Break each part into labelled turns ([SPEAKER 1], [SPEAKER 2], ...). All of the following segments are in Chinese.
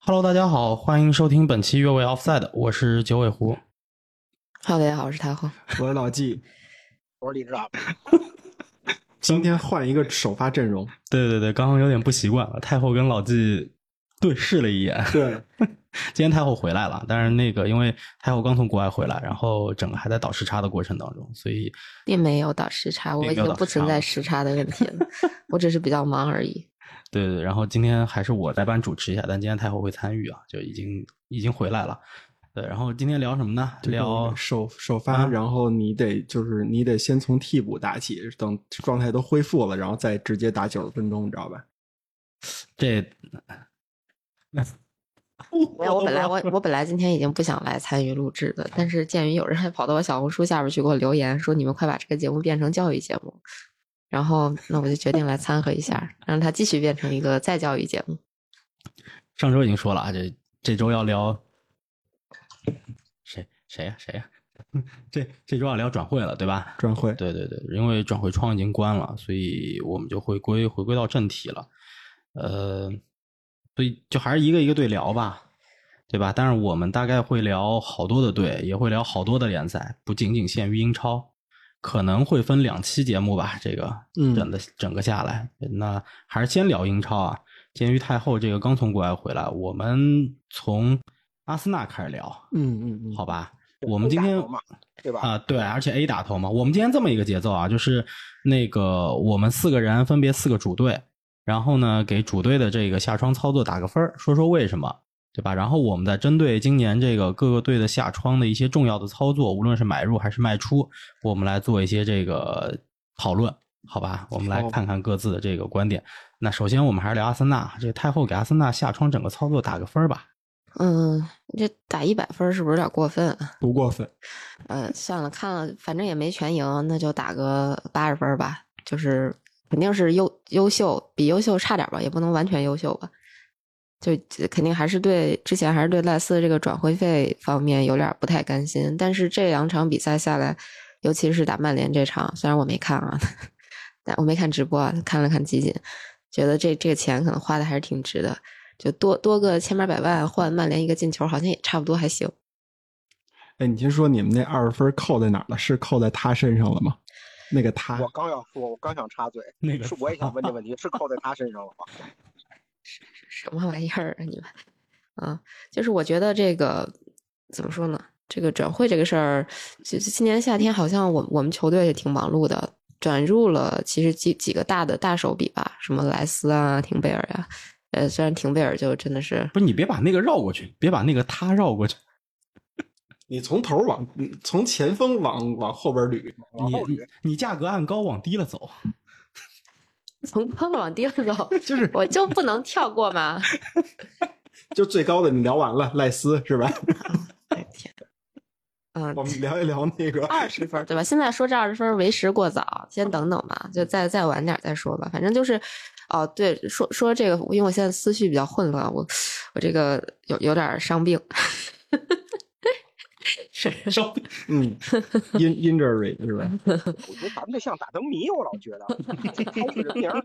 [SPEAKER 1] Hello，大家好，欢迎收听本期越位 Offside，我是九尾狐。
[SPEAKER 2] 哈喽，大家好，我是太后。
[SPEAKER 3] 我是老纪，
[SPEAKER 4] 我是李指导，
[SPEAKER 3] 今天换一个首发阵容。
[SPEAKER 1] 对对对，刚刚有点不习惯了，太后跟老纪 对视了一眼。
[SPEAKER 3] 对，
[SPEAKER 1] 今天太后回来了，但是那个因为太后刚从国外回来，然后整个还在倒时差的过程当中，所以
[SPEAKER 2] 并没有倒时差，我
[SPEAKER 1] 并
[SPEAKER 2] 已
[SPEAKER 1] 没有
[SPEAKER 2] 经
[SPEAKER 1] 倒
[SPEAKER 2] 不
[SPEAKER 1] 时差
[SPEAKER 2] 存在
[SPEAKER 1] 了
[SPEAKER 2] 时差的问题 了，我只是比较忙而已。
[SPEAKER 1] 对对，对然后今天还是我代班主持一下，但今天太后会参与啊，就已经已经回来了。对，然后今天聊什么呢？聊
[SPEAKER 3] 首首
[SPEAKER 1] 啊
[SPEAKER 3] 发，然后你得就是你得先从替补打起，等状态都恢复了，然后再直接打九十分钟，你知道吧？
[SPEAKER 1] 这。
[SPEAKER 2] 没有，我本来我我本来今天已经不想来参与录制的，但是鉴于有人还跑到我小红书下边去给我留言，说你们快把这个节目变成教育节目，然后那我就决定来掺和一下，让它继续变成一个再教 育节目。
[SPEAKER 1] 上周已经说了啊，这这周要聊谁谁呀、谁呀、 这这周要聊转会了，对吧？
[SPEAKER 3] 转会，
[SPEAKER 1] 对对对，因为转会窗已经关了，所以我们就回归回归到正题了。呃，所以就还是一个一个队聊吧，对吧？但是我们大概会聊好多的队，也会聊好多的联赛，不仅仅限于英超，可能会分两期节目吧。这个
[SPEAKER 3] 嗯
[SPEAKER 1] 整的、整个下来，那还是先聊英超啊。鉴于太后这个刚从国外回来，我们从阿森纳开始聊，
[SPEAKER 3] 嗯嗯嗯，
[SPEAKER 1] 好吧？我们今
[SPEAKER 4] 打
[SPEAKER 1] 天
[SPEAKER 4] 头嘛，对吧？
[SPEAKER 1] 啊，对，而且 A 打头嘛。我们今天这么一个节奏啊，就是那个我们四个人分别四个主队，然后呢给主队的这个下窗操作打个分儿，说说为什么，对吧？然后我们再针对今年这个各个队的下窗的一些重要的操作，无论是买入还是卖出，我们来做一些这个讨论，好吧？我们来
[SPEAKER 3] 好
[SPEAKER 1] 看看各自的这个观点。那首先我们还是聊阿森纳，啊这个太后给阿森纳下窗整个操作打个分儿吧。
[SPEAKER 2] 嗯，这打一百分儿是不是有点过分啊？
[SPEAKER 3] 不过分。
[SPEAKER 2] 呃，算了，看了，反正也没全赢，那就打个八十分儿吧。就是肯定是优优秀，比优秀差点儿吧，也不能完全优秀吧。就这肯定还是对之前还是对赖斯这个转会费方面有点儿不太甘心，但是这两场比赛下来，尤其是打曼联这场，虽然我没看啊， 但我没看直播啊，看了看集锦，觉得这这个钱可能花的还是挺值的，就多多个千八百万换曼联一个进球，好像也差不多还行。
[SPEAKER 3] 哎，你先说你们那二十分扣在哪儿了？是扣在他身上了吗？那个他
[SPEAKER 4] 我刚要说，我刚想插嘴，
[SPEAKER 1] 啊那个
[SPEAKER 4] 是我也想问这问题，是扣在他身上了 吗？
[SPEAKER 2] 什么玩意儿啊你们？啊，就是我觉得这个怎么说呢？这个转会这个事儿，就就今年夏天好像我我们球队也挺忙碌的，转入了其实几几个大的大手笔吧，什么莱斯啊、廷贝尔呀、呃，虽然廷贝尔就真的是
[SPEAKER 1] 不是你别把那个绕过去，别把那个他绕过去。
[SPEAKER 3] 你从头往从前锋往往后边捋，
[SPEAKER 4] 往后捋，
[SPEAKER 1] 你你价格按高往低了 走，
[SPEAKER 2] 从高了往低了走，
[SPEAKER 3] 就是
[SPEAKER 2] 我就不能跳过 吗？
[SPEAKER 3] 就最高的你聊完了，赖斯 是吧？
[SPEAKER 2] 哎天，嗯，
[SPEAKER 3] 我们聊一聊那个
[SPEAKER 2] 二十分儿，对吧？现在说这二十分儿为时过早，先等等吧，就再再晚点儿再说吧。反正就是，哦，对，说说这个，因为我现在思绪比较混乱，我我这个有有点儿伤病， 是
[SPEAKER 1] 稍微
[SPEAKER 3] 嗯，in injury 是吧？
[SPEAKER 4] 我觉得咱们这像打灯谜，我老觉得这超市人名儿，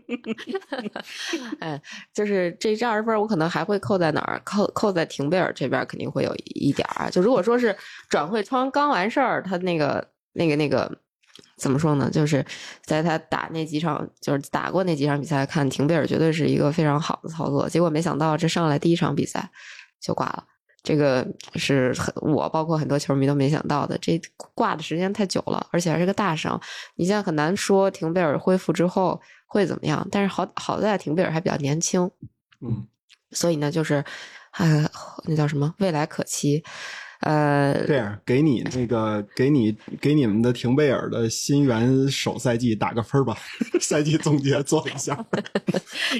[SPEAKER 2] 哎，就是这这二十分儿我可能还会扣在哪儿？扣扣在廷贝尔这边儿肯定会有一点儿啊。就如果说是转会窗刚完事儿，他那个那个那个怎么说呢？就是在他打那几场，就是打过那几场比赛看，廷贝尔绝对是一个非常好的操作。结果没想到这上来第一场比赛就挂了。这个是很我包括很多球迷都没想到的，这挂的时间太久了，而且还是个大伤。你现在很难说廷贝尔恢复之后会怎么样，但是好好在廷贝尔还比较年轻，
[SPEAKER 3] 嗯，
[SPEAKER 2] 所以呢，就是，呃，那叫什么未来可期，呃，
[SPEAKER 3] 这样给你那个给你给你们的廷贝尔的新援首赛季打个分儿吧， 赛季总结做一下。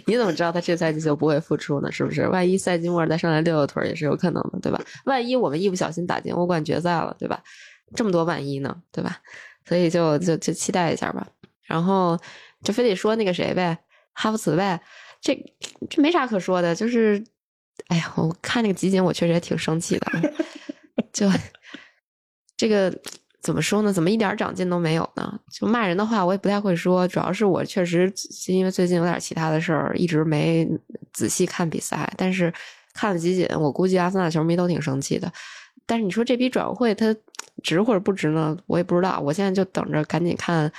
[SPEAKER 2] 你怎么知道他这赛季就不会复出呢？是不是？万一赛季末再上来溜溜腿儿也是有可能的，对吧？万一我们一不小心打进欧冠决赛了，对吧？这么多万一呢，对吧？所以就就就期待一下吧。然后就非得说那个谁呗，哈弗茨呗，这这没啥可说的，就是，哎呀，我看那个集锦，我确实也挺生气的啊，就这个。怎么说呢？怎么一点儿长进都没有呢？就骂人的话，我也不太会说，主要是我确实是因为最近有点其他的事儿，一直没仔细看比赛。但是看了集锦，我估计阿森纳球迷都挺生气的。但是你说这笔转会它值或者不值呢？我也不知道。我现在就等着赶紧看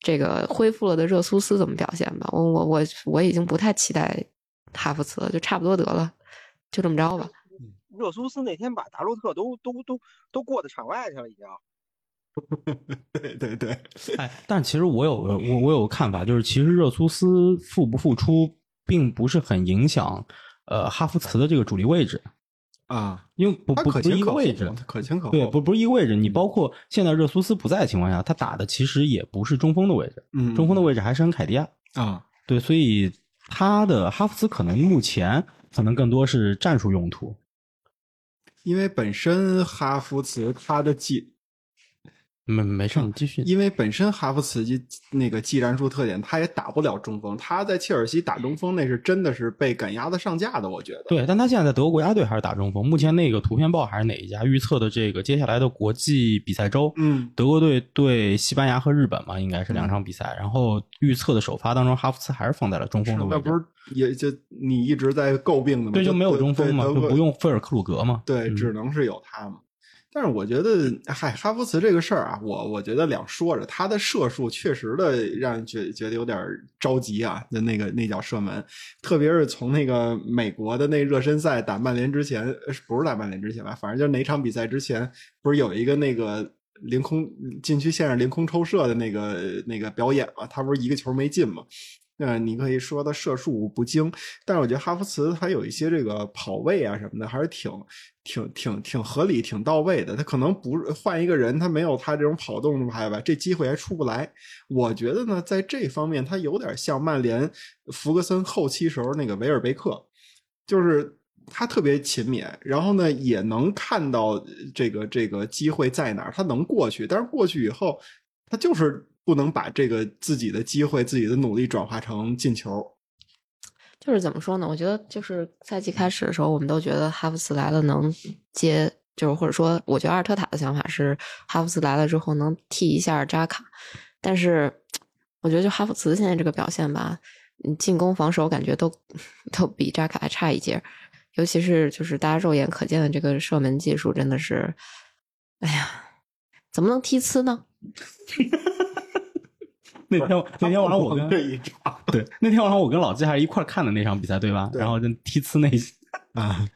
[SPEAKER 2] 这个恢复了的热苏斯怎么表现吧。我我我我已经不太期待哈弗茨了，就差不多得了，就这么着吧。
[SPEAKER 4] 热苏斯那天把达洛特都都都都过到场外去了，已经。
[SPEAKER 3] 对对对，
[SPEAKER 1] 哎，但其实我有我我有个看法，就是其实热苏斯复不复出，并不是很影响呃哈弗茨的这个主力位置，
[SPEAKER 3] 啊，
[SPEAKER 1] 因为不
[SPEAKER 3] 他
[SPEAKER 1] 不
[SPEAKER 3] 可
[SPEAKER 1] 不是
[SPEAKER 3] 前
[SPEAKER 1] 一个
[SPEAKER 3] 可后
[SPEAKER 1] 位置
[SPEAKER 3] 嘛，他可前可后。嗯
[SPEAKER 1] 对，不不是一个位置。你包括现在热苏斯不在的情况下，他打的其实也不是中锋的位置，
[SPEAKER 3] 嗯，
[SPEAKER 1] 中锋的位置还是恩凯迪亚。
[SPEAKER 3] 啊，
[SPEAKER 1] 对，所以他的哈弗茨可能目前可能更多是战术用途。
[SPEAKER 3] 因为本身哈弗茨他的技，
[SPEAKER 1] 没没事，你继续。
[SPEAKER 3] 因为本身哈弗茨技那个技战术特点，他也打不了中锋。他在切尔西打中锋那是真的是被赶鸭子上架的，我觉得。
[SPEAKER 1] 对，但他现在在德国国家队还是打中锋。目前那个图片报还是哪一家预测的这个接下来的国际比赛周，
[SPEAKER 3] 嗯，
[SPEAKER 1] 德国队对西班牙和日本嘛，应该是两场比赛。然后预测的首发当中，哈弗茨还是放在了中锋的位
[SPEAKER 3] 那
[SPEAKER 1] 置，
[SPEAKER 3] 不是也就你一直在诟病的吗？
[SPEAKER 1] 对，就没有中锋嘛，
[SPEAKER 3] 对
[SPEAKER 1] 就不。用费尔克鲁格嘛。
[SPEAKER 3] 对德国对，
[SPEAKER 1] 嗯
[SPEAKER 3] 只能是有他嘛。但是我觉得，嗨，哈弗茨这个事儿啊，我我觉得两说着，他的射术确实的让人觉觉得有点着急啊，那那个那脚射门，特别是从那个美国的那热身赛打曼联之前，呃不是打曼联之前吧，反正就是哪场比赛之前，不是有一个那个凌空禁区线上凌空抽射的那个呃那个表演嘛，他不是一个球没进嘛。那你可以说他射术不精，但是我觉得哈弗茨他有一些这个跑位啊什么的，还是挺挺挺挺合理、挺到位的。他可能不是换一个人，他没有他这种跑动派吧，这机会还出不来。我觉得呢，在这方面他有点像曼联弗格森后期时候那个维尔贝克，就是他特别勤勉，然后呢也能看到这个这个机会在哪儿，他能过去，但是过去以后他就是不能把这个自己的机会、自己的努力转化成进球。
[SPEAKER 2] 就是怎么说呢？我觉得就是赛季开始的时候，我们都觉得哈弗茨来了能接，就是或者说，我觉得阿尔特塔的想法是哈弗茨来了之后能替一下扎卡，但是我觉得就哈弗茨现在这个表现吧，嗯，进攻防守感觉都都比扎卡还差一截，尤其是就是大家肉眼可见的这个射门技术，真的是，哎呀，怎么能踢呲呢？
[SPEAKER 1] 那天那天晚上我
[SPEAKER 3] 他
[SPEAKER 1] 跟啊
[SPEAKER 3] 不能这一场
[SPEAKER 1] 对那天晚上我跟老季还是一块儿看的那场比赛，对吧？
[SPEAKER 3] 对
[SPEAKER 1] 然后就踢呲那一
[SPEAKER 3] 啊，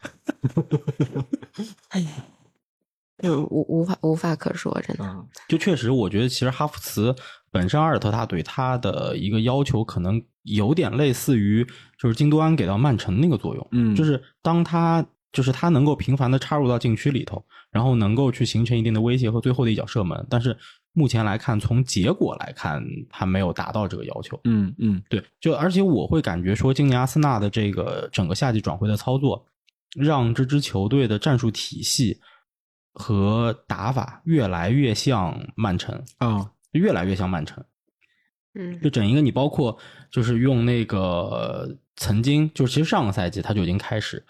[SPEAKER 2] 就是无无法无法可说，真的。
[SPEAKER 3] 嗯，
[SPEAKER 1] 就确实，我觉得其实哈弗茨本身阿尔特塔对他的一个要求，可能有点类似于就是京多安给到曼城那个作用，
[SPEAKER 3] 嗯
[SPEAKER 1] 就是当他就是他能够频繁的插入到禁区里头，然后能够去形成一定的威胁和最后的一脚射门，但是目前来看，从结果来看，他没有达到这个要求。
[SPEAKER 3] 嗯嗯
[SPEAKER 1] 对，就而且我会感觉说，今年阿森纳的这个整个夏季转会的操作，让这支球队的战术体系和打法越来越像曼城，
[SPEAKER 3] 啊，
[SPEAKER 1] 越来越像曼城。
[SPEAKER 2] 嗯，
[SPEAKER 1] 就整一个你包括就是用那个呃曾经就是其实上个赛季他就已经开始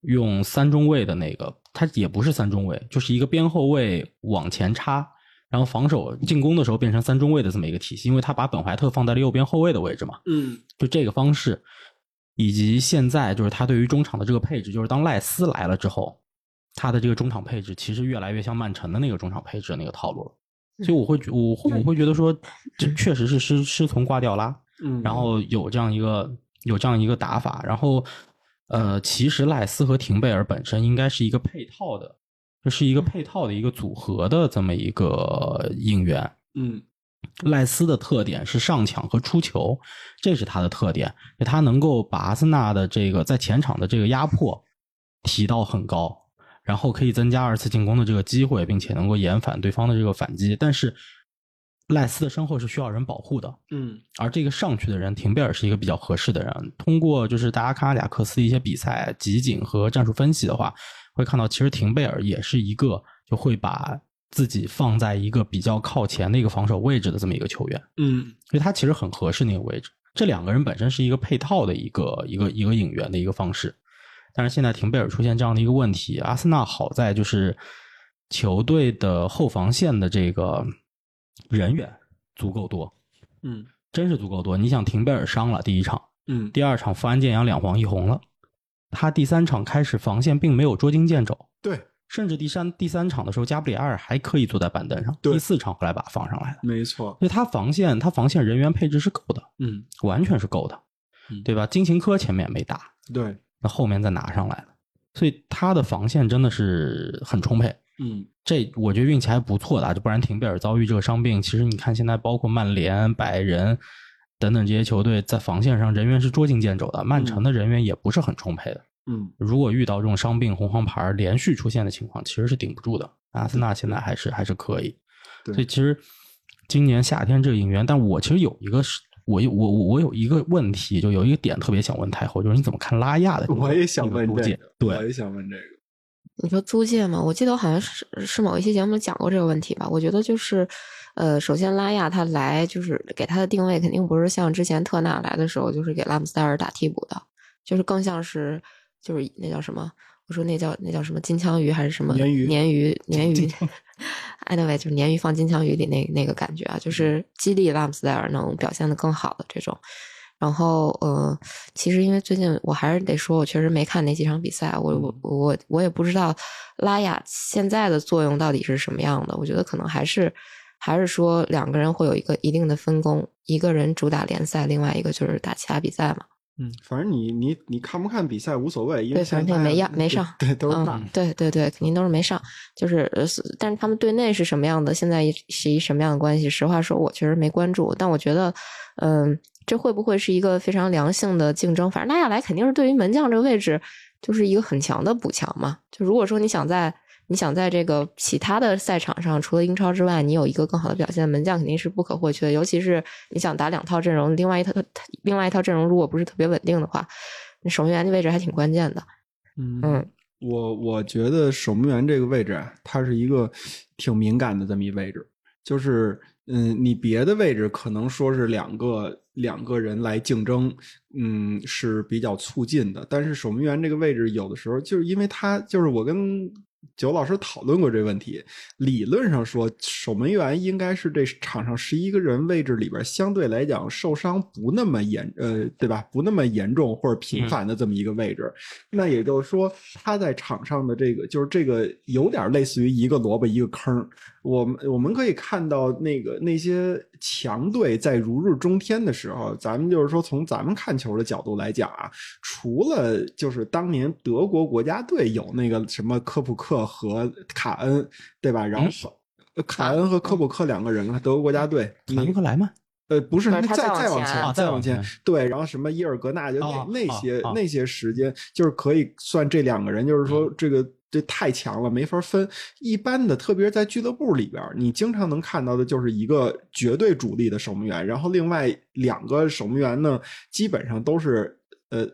[SPEAKER 1] 用三中卫的那个，他也不是三中卫，就是一个边后卫往前插，然后防守进攻的时候变成三中卫的这么一个体系，因为他把本怀特放在了右边后卫的位置嘛。
[SPEAKER 3] 嗯
[SPEAKER 1] 就这个方式，以及现在就是他对于中场的这个配置，就是当赖斯来了之后，他的这个中场配置其实越来越像曼城的那个中场配置的那个套路了。所以我会觉我我会觉得说，这确实是师师从瓜迪奥拉，
[SPEAKER 3] 嗯
[SPEAKER 1] 然后有这样一个有这样一个打法，然后呃，其实赖斯和廷贝尔本身应该是一个配套的，这、是一个配套的一个组合的这么一个应援。
[SPEAKER 3] 嗯
[SPEAKER 1] 赖斯的特点是上抢和出球，这是他的特点，他能够把阿森纳的这个在前场的这个压迫提到很高，然后可以增加二次进攻的这个机会，并且能够延反对方的这个反击。但是赖斯的身后是需要人保护的，
[SPEAKER 3] 嗯
[SPEAKER 1] 而这个上去的人，廷贝尔是一个比较合适的人。通过就是大家看阿贾克斯的一些比赛集锦和战术分析的话，会看到其实廷贝尔也是一个就会把自己放在一个比较靠前的一个防守位置的这么一个球员，
[SPEAKER 3] 嗯
[SPEAKER 1] 所以他其实很合适那个位置。这两个人本身是一个配套的一个一个一个引援的一个方式，但是现在廷贝尔出现这样的一个问题，阿森纳好在就是球队的后防线的这个人员足够多，
[SPEAKER 3] 嗯
[SPEAKER 1] 真是足够多。你想，廷贝尔伤了第一场，
[SPEAKER 3] 嗯
[SPEAKER 1] 第二场富安健洋两黄一红了，他第三场开始防线并没有捉襟见肘，
[SPEAKER 3] 对，
[SPEAKER 1] 甚至第三第三场的时候，加布里埃尔还可以坐在板凳上，
[SPEAKER 3] 对
[SPEAKER 1] 第四场后来把他放上来的，
[SPEAKER 3] 没错，
[SPEAKER 1] 所以他防线他防线人员配置是够的，
[SPEAKER 3] 嗯，
[SPEAKER 1] 完全是够的
[SPEAKER 3] 嗯，
[SPEAKER 1] 对吧？金琴科前面没打，
[SPEAKER 3] 对，
[SPEAKER 1] 那后面再拿上来的，所以他的防线真的是很充沛。
[SPEAKER 3] 嗯，
[SPEAKER 1] 这我觉得运气还不错的啊，就不然廷贝尔遭遇这个伤病，其实你看现在包括曼联、拜仁等等这些球队在防线上人员是捉襟见肘的，曼城的人员也不是很充沛的。
[SPEAKER 3] 嗯，
[SPEAKER 1] 如果遇到这种伤病、红黄牌儿连续出现的情况，其实是顶不住的。阿森纳现在还是还是可以，
[SPEAKER 3] 对
[SPEAKER 1] 所以其实今年夏天这个引援，但我其实有一个是，我有我我我有一个问题，就有一个点特别想问太后，就是你怎么看拉亚的这个？
[SPEAKER 3] 我也想问
[SPEAKER 1] 这个
[SPEAKER 3] 这个，
[SPEAKER 1] 租借
[SPEAKER 3] 我
[SPEAKER 1] 对，
[SPEAKER 3] 也想问这个，
[SPEAKER 2] 你说租借吗？我记得我好像是是某一期节目讲过这个问题吧。我觉得就是，呃，首先拉亚他来就是给他的定位肯定不是像之前特纳来的时候就是给拉姆斯戴尔打替补的，就是更像是就是那叫什么？我说那叫那叫什么金枪鱼还是什么
[SPEAKER 3] 鲶鱼
[SPEAKER 2] 鲶鱼鲶鱼 ，anyway 就是鲶鱼放金枪鱼里那那个感觉
[SPEAKER 3] 嗯
[SPEAKER 2] 啊，就是激励拉姆斯戴尔能表现的更好的这种。然后呃，其实因为最近我还是得说，我确实没看那几场比赛，啊我
[SPEAKER 3] 嗯
[SPEAKER 2] 我我我也不知道拉雅现在的作用到底是什么样的。我觉得可能还是还是说两个人会有一个一定的分工，一个人主打联赛，另外一个就是打其他比赛嘛。
[SPEAKER 3] 嗯，反正你你你看不看比赛无所谓，因为
[SPEAKER 2] 对反正
[SPEAKER 3] 现在
[SPEAKER 2] 没压没上
[SPEAKER 3] 对，都是大
[SPEAKER 2] 嗯，对对对，肯定都是没上，就是，呃是但是他们队内是什么样的，现在是一什么样的关系？实话说，我确实没关注，但我觉得，嗯，这会不会是一个非常良性的竞争？反正纳亚莱肯定是对于门将这个位置就是一个很强的补强嘛。就如果说你想在你想在这个其他的赛场上，除了英超之外，你有一个更好的表现，门将肯定是不可或缺的。尤其是你想打两套阵容，另外一套另外一套阵容如果不是特别稳定的话，你守门员的位置还挺关键的。
[SPEAKER 3] 嗯
[SPEAKER 2] 嗯，
[SPEAKER 3] 我我觉得守门员这个位置啊，它是一个挺敏感的这么一位置，就是嗯，你别的位置可能说是两个两个人来竞争，嗯，是比较促进的，但是守门员这个位置有的时候就是因为他就是我跟。九老师讨论过这个问题，理论上说，守门员应该是这场上十一个人位置里边相对来讲受伤不那么严，呃，对吧？不那么严重或者频繁的这么一个位置。那也就是说，他在场上的这个，就是这个有点类似于一个萝卜一个坑儿。我们我们可以看到，那个那些强队在如日中天的时候，咱们就是说从咱们看球的角度来讲啊，除了就是当年德国国家队有那个什么科普克和卡恩，对吧？
[SPEAKER 2] 嗯
[SPEAKER 3] 然后。呃卡恩和科普克两个人啊，德国国家队，
[SPEAKER 1] 兰克莱曼
[SPEAKER 3] 呃，不是，
[SPEAKER 2] 不
[SPEAKER 3] 那
[SPEAKER 2] 是嗯他
[SPEAKER 3] 再
[SPEAKER 2] 再往
[SPEAKER 3] 往
[SPEAKER 2] 前
[SPEAKER 1] 啊再
[SPEAKER 3] 再
[SPEAKER 1] 往
[SPEAKER 3] 往前
[SPEAKER 1] 前，
[SPEAKER 3] 对，然后什么伊尔格纳就
[SPEAKER 1] 哦
[SPEAKER 3] 那那
[SPEAKER 1] 哦
[SPEAKER 3] 些
[SPEAKER 1] 哦
[SPEAKER 3] 那些时间，就是可以算这两个人，就是
[SPEAKER 1] 嗯
[SPEAKER 3] 说这个这太强了，没法分。一般的，特别是在俱乐部里边儿，你经常能看到的就是一个绝对主力的守门员，然后另外两个守门员呢，基本上都是呃。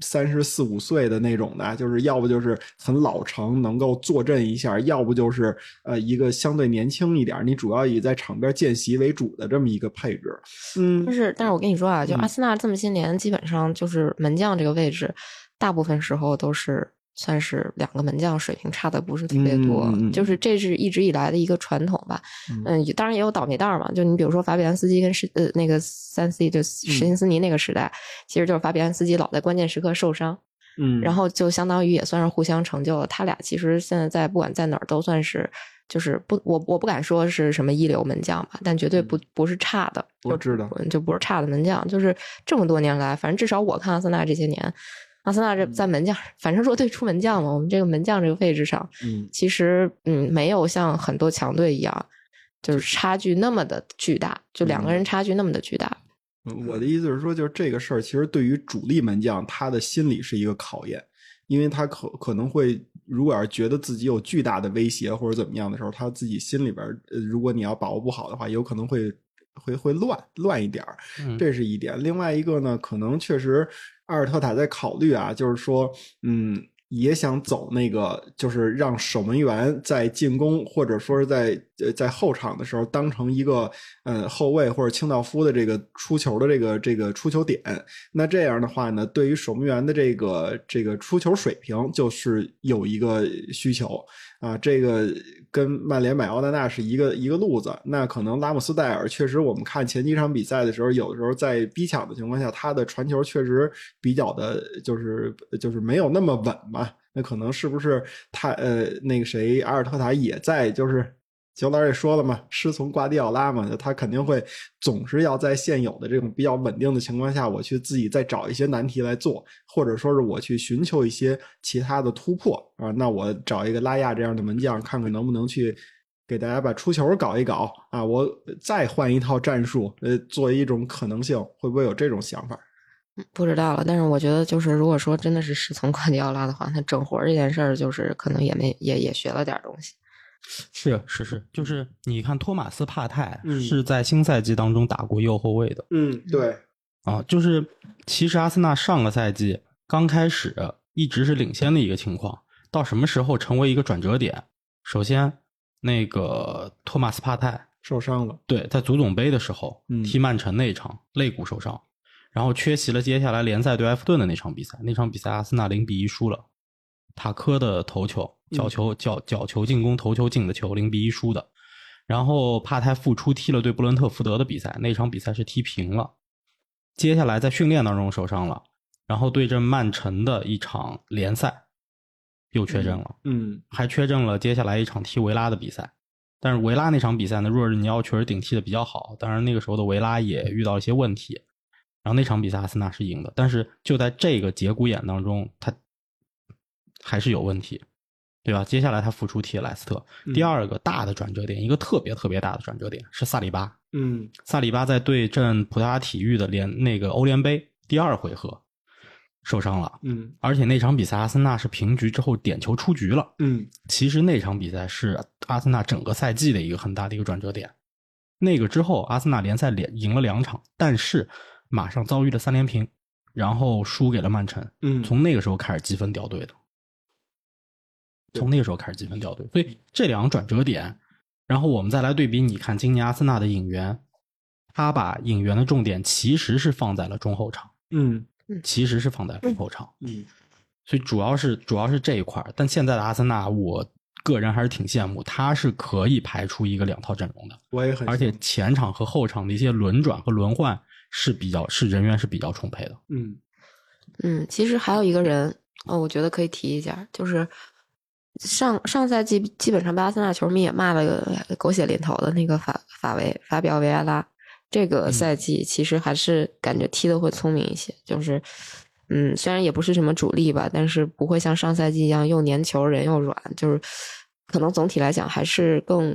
[SPEAKER 3] 三十四五岁的那种的，啊就是要不就是很老成，能够坐镇一下；要不就是呃一个相对年轻一点儿，你主要以在场边见习为主的这么一个配置。嗯，
[SPEAKER 2] 但是，但是我跟你说啊，就
[SPEAKER 3] 嗯
[SPEAKER 2] 阿森纳这么些年，基本上就是门将这个位置，大部分时候都是算是两个门将水平差的不是特别多，
[SPEAKER 3] 嗯嗯嗯嗯
[SPEAKER 2] 就是这是一直以来的一个传统吧。
[SPEAKER 3] 嗯
[SPEAKER 2] 嗯，也当然也有倒霉蛋儿嘛，就你比如说法比安斯基跟施呃那个三 C 就
[SPEAKER 3] 嗯
[SPEAKER 2] 史琴斯尼那个时代，其实就是法比安斯基老在关键时刻受伤，
[SPEAKER 3] 嗯，
[SPEAKER 2] 然后就相当于也算是互相成就了。他俩其实现在在不管在哪儿都算是，就是不我我不敢说是什么一流门将吧，但绝对不不是差的，
[SPEAKER 3] 嗯我
[SPEAKER 2] 就
[SPEAKER 3] 知道
[SPEAKER 2] 不就不是差的门将。就是这么多年来，反正至少我看阿森纳这些年，阿森纳这在门将，反正说对出门将嘛，我们这个门将这个位置上，
[SPEAKER 3] 嗯
[SPEAKER 2] 其实嗯没有像很多强队一样，就是差距那么的巨大，就两个人差距那么的巨大。
[SPEAKER 3] 我的意思是说，就是这个事儿，其实对于主力门将，他的心理是一个考验，因为他可可能会，如果要是觉得自己有巨大的威胁或者怎么样的时候，他自己心里边儿，呃，如果你要把握不好的话，有可能会会会乱乱一点儿。
[SPEAKER 1] 嗯
[SPEAKER 3] 这是一点。另外一个呢，可能确实阿尔特塔在考虑啊，就是说，嗯，也想走那个，就是让守门员在进攻或者说是在呃在后场的时候当成一个呃后卫或者清道夫的这个出球的这个这个出球点。那这样的话呢，对于守门员的这个这个出球水平就是有一个需求啊，这个跟曼联买奥纳纳是一个一个路子。那可能拉姆斯戴尔确实，我们看前几场比赛的时候，有的时候在逼抢的情况下，他的传球确实比较的，就是就是没有那么稳嘛。那可能是不是他呃那个谁阿尔特塔也在就是九老也说了嘛，师从瓜迪奥拉嘛，他肯定会总是要在现有的这种比较稳定的情况下，我去自己再找一些难题来做，或者说是我去寻求一些其他的突破啊。那我找一个拉亚这样的门将，看看能不能去给大家把出球搞一搞啊。我再换一套战术，呃，做一种可能性，会不会有这种想法？
[SPEAKER 2] 不知道了，但是我觉得就是，如果说真的是师从瓜迪奥拉的话，那整活儿这件事儿就是可能也没也也学了点儿东西。
[SPEAKER 1] 是是是，就是你看托马斯帕泰
[SPEAKER 3] 嗯
[SPEAKER 1] 是在新赛季当中打过右后卫的
[SPEAKER 3] 嗯，对，
[SPEAKER 1] 啊，就是其实阿森纳上个赛季刚开始一直是领先的一个情况，到什么时候成为一个转折点？首先，那个托马斯帕泰
[SPEAKER 3] 受伤了，
[SPEAKER 1] 对，在足总杯的时候
[SPEAKER 3] 嗯
[SPEAKER 1] 踢曼城那一场肋骨受伤，然后缺席了接下来联赛对埃弗顿的那场比赛。那场比赛阿森纳零比一输了，塔科的头球
[SPEAKER 3] 嗯
[SPEAKER 1] 角球角角球进攻头球进的球，零比一输的。然后帕泰复出踢了对布伦特福德的比赛，那场比赛是踢平了。接下来在训练当中受伤了，然后对阵曼城的一场联赛又缺阵了。
[SPEAKER 3] 嗯
[SPEAKER 1] 还缺阵了接下来一场踢维拉的比赛。但是维拉那场比赛呢，若日尼奥确实顶替的比较好，当然那个时候的维拉也遇到一些问题。然后那场比赛阿森纳是赢的，但是就在这个节骨眼当中，他还是有问题，对吧？接下来他复出踢了莱斯特。
[SPEAKER 3] 嗯
[SPEAKER 1] 第二个大的转折点，一个特别特别大的转折点是萨里巴。
[SPEAKER 3] 嗯
[SPEAKER 1] 萨里巴在对阵葡萄牙体育的联那个欧联杯第二回合受伤了，
[SPEAKER 3] 嗯
[SPEAKER 1] 而且那场比赛阿森纳是平局之后点球出局了。
[SPEAKER 3] 嗯
[SPEAKER 1] 其实那场比赛是阿森纳整个赛季的一个很大的一个转折点。那个之后，阿森纳联赛连赢了两场，但是马上遭遇了三连平，然后输给了曼城。
[SPEAKER 3] 嗯，
[SPEAKER 1] 从那个时候开始积分掉队的，从那个时候开始积分掉队。所以这两个转折点，然后我们再来对比，你看今年阿森纳的引援，他把引援的重点其实是放在了中后场，
[SPEAKER 3] 嗯
[SPEAKER 1] 其实是放在了中后场。
[SPEAKER 3] 嗯
[SPEAKER 1] 所以主要是主要是这一块儿。但现在的阿森纳，我个人还是挺羡慕，他是可以排出一个两套阵容的，
[SPEAKER 3] 我也很
[SPEAKER 1] 而且前场和后场的一些轮转和轮换是比较是人员是比较充沛的。
[SPEAKER 3] 嗯
[SPEAKER 2] 嗯，其实还有一个人，哦，我觉得可以提一下，就是上上赛季基本上被阿森纳球迷也骂的狗血淋头的那个法法维法比奥维埃拉，这个
[SPEAKER 1] 嗯
[SPEAKER 2] 赛季其实还是感觉踢的会聪明一些，就是嗯，虽然也不是什么主力吧，但是不会像上赛季一样又粘球人又软，就是可能总体来讲还是更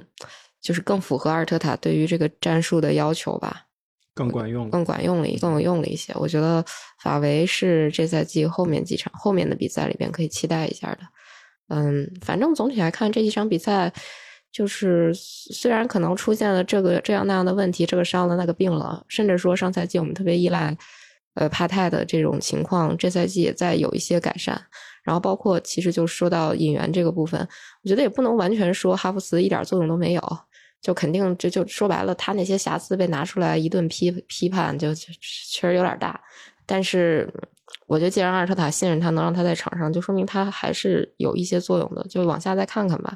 [SPEAKER 2] 就是更符合阿尔特塔对于这个战术的要求吧。
[SPEAKER 3] 更管用了，
[SPEAKER 2] 更管用了一，更有用了一些。我觉得法维是这赛季后面几场后面的比赛里边可以期待一下的。嗯，反正总体来看这几场比赛，就是虽然可能出现了这个这样那样的问题，这个伤了那个病了，甚至说上赛季我们特别依赖呃帕泰的这种情况，这赛季也在有一些改善。然后包括其实就说到引援这个部分，我觉得也不能完全说哈弗茨一点作用都没有。就肯定这就说白了，他那些瑕疵被拿出来一顿批批判，就就确实有点大。但是我觉得，既然阿尔特塔信任他，能让他在场上，就说明他还是有一些作用的。就往下再看看吧，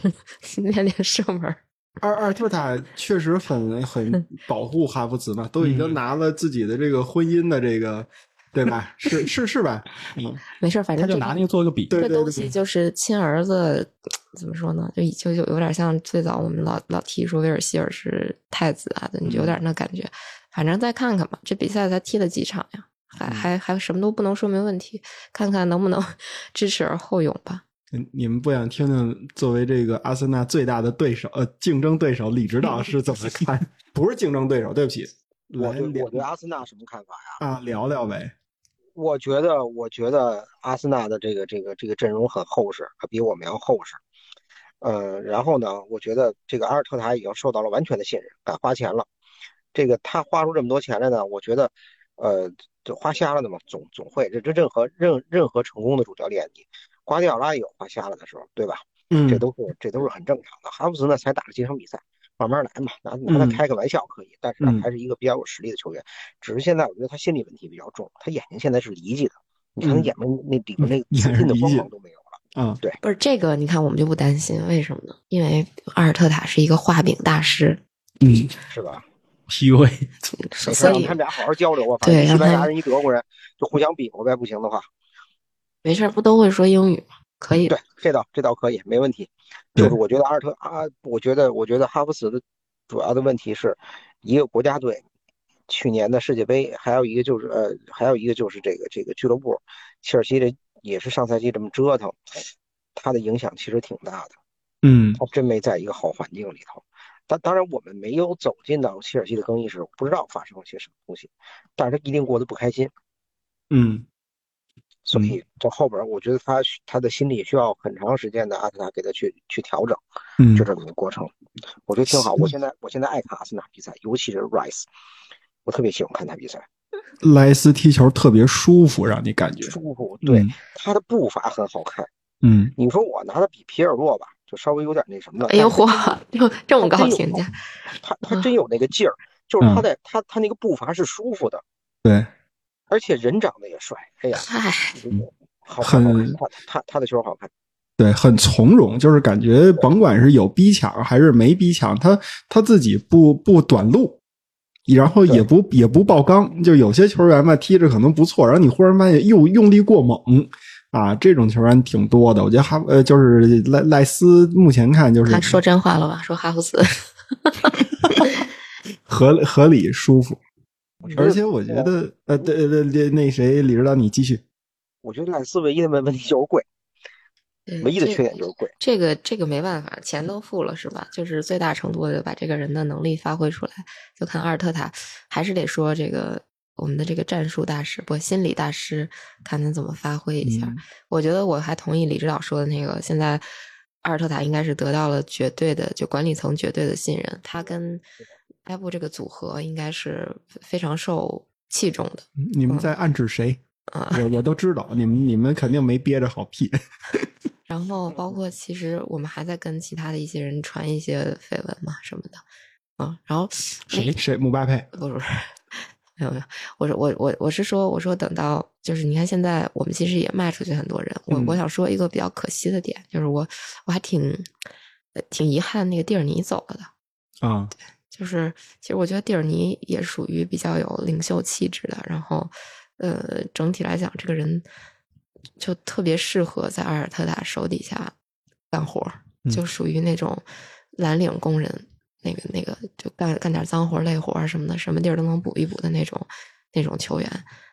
[SPEAKER 2] 练练射门儿。
[SPEAKER 3] 阿阿尔特塔确实很很保护哈弗茨嘛，都已经拿了自己的这个婚姻的这个，对吧？是是是吧？嗯，
[SPEAKER 2] 没事儿，反
[SPEAKER 1] 他
[SPEAKER 2] 正
[SPEAKER 1] 就
[SPEAKER 2] 这
[SPEAKER 1] 拿
[SPEAKER 2] 个
[SPEAKER 1] 那个做一个比，
[SPEAKER 2] 这
[SPEAKER 3] 对
[SPEAKER 2] 东西就是亲儿子，怎么说呢？就就就有点像最早我们老老提说威尔希尔是太子啊，就有
[SPEAKER 4] 嗯
[SPEAKER 2] 点那感觉。反正再看看吧，这比赛才踢了几场呀，还
[SPEAKER 4] 嗯
[SPEAKER 2] 还还什么都不能说明问题，看看能不 能知耻而后勇吧。
[SPEAKER 3] 嗯你们不想听听作为这个阿森纳最大的对手呃竞争对手李指导是怎么看？ 不是竞争对手，对不起，
[SPEAKER 4] 我
[SPEAKER 3] 来
[SPEAKER 4] 对我对啊
[SPEAKER 3] 聊
[SPEAKER 4] 阿森纳什么看法呀？
[SPEAKER 3] 啊聊聊呗。
[SPEAKER 4] 我觉得，我觉得阿森纳的这个这个这个阵容很厚实，比我们要厚实。呃，然后呢，我觉得这个阿尔特塔已经受到了完全的信任，敢花钱了。这个他花出这么多钱来呢，我觉得呃，就花瞎了的嘛，总总会这这任何任任何成功的主教练，你瓜迪奥拉也有花瞎了的时候，对吧？
[SPEAKER 3] 嗯，
[SPEAKER 4] 这都是这都是很正常的。哈弗茨呢才打了几场比赛，慢慢来嘛，拿拿他
[SPEAKER 3] 嗯
[SPEAKER 4] 开个玩笑可以，但是呢
[SPEAKER 3] 嗯
[SPEAKER 4] 还是一个比较有实力的球员。只是现在我觉得他心理问题比较重，他眼睛现在是离迹的，你看他
[SPEAKER 3] 嗯
[SPEAKER 4] 眼睛那里边那个
[SPEAKER 3] 眼
[SPEAKER 4] 自
[SPEAKER 3] 是
[SPEAKER 4] 信的
[SPEAKER 3] 离
[SPEAKER 4] 光
[SPEAKER 3] 迹
[SPEAKER 4] 芒都没有了。
[SPEAKER 3] 啊，
[SPEAKER 2] 不是这个，你看我们就不担心，为什么呢？因为阿尔特塔是一个画饼大师，
[SPEAKER 4] 是吧？
[SPEAKER 1] PUA，
[SPEAKER 4] 没事
[SPEAKER 2] 所
[SPEAKER 4] 让
[SPEAKER 2] 以
[SPEAKER 4] 他们俩好好交流啊，反
[SPEAKER 2] 对
[SPEAKER 4] 正西
[SPEAKER 2] 让
[SPEAKER 4] 班
[SPEAKER 2] 他
[SPEAKER 4] 牙人一德国人就互相比划呗，不行的话，
[SPEAKER 2] 没事儿不都会说英语 吗？可以的
[SPEAKER 4] 对，这倒这倒可以，没问题。
[SPEAKER 3] 对
[SPEAKER 4] 就是我觉得阿尔特啊，我觉得我觉得哈弗茨的主要的问题是一个国家队，去年的世界杯，还有一个就是呃，还有一个就是这个这个俱乐部，切尔西这也是上赛季这么折腾，他的影响其实挺大的。
[SPEAKER 3] 嗯
[SPEAKER 4] 他真没在一个好环境里头。当当然，我们没有走进到切尔西的更衣室，我不知道发生了些什么东西，但是他一定过得不开心。
[SPEAKER 3] 嗯
[SPEAKER 4] 所
[SPEAKER 2] 嗯
[SPEAKER 4] 以这后边，我觉得他需他的心理需要很长时间的阿特塔给他去去调整，
[SPEAKER 3] 嗯
[SPEAKER 4] 就这么一个过程，我觉得挺好。我现在我现在爱看阿森纳比赛，尤其是 Rice，我特别喜欢看他比赛，
[SPEAKER 3] 莱斯踢球特别舒服，让你感觉
[SPEAKER 4] 舒服。对，他的步伐很好看。
[SPEAKER 3] 嗯，
[SPEAKER 4] 你说我拿他比皮尔洛吧，就稍微有点那什么了。
[SPEAKER 2] 哎呦
[SPEAKER 4] 但是
[SPEAKER 2] 嚯，这这么高评价，
[SPEAKER 4] 他他真有那个劲儿，就是
[SPEAKER 3] 嗯
[SPEAKER 4] 他的他他那个步伐是舒服的，
[SPEAKER 3] 对，
[SPEAKER 4] 而且人长得也帅。哎呀，
[SPEAKER 2] 嗨，
[SPEAKER 4] 好看好
[SPEAKER 3] 嗯
[SPEAKER 4] 看
[SPEAKER 3] 很，嗯
[SPEAKER 4] 他他他的球好看，
[SPEAKER 3] 对，很从容，就是感觉甭管是有逼抢还是没逼抢，他他自己不不短路，然后也不也不爆缸。就有些球员吧，踢着可能不错，然后你忽然发现又用力过猛啊，这种球员挺多的。我觉得哈呃，就是赖赖斯目前看就是
[SPEAKER 2] 他说真话了吧？说哈弗茨，
[SPEAKER 3] 合合理舒服，
[SPEAKER 2] 嗯
[SPEAKER 3] 而且我觉
[SPEAKER 4] 我
[SPEAKER 3] 得呃对对对，那谁李指导你继续，
[SPEAKER 4] 我觉得赖斯唯一的问问题就是贵，
[SPEAKER 2] 对
[SPEAKER 4] 唯一
[SPEAKER 2] 嗯
[SPEAKER 4] 的
[SPEAKER 2] 这
[SPEAKER 4] 缺点就是贵。
[SPEAKER 2] 这个这个没办法，钱都付了是吧？就是最大程度的把这个人的能力发挥出来，就看阿尔特塔，还是得说这个我们的这个战术大师，不心理大师，看他怎么发挥一下。
[SPEAKER 3] 嗯
[SPEAKER 2] 我觉得我还同意李指导说的那个，现在阿尔特塔应该是得到了绝对的，就管理层绝对的信任，他跟埃布这个组合应该是非常受器重的。
[SPEAKER 3] 嗯你们在暗指谁？
[SPEAKER 2] 嗯啊
[SPEAKER 3] 我我都知道，你们你们肯定没憋着好屁。
[SPEAKER 2] 然后包括其实我们还在跟其他的一些人传一些绯闻嘛什么的，啊，然后
[SPEAKER 3] 谁 谁姆巴佩？
[SPEAKER 2] 不是不 是，没有没有，我说我我我是说我说等到就是你看现在我们其实也卖出去很多人，我我
[SPEAKER 3] 嗯
[SPEAKER 2] 想说一个比较可惜的点，就是我我还挺呃挺遗憾那个蒂尔尼走了的，
[SPEAKER 3] 啊，
[SPEAKER 2] 就是其实我觉得蒂尔尼也属于比较有领袖气质的，然后呃整体来讲这个人就特别适合在阿尔特塔手底下干活儿，
[SPEAKER 3] 嗯
[SPEAKER 2] 就属于那种蓝领工人，那个那个就干干点脏活儿累活儿什么的，什么地儿都能补一补的那种那种球员。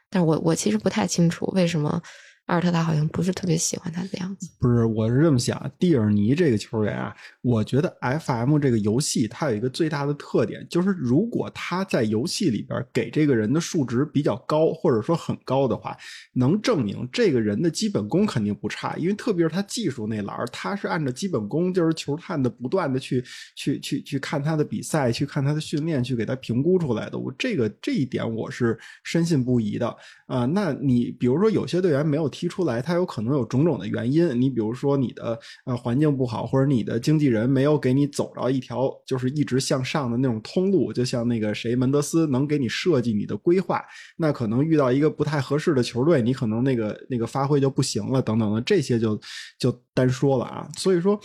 [SPEAKER 2] 但是我我其实不太清楚为什么阿尔特塔好像不是特别喜欢他的样子。
[SPEAKER 3] 不是，我是这么想，蒂尔尼这个球员啊，我觉得 FM 这个游戏它有一个最大的特点，就是如果他在游戏里边给这个人的数值比较高，或者说很高的话，能证明这个人的基本功肯定不差，因为特别是他技术那栏儿，他是按照基本功，就是球探的不断的去去去去看他的比赛，去看他的训练，去给他评估出来的。我这个这一点我是深信不疑的。啊、那你比如说有些队员没有踢出来，他有可能有种种的原因。你比如说你的呃环境不好，或者你的经纪人没有给你走着一条就是一直向上的那种通路，就像那个谁门德斯能给你设计你的规划，那可能遇到一个不太合适的球队，你可能那个那个发挥就不行了，等等的这些就就单说了啊。所以说。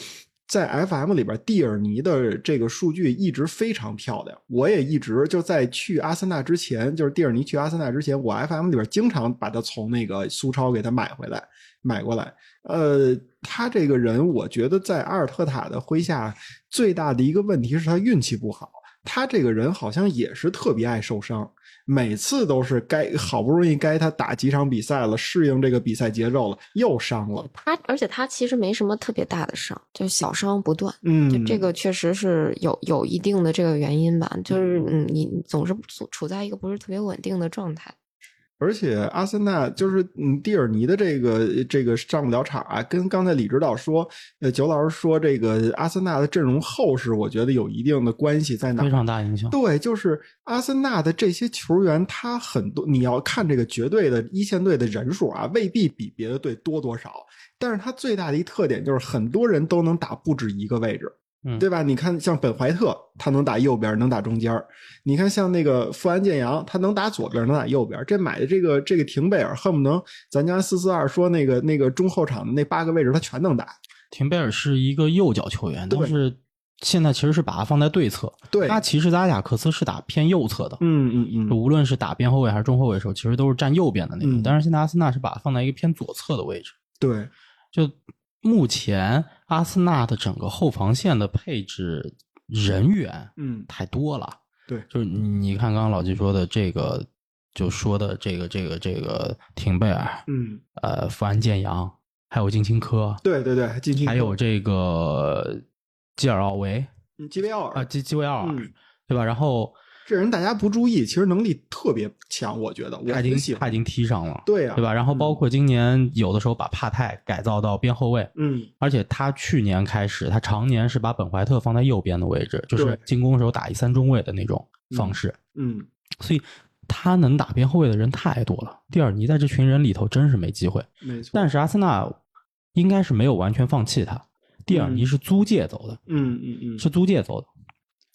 [SPEAKER 3] 在 FM 里边，蒂尔尼的这个数据一直非常漂亮。我也一直就在去阿森纳之前，就是蒂尔尼去阿森纳之前，我 FM 里边经常把他从那个苏超给他买回来，买过来。呃，他这个人，我觉得在阿尔特塔的麾下最大的一个问题是他运气不好。他这个人好像也是特别爱受伤，每次都是该好不容易该他打几场比赛了，适应这个比赛节奏了，又伤了。
[SPEAKER 2] 他而且他其实没什么特别大的伤，就小伤不断。就
[SPEAKER 3] 嗯，
[SPEAKER 2] 这个确实是有有一定的这个原因吧，就是嗯，你总是处处在一个不是特别稳定的状态，
[SPEAKER 3] 而且阿森纳就是嗯，蒂尔尼的这个这个上不了场啊，跟刚才李指导说，呃，九老师说这个阿森纳的阵容厚实，我觉得有一定的关系在哪
[SPEAKER 1] 非？常大影响。
[SPEAKER 3] 对，就是阿森纳的这些球员，他很多你要看这个绝对的一线队的人数啊，未必比别的队多多少，但是他最大的一特点就是很多人都能打不止一个位置。
[SPEAKER 1] 嗯
[SPEAKER 3] 对吧？你看，像本怀特，他能打右边，能打中间儿你看，像那个富安健洋，他能打左边，能打右边。这买的这个这个廷贝尔，恨不能咱家四四二说那个那个中后场的那八个位置，他全能打。
[SPEAKER 1] 廷贝尔是一个右脚球员，
[SPEAKER 3] 对
[SPEAKER 1] 但是现在其实是把他放在对侧。
[SPEAKER 3] 对，
[SPEAKER 1] 他其实扎贾克斯是打偏右侧的，
[SPEAKER 3] 嗯嗯
[SPEAKER 1] 就
[SPEAKER 3] 嗯，
[SPEAKER 1] 无论是打边后卫还是中后卫的时候，其实都是站右边的那种。
[SPEAKER 3] 嗯
[SPEAKER 1] 但是现在阿森纳是把他放在一个偏左侧的位置。
[SPEAKER 3] 对，
[SPEAKER 1] 就目前阿森纳的整个后防线的配置人员
[SPEAKER 3] 嗯
[SPEAKER 1] 太多了。
[SPEAKER 3] 对
[SPEAKER 1] 就是你看刚刚老季说的这个，就说的这个这个这个廷贝尔，
[SPEAKER 3] 嗯，
[SPEAKER 1] 呃，富安健洋，还有金琴科，
[SPEAKER 3] 对对对，进行
[SPEAKER 1] 还有这个基尔奥维
[SPEAKER 3] 嗯基维奥
[SPEAKER 1] 啊，
[SPEAKER 3] 尔，
[SPEAKER 1] 基基维奥尔，
[SPEAKER 3] 嗯
[SPEAKER 1] 对吧？然后
[SPEAKER 3] 这人大家不注意，其实能力特别强，我觉得我
[SPEAKER 1] 他
[SPEAKER 3] 很
[SPEAKER 1] 已
[SPEAKER 3] 喜
[SPEAKER 1] 经他
[SPEAKER 3] 欢
[SPEAKER 1] 已。经踢上了，
[SPEAKER 3] 对呀、啊嗯
[SPEAKER 1] 对吧？然后包括今年有的时候把帕泰改造到边后卫，
[SPEAKER 3] 嗯
[SPEAKER 1] 而且他去年开始，他常年是把本怀特放在右边的位置，就是
[SPEAKER 3] 对
[SPEAKER 1] 进攻时候打一三中卫的那种方式，
[SPEAKER 3] 嗯，
[SPEAKER 1] 所以他能打边后卫的人太多了。蒂尔尼在这群人里头真是没机会，
[SPEAKER 3] 没错。
[SPEAKER 1] 但是阿森纳应该是没有完全放弃他，蒂尔尼是租借走的，
[SPEAKER 3] 嗯嗯嗯
[SPEAKER 1] 是租借走的，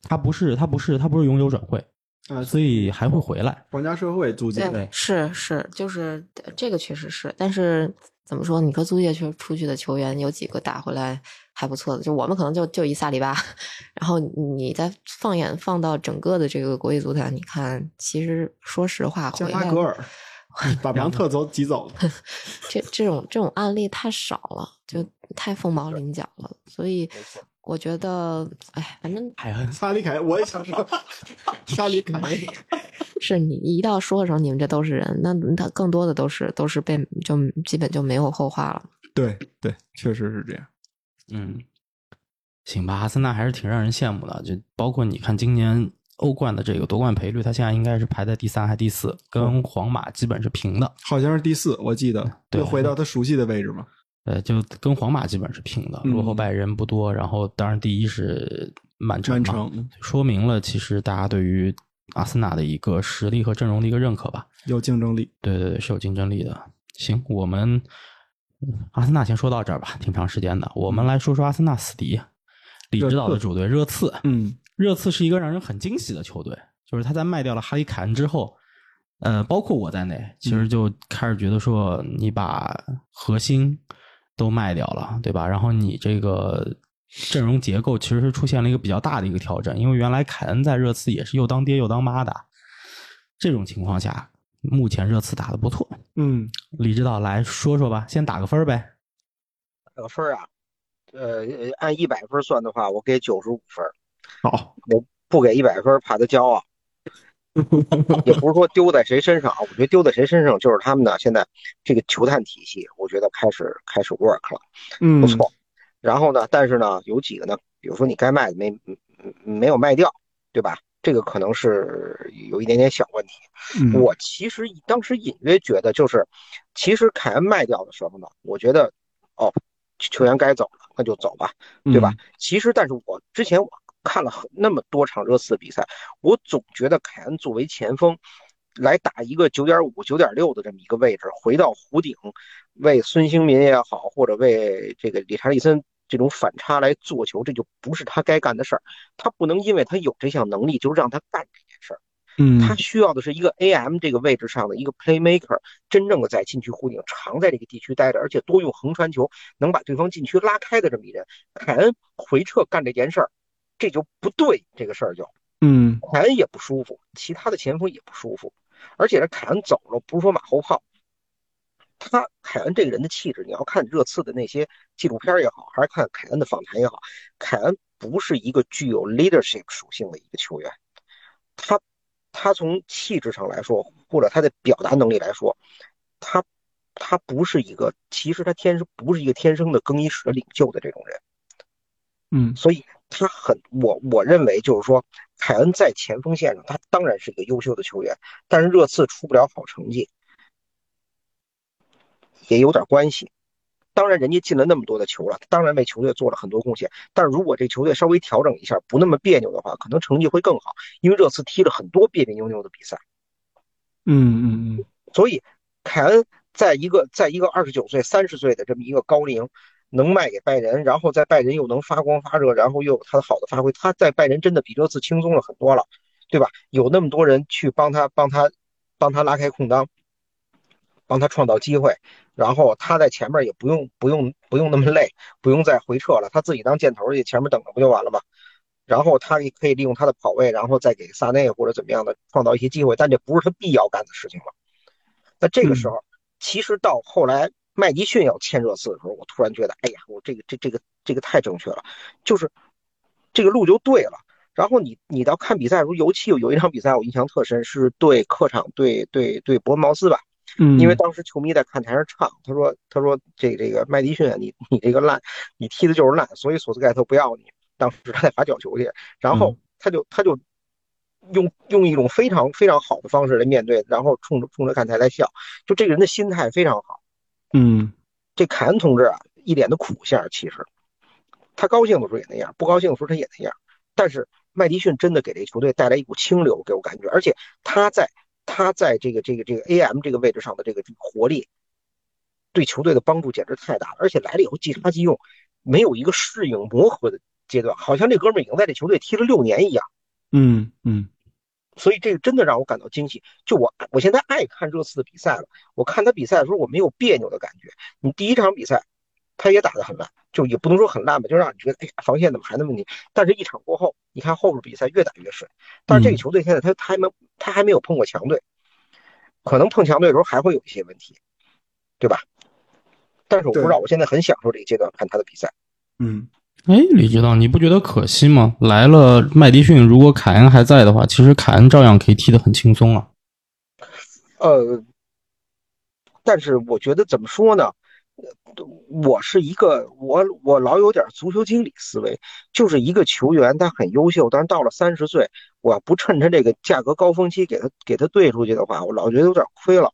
[SPEAKER 1] 他不是他不是他不是永久转会，
[SPEAKER 3] 啊，
[SPEAKER 1] 所以还会回来。
[SPEAKER 3] 皇家社会租借
[SPEAKER 1] 对
[SPEAKER 2] 是是，就是呃这个确实是，但是怎么说？你说租借出出去的球员有几个打回来还不错的？就我们可能就就一萨里巴， 然后你再放眼放到整个的这个国际足坛，你看，其实说实话，
[SPEAKER 3] 加
[SPEAKER 2] 回
[SPEAKER 3] 拉
[SPEAKER 2] 来
[SPEAKER 3] 格尔 把芒特走挤走了。
[SPEAKER 2] 这这种这种案例太少了，就太凤毛麟角了，所以
[SPEAKER 4] 没错。
[SPEAKER 2] 我觉得，哎，反正
[SPEAKER 1] 海恩
[SPEAKER 3] 沙里凯，我也想说沙里凯。
[SPEAKER 2] 是你一到说的时候，你们这都是人，那他更多的都是都是被就基本就没有后话了。
[SPEAKER 3] 对对，确实是这样。
[SPEAKER 1] 嗯，行吧，阿森纳还是挺让人羡慕的。就包括你看今年欧冠的这个夺冠赔率，它现在应该是排在第三还第四，
[SPEAKER 3] 嗯
[SPEAKER 1] 跟皇马基本是平的。
[SPEAKER 3] 好像是第四，我记得
[SPEAKER 1] 对
[SPEAKER 3] 又回到他熟悉的位置嘛。
[SPEAKER 1] 呃，就跟皇马基本是平的，
[SPEAKER 3] 嗯
[SPEAKER 1] 落后拜仁不多。然后当然第一是曼城
[SPEAKER 3] 曼
[SPEAKER 1] 嘛，
[SPEAKER 3] 城
[SPEAKER 1] 说明了其实大家对于阿森纳的一个实力和阵容的一个认可吧。
[SPEAKER 3] 有竞争力。
[SPEAKER 1] 对对对，是有竞争力的。行，我们嗯阿森纳先说到这儿吧，挺长时间的。
[SPEAKER 3] 嗯
[SPEAKER 1] 我们来说说阿森纳死敌，李指导的主队热刺。
[SPEAKER 3] 嗯，
[SPEAKER 1] 热刺是一个让人很惊喜的球队，就是他在卖掉了哈里凯恩之后，呃，包括我在内，其实就开始觉得说，你把核心都卖掉了，对吧？然后你这个阵容结构其实是出现了一个比较大的一个调整，因为原来凯恩在热刺也是又当爹又当妈的，这种情况下，目前热刺打得不错。
[SPEAKER 3] 嗯，
[SPEAKER 1] 李指导来说说吧，先打个分儿呗。
[SPEAKER 4] 打个分儿啊，呃，按一百分算的话，我给九十五分儿，
[SPEAKER 3] 好，
[SPEAKER 4] 不给一百分儿怕他骄傲。也不是说丢在谁身上啊，我觉得丢在谁身上就是他们呢。现在这个球探体系，我觉得开始开始 work 了，
[SPEAKER 3] 嗯，
[SPEAKER 4] 不错。然后呢，但是呢，有几个呢，比如说你该卖的没没有卖掉，对吧？这个可能是有一点点小问题。
[SPEAKER 3] 嗯。
[SPEAKER 4] 我其实当时隐约觉得，就是其实凯恩卖掉的时候呢，我觉得哦，球员该走了，那就走吧，对吧？其实，但是我之前我看了很那么多场热刺比赛，我总觉得凯恩作为前锋来打一个九点五、九点六的这么一个位置，回到弧顶，为孙兴民也好，或者为这个理查利森。这种反差来做球，这就不是他该干的事儿。他不能因为他有这项能力，就让他干这件事儿。
[SPEAKER 3] 嗯？
[SPEAKER 4] 他需要的是一个 AM 这个位置上的一个 playmaker，真正的在禁区弧顶常在这个地区待着，而且多用横传球能把对方禁区拉开的这么一人。凯恩回撤干这件事儿，这就不对，这个事儿就
[SPEAKER 3] 嗯
[SPEAKER 4] 凯恩也不舒服，其他的前锋也不舒服，而且这凯恩走了，不是说马后炮。他凯恩这个人的气质，你要看热刺的那些纪录片也好，还是看凯恩的访谈也好，凯恩不是一个具有 leadership 属性的一个球员。他他从气质上来说，或者他的表达能力来说，他他不是一个，其实他天生不是一个天生的更衣室的领袖的这种人。
[SPEAKER 3] 嗯
[SPEAKER 4] 所以他很，我我认为就是说，凯恩在前锋线上，他当然是一个优秀的球员，但是热刺出不了好成绩，也有点关系。当然，人家进了那么多的球了，当然为球队做了很多贡献。但如果这球队稍微调整一下，不那么别扭的话，可能成绩会更好。因为热刺踢了很多别别扭扭的比赛，
[SPEAKER 3] 嗯嗯嗯，
[SPEAKER 4] 所以凯恩在一个在一个二十九岁、三十岁的这么一个高龄，能卖给拜仁，然后在拜仁又能发光发热，然后又有他的好的发挥，他在拜仁真的比热刺轻松了很多了，对吧？有那么多人去帮他帮他帮他拉开空当，帮他创造机会，然后他在前面也不用不用不用那么累，不用再回撤了，他自己当箭头去前面等着不就完了吗？然后他也可以利用他的跑位，然后再给萨内或者怎么样的创造一些机会，但这不是他必要干的事情了。那这个时候，其实到后来麦迪逊要签热刺的时候，我突然觉得，哎呀，我这个这这个这个太正确了，就是这个路就对了。然后你你到看比赛的时候，尤其有有一场比赛我印象特深，是对客场对对对伯恩茅斯吧，
[SPEAKER 3] 嗯
[SPEAKER 4] 因为当时球迷在看台上唱，他说他说这这个麦迪逊啊，你你这个烂，你踢的就是烂，所以索斯盖特不要你。当时他在罚角球去，然后
[SPEAKER 1] 嗯
[SPEAKER 4] 他就他就用用一种非常非常好的方式来面对，然后冲着冲着看台来笑，就这个人的心态非常好。
[SPEAKER 3] 嗯
[SPEAKER 4] 这凯恩同志啊，一脸的苦相，其实他高兴的时候也那样，不高兴的时候他也那样。但是麦迪逊真的给这球队带来一股清流，给我感觉，而且他在他在这个这个这个 AM 这个位置上的这个活力，对球队的帮助简直太大了。而且来了以后即插即用，没有一个适应磨合的阶段，好像这哥们儿已经在这球队踢了六年一样。
[SPEAKER 3] 嗯嗯
[SPEAKER 4] 所以这个真的让我感到惊喜。就我我现在爱看热刺的比赛了，我看他比赛的时候我没有别扭的感觉。你第一场比赛，他也打得很烂，就也不能说很烂吧，就让你觉得哎呀防线怎么还那么紧。但是一场过后，你看后边比赛越打越顺。但是这个球队现在他他还没他还没有碰过强队，可能碰强队的时候还会有一些问题，对吧？但是我不知道，我现在很享受这个阶段看他的比赛。
[SPEAKER 3] 嗯，
[SPEAKER 1] 哎，李指导，你不觉得可惜吗？来了麦迪逊，如果凯恩还在的话，其实凯恩照样可以踢得很轻松啊。
[SPEAKER 4] 呃，但是我觉得怎么说呢？呃我是一个我我老有点足球经理思维，就是一个球员他很优秀，但是到了三十岁，我要不趁他这个价格高峰期给他给他兑出去的话，我老觉得有点亏了。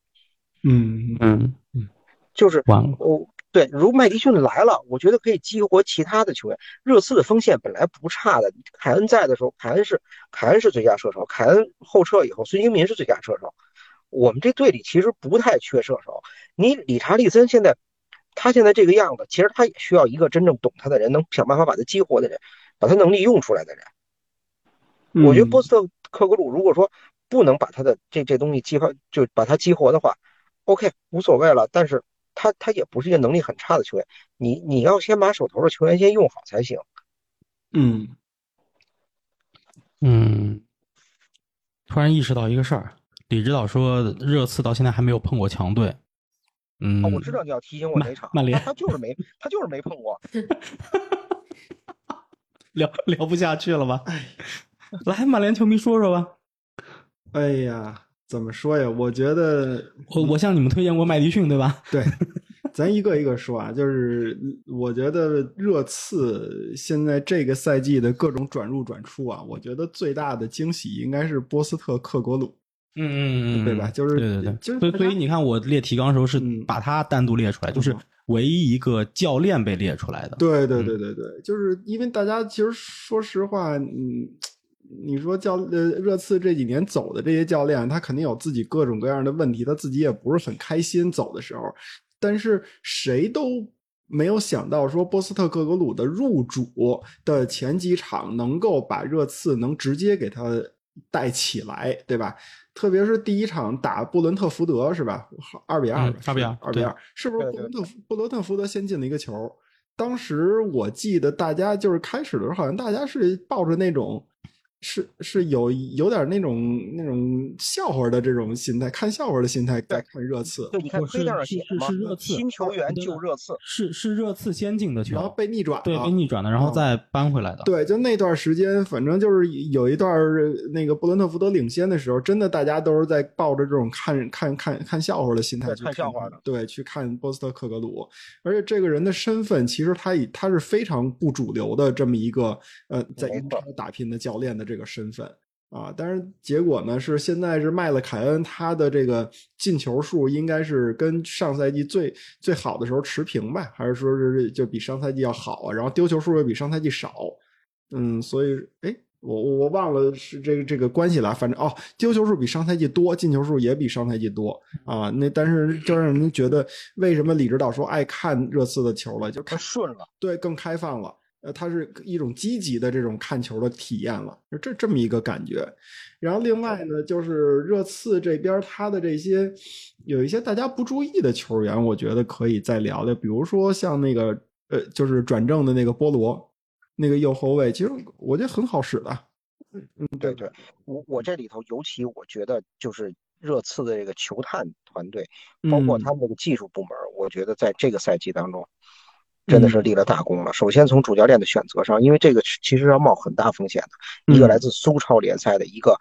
[SPEAKER 3] 嗯
[SPEAKER 1] 嗯，
[SPEAKER 4] 就是
[SPEAKER 1] 完了，
[SPEAKER 4] 我、对，如麦迪逊来了，我觉得可以激活其他的球员。热刺的锋线本来不差的，凯恩在的时候，凯恩是凯恩是最佳射手，凯恩后撤以后，孙兴民是最佳射手。我们这队里其实不太缺射手。你理查利森现在他现在这个样子，其实他也需要一个真正懂他的人，能想办法把他激活的人，把他能力用出来的人。
[SPEAKER 3] 嗯
[SPEAKER 4] 我觉得波斯特克格鲁如果说不能把他的这这东西激发，就把他激活的话，OK 无所谓了。但是他他也不是一个能力很差的球员，你你要先把手头的球员先用好才行。
[SPEAKER 3] 嗯
[SPEAKER 1] 嗯，突然意识到一个事儿，李指导说热刺到现在还没有碰过强队。嗯，
[SPEAKER 3] 哦
[SPEAKER 4] 啊我知道你要提醒我哪场，
[SPEAKER 1] 曼曼联
[SPEAKER 4] 他他就是没他就是没碰过。
[SPEAKER 1] 聊 聊不下去了吧？来，曼联球迷说说吧。
[SPEAKER 3] 哎呀，怎么说呀？我觉得
[SPEAKER 1] 我我向你们推荐过麦迪逊，对吧？
[SPEAKER 3] 对，咱一个一个说啊，就是我觉得热刺现在这个赛季的各种转入转出啊，我觉得最大的惊喜应该是波斯特克格鲁。
[SPEAKER 1] 嗯嗯嗯，
[SPEAKER 3] 对吧就是
[SPEAKER 1] 对对对，
[SPEAKER 3] 就是
[SPEAKER 1] 所以
[SPEAKER 3] 大家
[SPEAKER 1] 所以你看，我列提纲的时候是
[SPEAKER 3] 嗯
[SPEAKER 1] 把他单独列出来，就是唯一一个教练被列出来的。嗯
[SPEAKER 3] 对对对对对，就是因为大家其实说实话，嗯，你说教呃热刺这几年走的这些教练，他肯定有自己各种各样的问题，他自己也不是很开心走的时候，但是谁都没有想到说波斯特克格鲁的入主的前几场能够把热刺能直接给他带起来，对吧？特别是第一场打布伦特福德是吧？二比二
[SPEAKER 1] 嗯，2比2
[SPEAKER 3] 二比
[SPEAKER 1] 对
[SPEAKER 3] 二，是不是
[SPEAKER 4] 对
[SPEAKER 3] 布
[SPEAKER 4] 对
[SPEAKER 3] 伦特布伦特福德先进了一个球？当时我记得大家就是开始的时候，好像大家是抱着那种是是有有点那种那种笑话的这种心态，看笑话的心态在看热刺，
[SPEAKER 4] 对，你看
[SPEAKER 1] 我是
[SPEAKER 4] 推特上
[SPEAKER 1] 是
[SPEAKER 4] 写
[SPEAKER 1] 是
[SPEAKER 4] 嘛
[SPEAKER 1] 是热，刺
[SPEAKER 4] 新球员
[SPEAKER 1] 对
[SPEAKER 4] 救热刺。
[SPEAKER 1] 是是热刺先进的球，
[SPEAKER 3] 然后被逆转了，
[SPEAKER 1] 对被逆转的，然后
[SPEAKER 3] 嗯
[SPEAKER 1] 再扳回来的。
[SPEAKER 3] 对，就那段时间，反正就是有一段儿那个布伦特福德领先的时候，真的大家都是在抱着这种看看看看笑话的心态
[SPEAKER 4] 对
[SPEAKER 3] 去
[SPEAKER 4] 看笑话
[SPEAKER 3] 他
[SPEAKER 4] 的
[SPEAKER 3] 对，去看波斯特克格鲁。而且这个人的身份，其实他以他是非常不主流的这么一个呃，在
[SPEAKER 4] 没
[SPEAKER 3] 英
[SPEAKER 4] 错
[SPEAKER 3] 超打拼的教练的这个身份。啊，但是结果呢是现在是麦勒凯恩他的这个进球数应该是跟上赛季最最好的时候持平吧，还是说是就比上赛季要好啊？然后丢球数又比上赛季少，嗯，所以哎，我我我忘了是这个这个关系了，反正哦，丢球数比上赛季多，进球数也比上赛季多啊。那但是就让人觉得为什么李指导说爱看热刺的球了，就
[SPEAKER 4] 他
[SPEAKER 3] 看
[SPEAKER 4] 顺了。
[SPEAKER 3] 对更开放了。呃，它是一种积极的这种看球的体验了，就这这么一个感觉。然后另外呢，就是热刺这边他的这些有一些大家不注意的球员，我觉得可以再聊聊，比如说像那个呃，就是转正的那个波罗，那个右后卫，其实我觉得很好使的。
[SPEAKER 4] 对对，我我这里头尤其我觉得就是热刺的这个球探团队，包括他们这个技术部门，我觉得在这个赛季当中。真的是立了大功了。首先从主教练的选择上，因为这个其实要冒很大风险的，一个
[SPEAKER 3] 嗯
[SPEAKER 4] 来自苏超联赛的，一个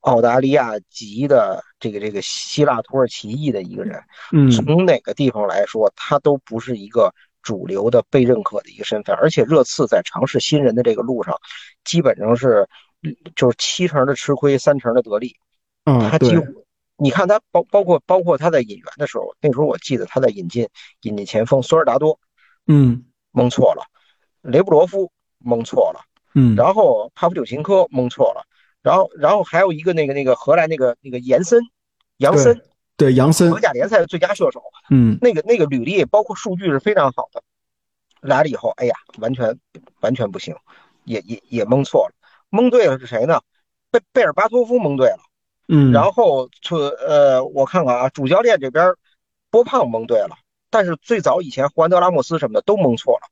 [SPEAKER 4] 澳大利亚籍的，这个这个希腊土耳其裔的一个人，
[SPEAKER 3] 嗯
[SPEAKER 4] 从哪个地方来说，他都不是一个主流的被认可的一个身份。而且热刺在尝试新人的这个路上，基本上是就是七成的吃亏，三成的得利。
[SPEAKER 3] 啊，
[SPEAKER 4] 他
[SPEAKER 3] 对
[SPEAKER 4] 几，乎，你看他包包括包括他在引援的时候，那时候我记得他在引进引进前锋索尔达多
[SPEAKER 3] 嗯
[SPEAKER 4] 蒙错了，雷布罗夫蒙错了，
[SPEAKER 3] 嗯，
[SPEAKER 4] 然后帕夫柳琴科蒙错了，然后然后还有一个那个那个荷兰那个那个延森，杨森，
[SPEAKER 3] 对杨森
[SPEAKER 4] 德，甲联赛的最佳射手，
[SPEAKER 3] 嗯
[SPEAKER 4] 那个那个履历包括数据是非常好的，来了以后，哎呀，完全完全不行，也也也蒙错了，蒙对了是谁呢？贝贝尔巴托夫蒙对了。
[SPEAKER 3] 嗯，
[SPEAKER 4] 然后就呃，我看看啊，主教练这边波胖蒙对了，但是最早以前胡安德拉莫斯什么的都蒙错了，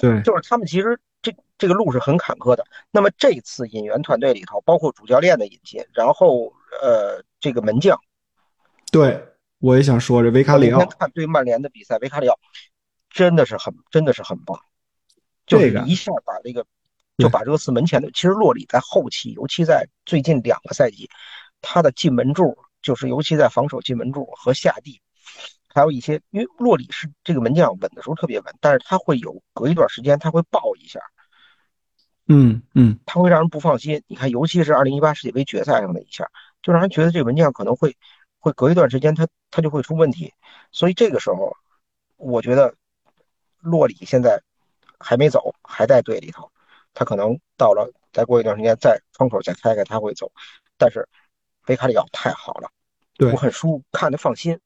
[SPEAKER 3] 对，
[SPEAKER 4] 就是他们其实这这个路是很坎坷的。那么这次引援团队里头，包括主教练的引进，然后呃这个门将
[SPEAKER 3] 对，我也想说这维卡
[SPEAKER 4] 我
[SPEAKER 3] 里奥
[SPEAKER 4] 那天，看对曼联的比赛，维卡里奥真的是很真的是很棒，就
[SPEAKER 3] 这
[SPEAKER 4] 是
[SPEAKER 3] 个
[SPEAKER 4] 一下把这个
[SPEAKER 3] 对
[SPEAKER 4] 就把热刺门前的，其实洛里在后期，尤其在最近两个赛季，他的进门柱就是尤其在防守进门柱和下地，还有一些，因为洛里是这个门将稳的时候特别稳，但是他会有隔一段时间他会爆一下，
[SPEAKER 3] 嗯嗯
[SPEAKER 4] 他会让人不放心。你看，尤其是二零一八世界杯决赛上的一下，就让人觉得这个门将可能会会隔一段时间他他就会出问题。所以这个时候，我觉得洛里现在还没走，还在队里头，他可能到了再过一段时间再窗口再开开他会走。但是维卡里奥太好了，
[SPEAKER 3] 对
[SPEAKER 4] 我很舒看着放心。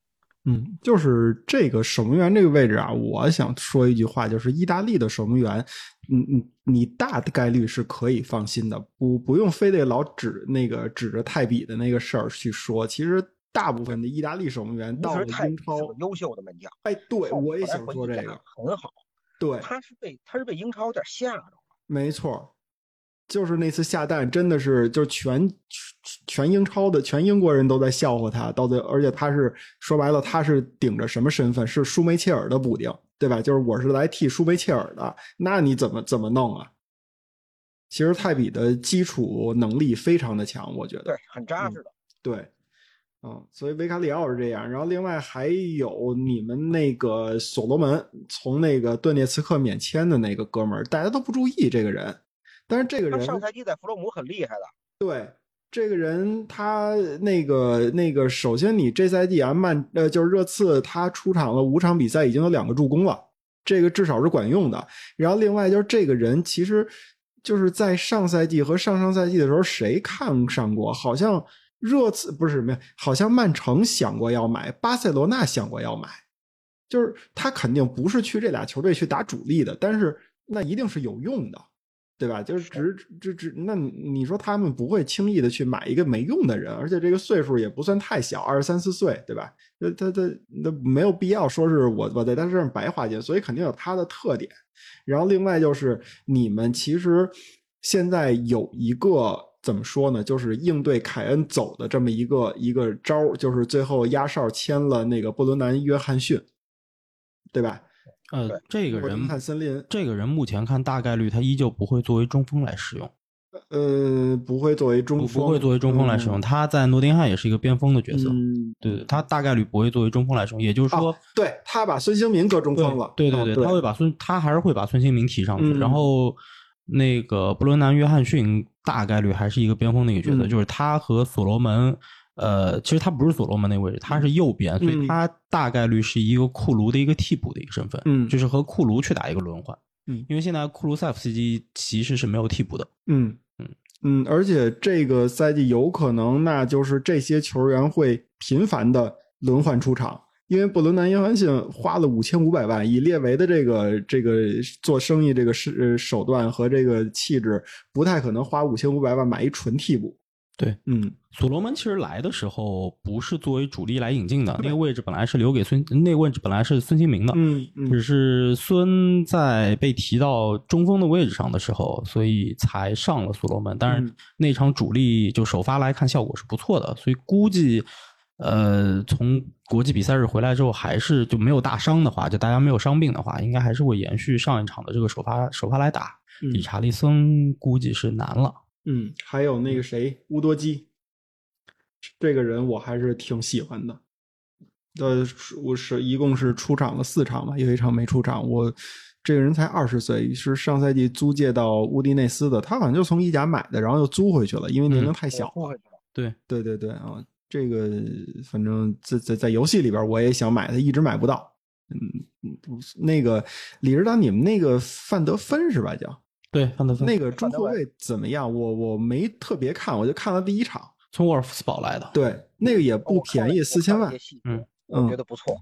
[SPEAKER 3] 嗯，就是这个守门员这个位置啊，我想说一句话，就是意大利的守门员，嗯嗯，你大概率是可以放心的，不不用非得老指那个指着泰比的那个事儿去说。其实大部分的意大利守门员到
[SPEAKER 4] 其
[SPEAKER 3] 了
[SPEAKER 4] 实泰
[SPEAKER 3] 英
[SPEAKER 4] 比
[SPEAKER 3] 超
[SPEAKER 4] 是，个优秀的门将，
[SPEAKER 3] 哎，对，
[SPEAKER 4] 后
[SPEAKER 3] 我也
[SPEAKER 4] 来
[SPEAKER 3] 想
[SPEAKER 4] 回
[SPEAKER 3] 说
[SPEAKER 4] 意
[SPEAKER 3] 这
[SPEAKER 4] 甲
[SPEAKER 3] 个，
[SPEAKER 4] 很好，
[SPEAKER 3] 对，
[SPEAKER 4] 他是被他是被英超有点吓着。
[SPEAKER 3] 没错，就是那次下蛋，真的是就全全英超的全英国人都在笑话他，到最而且他是说白了，他是顶着什么身份？是舒梅切尔的补丁，对吧？就是我是来替舒梅切尔的，那你怎么怎么弄啊？其实泰比的基础能力非常的强，我觉得
[SPEAKER 4] 对，很扎实的。
[SPEAKER 3] 对，嗯，所以维卡里奥是这样，然后另外还有你们那个所罗门从那个顿涅茨克免签的那个哥们儿，大家都不注意这个人，但是这个
[SPEAKER 4] 他
[SPEAKER 3] 人
[SPEAKER 4] 上赛季在弗洛姆很厉害的，
[SPEAKER 3] 对这个人，他那个那个，首先你这赛季啊，曼呃就是热刺，他出场了五场比赛，已经有两个助攻了，这个至少是管用的。然后另外就是这个人，其实就是在上赛季和上上赛季的时候，谁看上过？好像热刺不是没有，好像曼城想过要买，巴塞罗那想过要买。就是他肯定不是去这俩球队去打主力的，但是那一定是有用的，对吧？就是只只只，那你你说他们不会轻易的去买一个没用的人，而且这个岁数也不算太小，二十三四岁，对吧？那他他那没有必要说是我我在他身上白花钱，所以肯定有他的特点。然后另外就是你们其实现在有一个怎么说呢，就是应对凯恩走的这么一个一个招儿，就是最后压哨签了那个布伦南约翰逊，对吧？
[SPEAKER 1] 呃
[SPEAKER 4] 对，
[SPEAKER 1] 这个
[SPEAKER 3] 或者
[SPEAKER 1] 人
[SPEAKER 3] 看森林
[SPEAKER 1] 这个人目前看大概率他依旧不会作为中锋来使用，
[SPEAKER 3] 呃，不会作为中
[SPEAKER 1] 不
[SPEAKER 3] 锋，
[SPEAKER 1] 不会作为中锋来使用。
[SPEAKER 3] 嗯
[SPEAKER 1] 他在诺丁汉也是一个边锋的角色，
[SPEAKER 3] 嗯，
[SPEAKER 1] 对，他大概率不会作为中锋来使用，也就是说。
[SPEAKER 3] 啊，对他把孙兴民搁中锋了，
[SPEAKER 1] 对
[SPEAKER 3] 啊
[SPEAKER 1] 对
[SPEAKER 3] 对
[SPEAKER 1] 他会把孙，他还是会把孙兴民提上去，
[SPEAKER 3] 嗯
[SPEAKER 1] 然后那个布伦南·约翰逊大概率还是一个边锋那个角色，
[SPEAKER 3] 嗯
[SPEAKER 1] 就是他和所罗门，呃，其实他不是所罗门那个位置，他是右边，所以
[SPEAKER 3] 嗯
[SPEAKER 1] 他大概率是一个库卢的一个替补的一个身份，
[SPEAKER 3] 嗯
[SPEAKER 1] 就是和库卢去打一个轮换，
[SPEAKER 3] 嗯
[SPEAKER 1] 因为现在库卢塞夫斯基其实是没有替补的，
[SPEAKER 3] 嗯
[SPEAKER 1] 嗯
[SPEAKER 3] 嗯，而且这个赛季有可能，那就是这些球员会频繁的轮换出场，因为布伦南约翰逊花了五千五百万，以列维的这个这个做生意这个手呃手段和这个气质，不太可能花五千五百万买一纯替补。
[SPEAKER 1] 对，
[SPEAKER 3] 嗯
[SPEAKER 1] 所罗门其实来的时候不是作为主力来引进的，那个位置本来是留给孙，那个位置本来是孙兴民的，
[SPEAKER 3] 嗯嗯
[SPEAKER 1] 只是孙在被提到中锋的位置上的时候，所以才上了所罗门。当然
[SPEAKER 3] 嗯，
[SPEAKER 1] 那场主力就首发来看效果是不错的，所以估计，呃，从国际比赛日回来之后，还是就没有大伤的话，就大家没有伤病的话，应该还是会延续上一场的这个首发首发来打。理
[SPEAKER 3] 嗯
[SPEAKER 1] 查利森估计是难了。
[SPEAKER 3] 嗯，还有那个谁乌多基，这个人我还是挺喜欢的。呃，我是一共是出场了四场吧，有一场没出场。我这个人才二十岁，是上赛季租借到乌迪内斯的，他好像就从意甲买的，然后又租回去了，因为年龄
[SPEAKER 1] 嗯
[SPEAKER 3] 太小了。
[SPEAKER 1] 对，
[SPEAKER 3] 对对对啊，这个反正在在在游戏里边我也想买，它一直买不到。嗯，嗯不是那个李指导，你们那个范德芬是吧？叫
[SPEAKER 1] 对，范德芬
[SPEAKER 3] 那个中后卫怎么样？我我没特别看，我就看了第一场。
[SPEAKER 1] 从沃尔夫斯堡来的。
[SPEAKER 3] 对，那个也不
[SPEAKER 4] 嗯我看
[SPEAKER 3] 便
[SPEAKER 4] 了
[SPEAKER 3] 宜，
[SPEAKER 4] 我
[SPEAKER 3] 四
[SPEAKER 4] 看
[SPEAKER 3] 千
[SPEAKER 4] 了
[SPEAKER 3] 万
[SPEAKER 4] 一些。细节
[SPEAKER 1] 嗯
[SPEAKER 3] 嗯
[SPEAKER 4] 我觉得不错，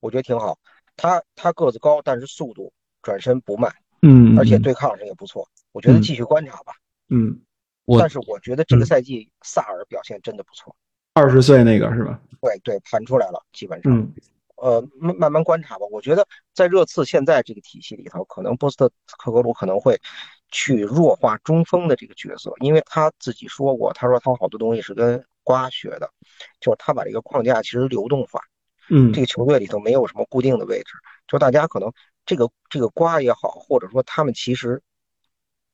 [SPEAKER 4] 我觉得挺好。他他个子高，但是速度转身不慢，
[SPEAKER 3] 嗯
[SPEAKER 4] 而且对抗性也不错。我觉得
[SPEAKER 3] 嗯
[SPEAKER 4] 继续观察吧。
[SPEAKER 3] 嗯，
[SPEAKER 1] 我
[SPEAKER 4] 但是我觉得这个
[SPEAKER 3] 嗯
[SPEAKER 4] 赛季萨尔表现真的不错，
[SPEAKER 3] 二十岁那个是吧？
[SPEAKER 4] 对对，盘出来了，基本上。
[SPEAKER 3] 嗯
[SPEAKER 4] 呃，慢慢慢观察吧。我觉得在热刺现在这个体系里头，可能波斯特克格鲁可能会去弱化中锋的这个角色，因为他自己说过，他说他好多东西是跟瓜学的，就是他把这个框架其实流动化，
[SPEAKER 3] 嗯
[SPEAKER 4] 这个球队里头没有什么固定的位置，就大家可能这个这个瓜也好，或者说他们其实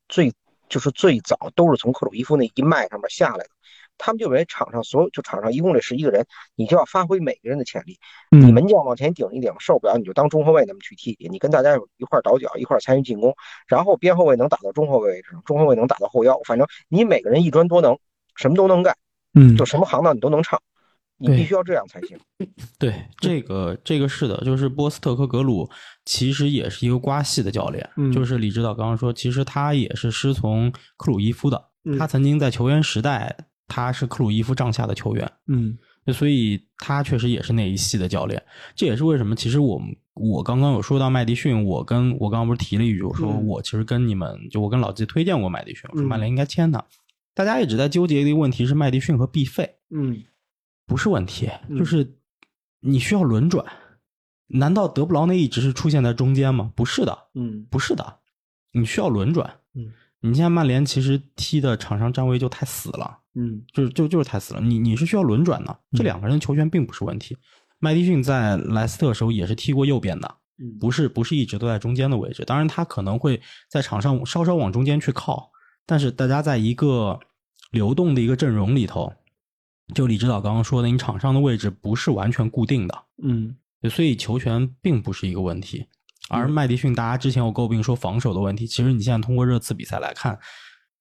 [SPEAKER 4] 最就是最早都是从克鲁伊夫那一脉上面下来的。他们就认为场上所有，就场上一共这十一个人，你就要发挥每个人的潜力，
[SPEAKER 3] 嗯
[SPEAKER 4] 你门将往前顶一顶，受不了你就当中后卫那么去踢，你跟大家有一块儿倒脚，一块儿参与进攻，然后边后卫能打到中后卫位置上，中后卫能打到后腰，反正你每个人一专多能，什么都能干，
[SPEAKER 3] 嗯
[SPEAKER 4] 就什么行当你都能唱，你
[SPEAKER 1] 对
[SPEAKER 4] 必须要这样才行。
[SPEAKER 1] 对，这个这个是的，就是波斯特科格鲁其实也是一个瓜系的教练，
[SPEAKER 3] 嗯
[SPEAKER 1] 就是李指导刚刚说，其实他也是师从克鲁伊夫的，
[SPEAKER 3] 嗯
[SPEAKER 1] 他曾经在球员时代他是克鲁伊夫帐下的球员，
[SPEAKER 3] 嗯
[SPEAKER 1] 所以他确实也是那一系的教练。这也是为什么，其实我们我刚刚有说到麦迪逊，我跟我刚刚不是提了一句，我说
[SPEAKER 3] 嗯
[SPEAKER 1] 我其实跟你们就我跟老季推荐过麦迪逊，我说
[SPEAKER 3] 嗯
[SPEAKER 1] 曼联应该签他。大家一直在纠结的一个问题是麦迪逊和毕费，
[SPEAKER 3] 嗯
[SPEAKER 1] 不是问题，
[SPEAKER 3] 嗯
[SPEAKER 1] 就是你需要轮转。难道德布劳内一直是出现在中间吗？不是的，
[SPEAKER 3] 嗯
[SPEAKER 1] 不是的，你需要轮转。
[SPEAKER 3] 嗯，
[SPEAKER 1] 你现在曼联其实踢的场上站位就太死了，
[SPEAKER 3] 嗯
[SPEAKER 1] 就是就就是太死了。你你是需要轮转的，这
[SPEAKER 3] 嗯
[SPEAKER 1] 两个人球权并不是问题。麦迪逊在莱斯特的时候也是踢过右边的，
[SPEAKER 3] 嗯，
[SPEAKER 1] 不是不是一直都在中间的位置。当然，他可能会在场上稍稍往中间去靠，但是大家在一个流动的一个阵容里头，就李指导刚刚说的，你场上的位置不是完全固定的，
[SPEAKER 3] 嗯
[SPEAKER 1] 对所以球权并不是一个问题。而麦迪逊，大家之前有诟病说防守的问题，其实你现在通过热刺比赛来看，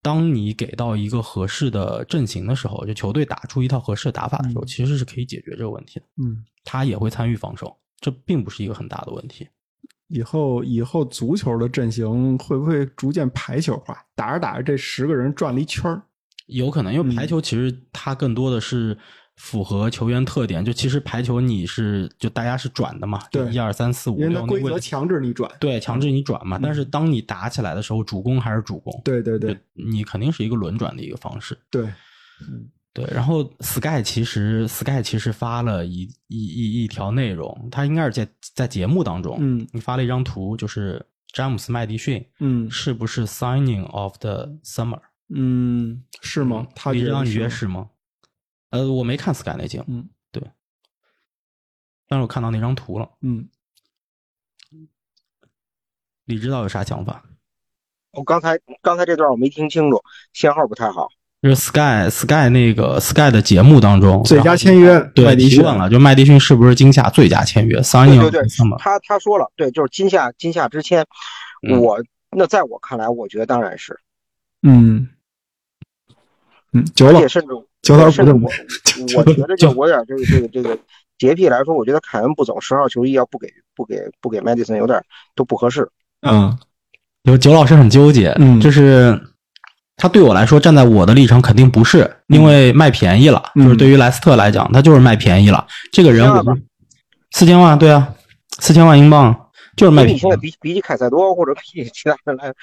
[SPEAKER 1] 当你给到一个合适的阵型的时候，就球队打出一套合适的打法的时候，
[SPEAKER 3] 嗯
[SPEAKER 1] 其实是可以解决这个问题的。
[SPEAKER 3] 嗯，
[SPEAKER 1] 他也会参与防守，这并不是一个很大的问题。
[SPEAKER 3] 以后以后足球的阵型会不会逐渐排球化？打着打着，这十个人转了一圈儿。
[SPEAKER 1] 有可能，因
[SPEAKER 3] 嗯
[SPEAKER 1] 为排球其实它更多的是符合球员特点。就其实排球你是就大家是转的嘛，
[SPEAKER 3] 对
[SPEAKER 1] 一二三四五
[SPEAKER 3] 因为
[SPEAKER 1] 六
[SPEAKER 3] 它
[SPEAKER 1] 那
[SPEAKER 3] 规
[SPEAKER 1] 位
[SPEAKER 3] 则
[SPEAKER 1] 置
[SPEAKER 3] 强制你转
[SPEAKER 1] 对，强制你转嘛。但是当你打起来的时候，主攻还是主攻，
[SPEAKER 3] 对对对，
[SPEAKER 1] 你肯定是一个轮转的一个方式。
[SPEAKER 3] 对，
[SPEAKER 1] 对，然后 Sky 其实 Sky 其实发了一一一一条内容，他应该是在在节目当中，
[SPEAKER 3] 嗯
[SPEAKER 1] 你发了一张图，就是詹姆斯麦迪逊
[SPEAKER 3] 嗯
[SPEAKER 1] 是不是 signing of the summer？
[SPEAKER 3] 嗯，是吗？他
[SPEAKER 1] 你
[SPEAKER 3] 觉
[SPEAKER 1] 知道
[SPEAKER 3] 得
[SPEAKER 1] 你
[SPEAKER 3] 是
[SPEAKER 1] 约
[SPEAKER 3] 吗
[SPEAKER 1] 是吗？呃，我没看 Sky 那节目，
[SPEAKER 3] 嗯
[SPEAKER 1] 但是我看到那张图了。
[SPEAKER 3] 嗯
[SPEAKER 1] 你知道有啥想法？
[SPEAKER 4] 我刚才刚才这段我没听清楚，信号不太好。
[SPEAKER 1] 就是 Sky Sky 那个 Sky 的节目当中，
[SPEAKER 3] 最佳签约
[SPEAKER 1] 然后
[SPEAKER 3] 麦
[SPEAKER 1] 对
[SPEAKER 3] 迪
[SPEAKER 1] 提
[SPEAKER 3] 逊
[SPEAKER 1] 问了，就麦迪逊是不是今夏最佳签约？
[SPEAKER 4] 对
[SPEAKER 1] signing
[SPEAKER 4] 对对，他他说了，对，就是今夏今夏之签，
[SPEAKER 1] 嗯
[SPEAKER 4] 我那在我看来，我觉得当然是，
[SPEAKER 3] 嗯嗯，久
[SPEAKER 4] 而
[SPEAKER 3] 了
[SPEAKER 4] 且甚至
[SPEAKER 3] 九老
[SPEAKER 4] 甚
[SPEAKER 3] 不
[SPEAKER 4] 至
[SPEAKER 3] 正九
[SPEAKER 4] 我我觉得
[SPEAKER 1] 九
[SPEAKER 4] 就我有点这个这个这个洁癖来说，我觉得凯恩不走十号球衣要不给不给不给麦迪森有点都不合适。
[SPEAKER 3] 嗯
[SPEAKER 1] 有九老师很纠结，
[SPEAKER 3] 嗯
[SPEAKER 1] 就是他对我来说，站在我的立场肯定不是，因为卖便宜了，
[SPEAKER 3] 嗯
[SPEAKER 1] 就是对于莱斯特来讲，他就是卖便宜了。这个人
[SPEAKER 4] 这
[SPEAKER 1] 我
[SPEAKER 4] 样吧
[SPEAKER 1] 四千万，对啊，四千万英镑就是卖
[SPEAKER 4] 因为
[SPEAKER 1] 便
[SPEAKER 4] 你现在
[SPEAKER 1] 宜。
[SPEAKER 4] 比起比起凯塞多或者比起其他人来，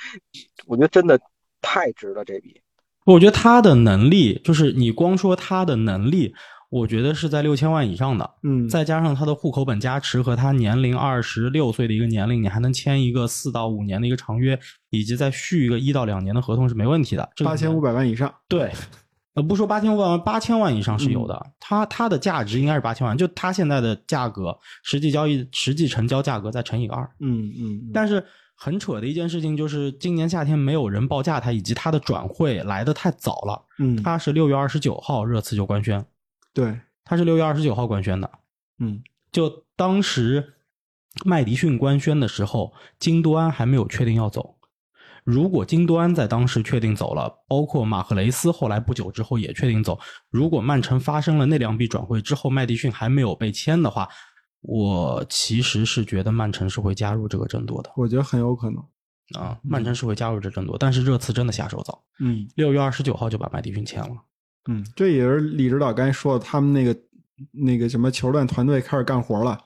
[SPEAKER 4] 我觉得真的太值了这笔。
[SPEAKER 1] 我觉得他的能力，就是你光说他的能力，我觉得是在六千万以上的，
[SPEAKER 3] 嗯，
[SPEAKER 1] 再加上他的户口本加持和他年龄二十六岁的一个年龄，你还能签一个四到五年的一个长约，以及再续一个一到两年的合同是没问题的。这个
[SPEAKER 3] 八千五百万以上，
[SPEAKER 1] 对，呃，不说八千万，八千万以上是有的。
[SPEAKER 3] 嗯
[SPEAKER 1] 它它的价值应该是八千万，就它现在的价格，实际交易、实际成交价格再乘以二。
[SPEAKER 3] 嗯嗯，
[SPEAKER 1] 但是很扯的一件事情就是，今年夏天没有人报价它，以及它的转会来的太早了。
[SPEAKER 3] 嗯
[SPEAKER 1] 它是六月二十九号热刺就官宣，
[SPEAKER 3] 对，
[SPEAKER 1] 它是六月二十九号官宣的。
[SPEAKER 3] 嗯
[SPEAKER 1] 就当时麦迪逊官宣的时候，京多安还没有确定要走。如果京多安在当时确定走了，包括马赫雷斯后来不久之后也确定走，如果曼城发生了那两笔转会之后，麦迪逊还没有被签的话，我其实是觉得曼城是会加入这个争夺的
[SPEAKER 3] 我觉得很有可能，
[SPEAKER 1] 啊，曼城是会加入这争夺，但是热刺真的下手早，
[SPEAKER 3] 嗯
[SPEAKER 1] 六月二十九号就把麦迪逊签了。
[SPEAKER 3] 嗯，这也是李指导刚才说的，他们那个那个什么球队团队开始干活了，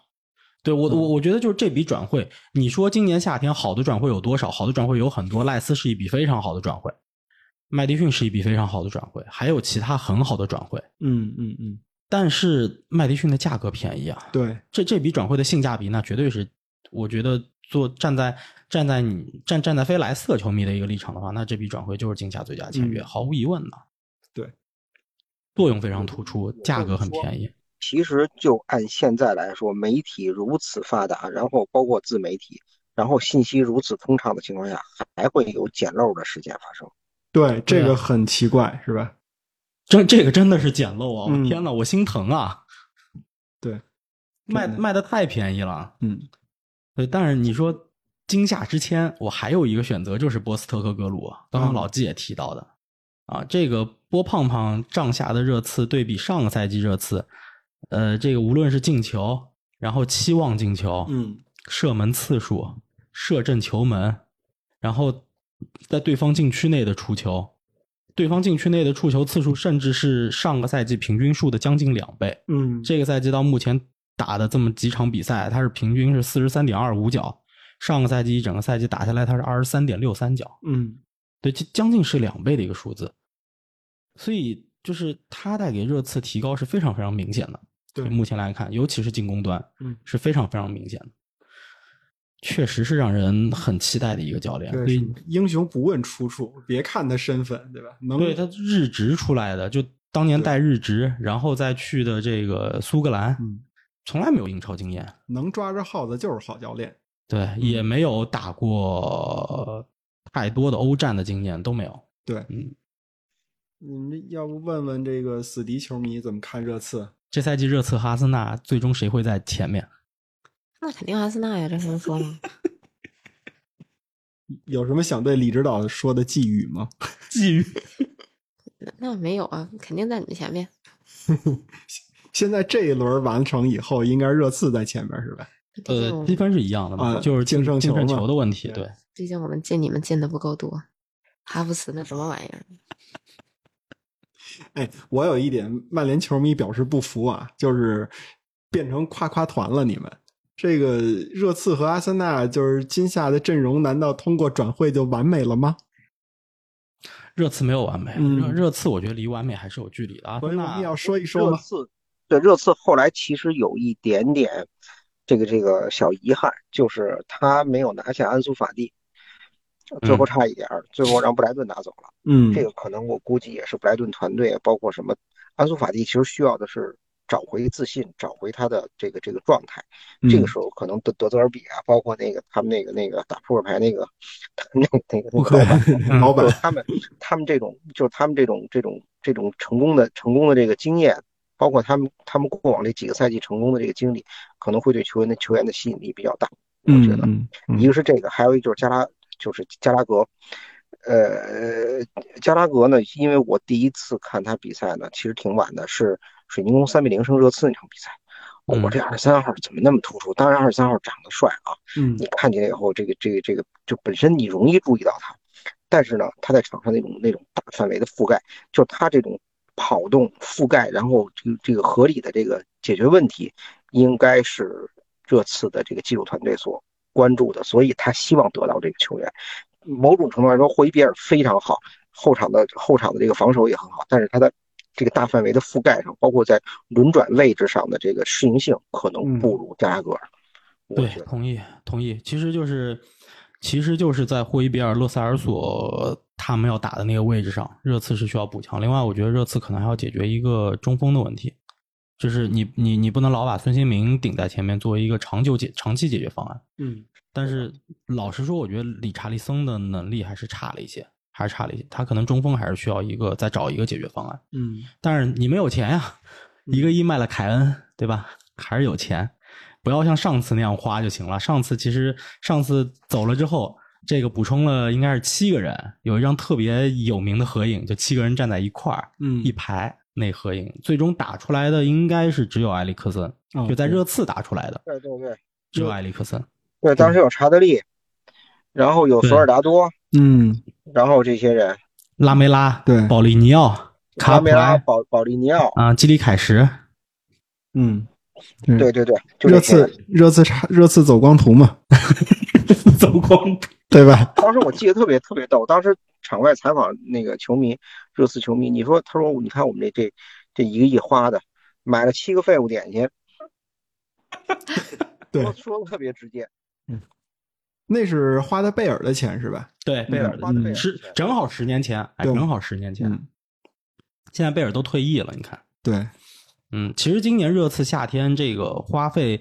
[SPEAKER 1] 对我，
[SPEAKER 3] 嗯
[SPEAKER 1] 我我觉得就是这笔转会，你说今年夏天好的转会有多少？好的转会有很多，赖斯是一笔非常好的转会，麦迪逊是一笔非常好的转会，还有其他很好的转会。
[SPEAKER 3] 嗯嗯嗯，
[SPEAKER 1] 但是麦迪逊的价格便宜啊，
[SPEAKER 3] 对，
[SPEAKER 1] 这这笔转会的性价比那绝对是，我觉得做站在站在你站站在非莱斯特球迷的一个立场的话，那这笔转会就是竞价最佳签约，
[SPEAKER 3] 嗯
[SPEAKER 1] 毫无疑问的。
[SPEAKER 3] 对，
[SPEAKER 1] 作用非常突出，价格很便宜。
[SPEAKER 4] 其实就按现在来说，媒体如此发达，然后包括自媒体，然后信息如此通畅的情况下，还会有捡漏的事件发生。
[SPEAKER 3] 对，这
[SPEAKER 1] 对啊
[SPEAKER 3] 个很奇怪，是吧？
[SPEAKER 1] 真这个真的是捡漏啊！我、
[SPEAKER 3] 嗯
[SPEAKER 1] 天呐，我心疼啊！
[SPEAKER 3] 对，
[SPEAKER 1] 卖
[SPEAKER 3] 真的
[SPEAKER 1] 卖的太便宜了。
[SPEAKER 3] 嗯
[SPEAKER 1] 对，但是你说惊吓之签，我还有一个选择就是波斯特和格鲁，啊刚刚
[SPEAKER 3] 嗯
[SPEAKER 1] 老季也提到的、啊，这个波胖胖帐下的热刺对比上个赛季热刺，呃，这个无论是进球，然后期望进球，
[SPEAKER 3] 嗯
[SPEAKER 1] 射门次数、射正球门，然后在对方禁区内的出球，对方禁区内的触球次数甚至是上个赛季平均数的将近两倍。
[SPEAKER 3] 嗯，
[SPEAKER 1] 这个赛季到目前打的这么几场比赛，他是平均是四十三点二五角，上个赛季一整个赛季打下来他是二十三点六三角，
[SPEAKER 3] 嗯
[SPEAKER 1] 对，这将近是两倍的一个数字，所以就是他带给热刺提高是非常非常明显的。
[SPEAKER 3] 对，
[SPEAKER 1] 目前来看，尤其是进攻端，
[SPEAKER 3] 嗯
[SPEAKER 1] 是非常非常明显的，确实是让人很期待的一个教练。所
[SPEAKER 3] 对，
[SPEAKER 1] 以
[SPEAKER 3] 是英雄不问出处，别看他身份，对吧？能
[SPEAKER 1] 对他日职出来的，就当年带日职，然后再去的这个苏格兰，
[SPEAKER 3] 嗯
[SPEAKER 1] 从来没有英超经验，
[SPEAKER 3] 能抓着耗子就是好教练。
[SPEAKER 1] 对，也没有打过太多的欧战的经验，都没有。
[SPEAKER 3] 对，
[SPEAKER 1] 嗯，
[SPEAKER 3] 你们嗯要不问问这个死敌球迷怎么看热刺？
[SPEAKER 1] 这赛季热刺和阿森纳最终谁会在前面？
[SPEAKER 2] 那肯定阿森纳呀，这还用说吗？
[SPEAKER 3] 有什么想对李指导说的寄语吗？
[SPEAKER 1] 觊觎。
[SPEAKER 2] 那没有啊，肯定在你们前面。
[SPEAKER 3] 现在这一轮完成以后，应该热刺在前面是吧？
[SPEAKER 2] 毕竟
[SPEAKER 1] 呃，
[SPEAKER 2] 我
[SPEAKER 1] 积
[SPEAKER 2] 们
[SPEAKER 1] 分是一样的嘛，
[SPEAKER 3] 啊
[SPEAKER 1] 就是
[SPEAKER 3] 净胜
[SPEAKER 1] 净
[SPEAKER 3] 球
[SPEAKER 1] 胜
[SPEAKER 3] 嘛
[SPEAKER 1] 球的问题。
[SPEAKER 3] 对
[SPEAKER 1] 对，
[SPEAKER 2] 毕竟我们进你们进的不够多，哈弗茨那什么玩意儿？
[SPEAKER 3] 哎，我有一点曼联球迷表示不服啊，就是变成夸夸团了。你们这个热刺和阿森纳就是今夏的阵容，难道通过转会就完美了吗？
[SPEAKER 1] 热刺没有完美，
[SPEAKER 3] 嗯
[SPEAKER 1] 热热刺我觉得离完美还是有距离的。阿
[SPEAKER 3] 所
[SPEAKER 1] 森
[SPEAKER 3] 以我们
[SPEAKER 1] 纳
[SPEAKER 3] 要说一说
[SPEAKER 4] 热
[SPEAKER 3] 吗？
[SPEAKER 4] 刺对热刺后来其实有一点点这个这个小遗憾，就是他没有拿下安苏法蒂，最后差一点儿，最后让布莱顿拿走了。
[SPEAKER 3] 嗯，
[SPEAKER 4] 这个可能我估计也是布莱顿团队，包括什么安苏法蒂，其实需要的是找回自信，找回他的这个这个状态。
[SPEAKER 3] 嗯
[SPEAKER 4] 这个时候可能德德泽尔比啊，包括那个他们那个那个打扑克牌那个那个那个那个老板，
[SPEAKER 1] 嗯
[SPEAKER 3] 老板
[SPEAKER 4] 就是，他们他们这种就是他们这种这种这种成功的成功的这个经验，包括他们他们过往这几个赛季成功的这个经历，可能会对球员的球员的吸引力比较大。我觉得
[SPEAKER 3] 嗯嗯
[SPEAKER 4] 一个是这个，还有一个就是加拉就是加拉格。呃，加拉格呢，因为我第一次看他比赛呢，其实挺晚的，是水晶宫三比零胜热刺那场比赛。哦我这二十三号怎么那么突出？当然，二十三号长得帅啊，
[SPEAKER 3] 嗯
[SPEAKER 4] 你看见以后，这个这个这个，就本身你容易注意到他，但是呢，他在场上那种那种大范围的覆盖，就是他这种跑动覆盖，然后这个这个合理的这个解决问题，应该是这次的这个技术团队所关注的，所以他希望得到这个球员。某种程度来说，霍伊比尔非常好，后场的后场的这个防守也很好，但是他的这个大范围的覆盖上，包括在轮转位置上的这个适应性，可能不如加拉格尔。我
[SPEAKER 1] 对
[SPEAKER 4] 觉，得
[SPEAKER 1] 同意同意，其实就是其实就是在霍伊比尔、洛塞尔索他们要打的那个位置上，热刺是需要补强。另外，我觉得热刺可能还要解决一个中锋的问题，就是你你你不能老把孙兴民顶在前面作为一个长久解长期解决方案。
[SPEAKER 3] 嗯，
[SPEAKER 1] 但是老实说，我觉得理查利森的能力还是差了一些，还是差了一些。他可能中锋还是需要一个再找一个解决方案。
[SPEAKER 3] 嗯，
[SPEAKER 1] 但是你没有钱呀，一个亿卖了凯恩，对吧？还是有钱，不要像上次那样花就行了。上次其实上次走了之后，这个补充了应该是七个人，有一张特别有名的合影，就七个人站在一块儿，
[SPEAKER 3] 嗯
[SPEAKER 1] 一排那合影，最终打出来的应该是只有埃里克森，
[SPEAKER 3] 哦
[SPEAKER 1] 就在
[SPEAKER 3] 对
[SPEAKER 1] 热刺打出来的
[SPEAKER 4] 对对对
[SPEAKER 1] 只有埃里克森。
[SPEAKER 4] 对，当时有查德利，然后有索尔达多，
[SPEAKER 3] 嗯，
[SPEAKER 4] 然后这些人，
[SPEAKER 1] 拉梅拉、
[SPEAKER 3] 对
[SPEAKER 1] 保利尼奥、卡
[SPEAKER 4] 拉
[SPEAKER 1] 普
[SPEAKER 4] 梅拉、
[SPEAKER 1] 莱
[SPEAKER 4] 保保利尼奥，
[SPEAKER 1] 啊、基里凯什，
[SPEAKER 3] 嗯，
[SPEAKER 4] 对，对对，就
[SPEAKER 3] 热
[SPEAKER 4] 这些人。
[SPEAKER 3] 刺热刺差热刺走光图嘛，
[SPEAKER 1] 走光
[SPEAKER 3] 对吧？
[SPEAKER 4] 当时我记得特别特别逗，当时场外采访那个球迷，热刺球迷，你说他说你看我们这这这一个亿花的，买了七个废物点心，
[SPEAKER 3] 对
[SPEAKER 4] 说说的特别直接，
[SPEAKER 3] 那是花的贝尔的钱是吧？
[SPEAKER 1] 对贝尔
[SPEAKER 4] 花的贝尔
[SPEAKER 1] 的十正好十年前，哎，
[SPEAKER 3] 嗯对
[SPEAKER 1] 正好十年前。
[SPEAKER 3] 嗯，
[SPEAKER 1] 现在贝尔都退役了，你看，
[SPEAKER 3] 对，
[SPEAKER 1] 嗯，其实今年热刺夏天这个花费，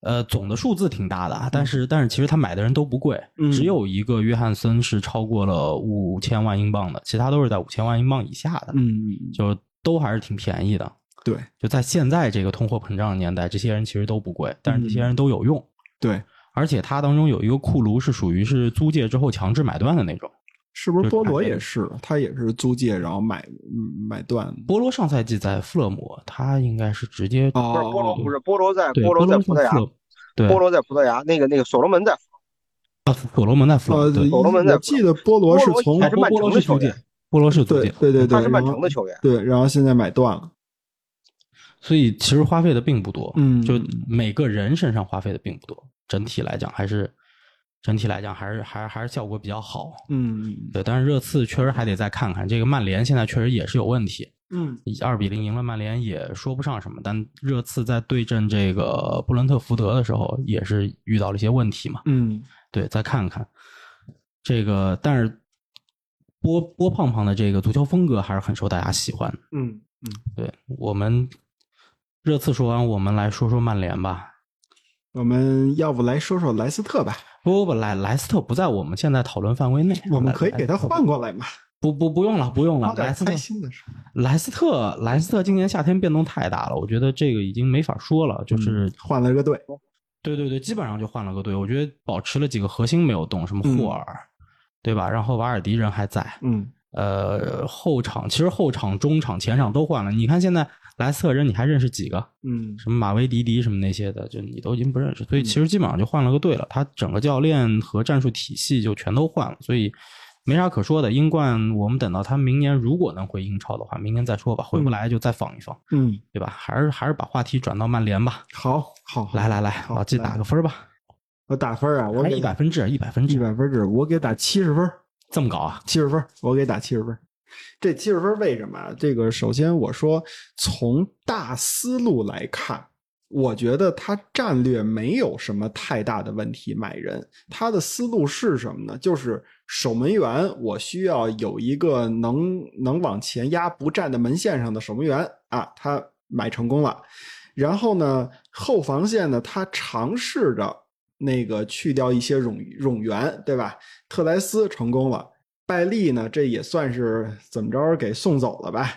[SPEAKER 1] 呃，总的数字挺大的啊，但
[SPEAKER 4] 嗯
[SPEAKER 1] 是但是其实他买的人都不贵，
[SPEAKER 3] 嗯
[SPEAKER 1] 只有一个约翰森是超过了五千万英镑的，其他都是在五千万英镑以下的，
[SPEAKER 3] 嗯，
[SPEAKER 1] 就都还是挺便宜的。
[SPEAKER 3] 对
[SPEAKER 1] 就在现在这个通货膨胀的年代，这些人其实都不贵，但是这
[SPEAKER 4] 嗯
[SPEAKER 1] 些人都有用，
[SPEAKER 3] 对，
[SPEAKER 1] 而且它当中有一个库卢是属于是租借之后强制买断的那种。
[SPEAKER 3] 是不是
[SPEAKER 1] 就
[SPEAKER 3] 菠萝
[SPEAKER 1] 差
[SPEAKER 3] 也
[SPEAKER 1] 点
[SPEAKER 3] 是？他也是租借然后买嗯买断。
[SPEAKER 1] 波罗上赛季在富勒姆，他应该是直接
[SPEAKER 4] 不是菠萝不
[SPEAKER 3] 哦，
[SPEAKER 4] 是菠萝在
[SPEAKER 1] 对
[SPEAKER 4] 菠萝在葡萄牙，
[SPEAKER 1] 上富勒对
[SPEAKER 4] 菠萝在葡萄牙，那个那个所罗门在
[SPEAKER 1] 啊，所罗门在富勒
[SPEAKER 3] 呃
[SPEAKER 1] 姆，对，
[SPEAKER 4] 所罗门在
[SPEAKER 3] 我记得菠萝是从
[SPEAKER 4] 还是曼
[SPEAKER 1] 波
[SPEAKER 4] 城
[SPEAKER 1] 罗
[SPEAKER 4] 的
[SPEAKER 1] 是
[SPEAKER 4] 球
[SPEAKER 1] 租
[SPEAKER 4] 员
[SPEAKER 1] 借，，波罗是租
[SPEAKER 3] 对
[SPEAKER 1] 借，
[SPEAKER 3] 对对对，
[SPEAKER 4] 他是曼城的
[SPEAKER 3] 然后
[SPEAKER 4] 球员，
[SPEAKER 3] 对，然后现在买断了，
[SPEAKER 1] 所以其实花费的并不多，
[SPEAKER 3] 嗯
[SPEAKER 1] 就每个人身上花费的并不多，整体来讲还是整体来讲还是还是还是效果比较好，
[SPEAKER 3] 嗯
[SPEAKER 1] 对，但是热刺确实还得再看看，这个曼联现在确实也是有问题，
[SPEAKER 3] 嗯
[SPEAKER 1] 二比零赢了曼联也说不上什么，但热刺在对阵这个布伦特福德的时候也是遇到了一些问题嘛，
[SPEAKER 3] 嗯
[SPEAKER 1] 对，再看看这个，但是波波胖胖的这个足球风格还是很受大家喜欢。
[SPEAKER 3] 嗯嗯，
[SPEAKER 1] 对我们热刺说完，我们来说说曼联吧。
[SPEAKER 3] 我们要不来说说莱斯特吧？
[SPEAKER 1] 不不不，莱莱斯特不在我们现在讨论范围内，
[SPEAKER 3] 我
[SPEAKER 1] 莱
[SPEAKER 3] 们可以给他。
[SPEAKER 1] 莱斯特
[SPEAKER 3] 换过来嘛，
[SPEAKER 1] 不不不用了，不用
[SPEAKER 3] 花
[SPEAKER 1] 了。莱
[SPEAKER 3] 点
[SPEAKER 1] 斯特
[SPEAKER 3] 开，心的事。
[SPEAKER 1] 莱斯特，莱斯特今年夏天变动太大了，我觉得这个已经没法说了。就是、
[SPEAKER 3] 嗯换了个队，
[SPEAKER 1] 对对对，基本上就换了个队，我觉得保持了几个核心没有动，什么
[SPEAKER 3] 嗯
[SPEAKER 1] 霍尔，对吧？然后瓦尔迪人还在，
[SPEAKER 3] 嗯
[SPEAKER 1] 呃，后场其实后场、中场、前场都换了。你看现在莱斯特人，你还认识几个？
[SPEAKER 3] 嗯
[SPEAKER 1] 什么马维迪迪什么那些的，就你都已经不认识。所以其实基本上就换了个队了，他整个教练和战术体系就全都换了，所以没啥可说的。英冠我们等到他明年如果能回英超的话，明年再说吧，回不来就再放一放，
[SPEAKER 3] 嗯，
[SPEAKER 1] 对吧？还是还是把话题转到曼联吧。
[SPEAKER 3] 好好，好
[SPEAKER 1] 来来来，
[SPEAKER 3] 好
[SPEAKER 1] 老季
[SPEAKER 3] 来
[SPEAKER 1] 打个分吧，
[SPEAKER 3] 我打分啊，我
[SPEAKER 1] 还
[SPEAKER 3] 给
[SPEAKER 1] 一百分制，一百分
[SPEAKER 3] 一
[SPEAKER 1] 制，
[SPEAKER 3] 百分制，我给打七十分，
[SPEAKER 1] 这么搞啊？
[SPEAKER 3] 七十分，我给打七十分。这七十分为什么啊？这个首先我说，从大思路来看，我觉得他战略没有什么太大的问题。买人，他的思路是什么呢？就是守门员，我需要有一个能能往前压不站在门线上的守门员啊，他买成功了。然后呢，后防线呢，他尝试着那个去掉一些冗冗员，对吧？特莱斯成功了，拜利呢，这也算是怎么着给送走了吧？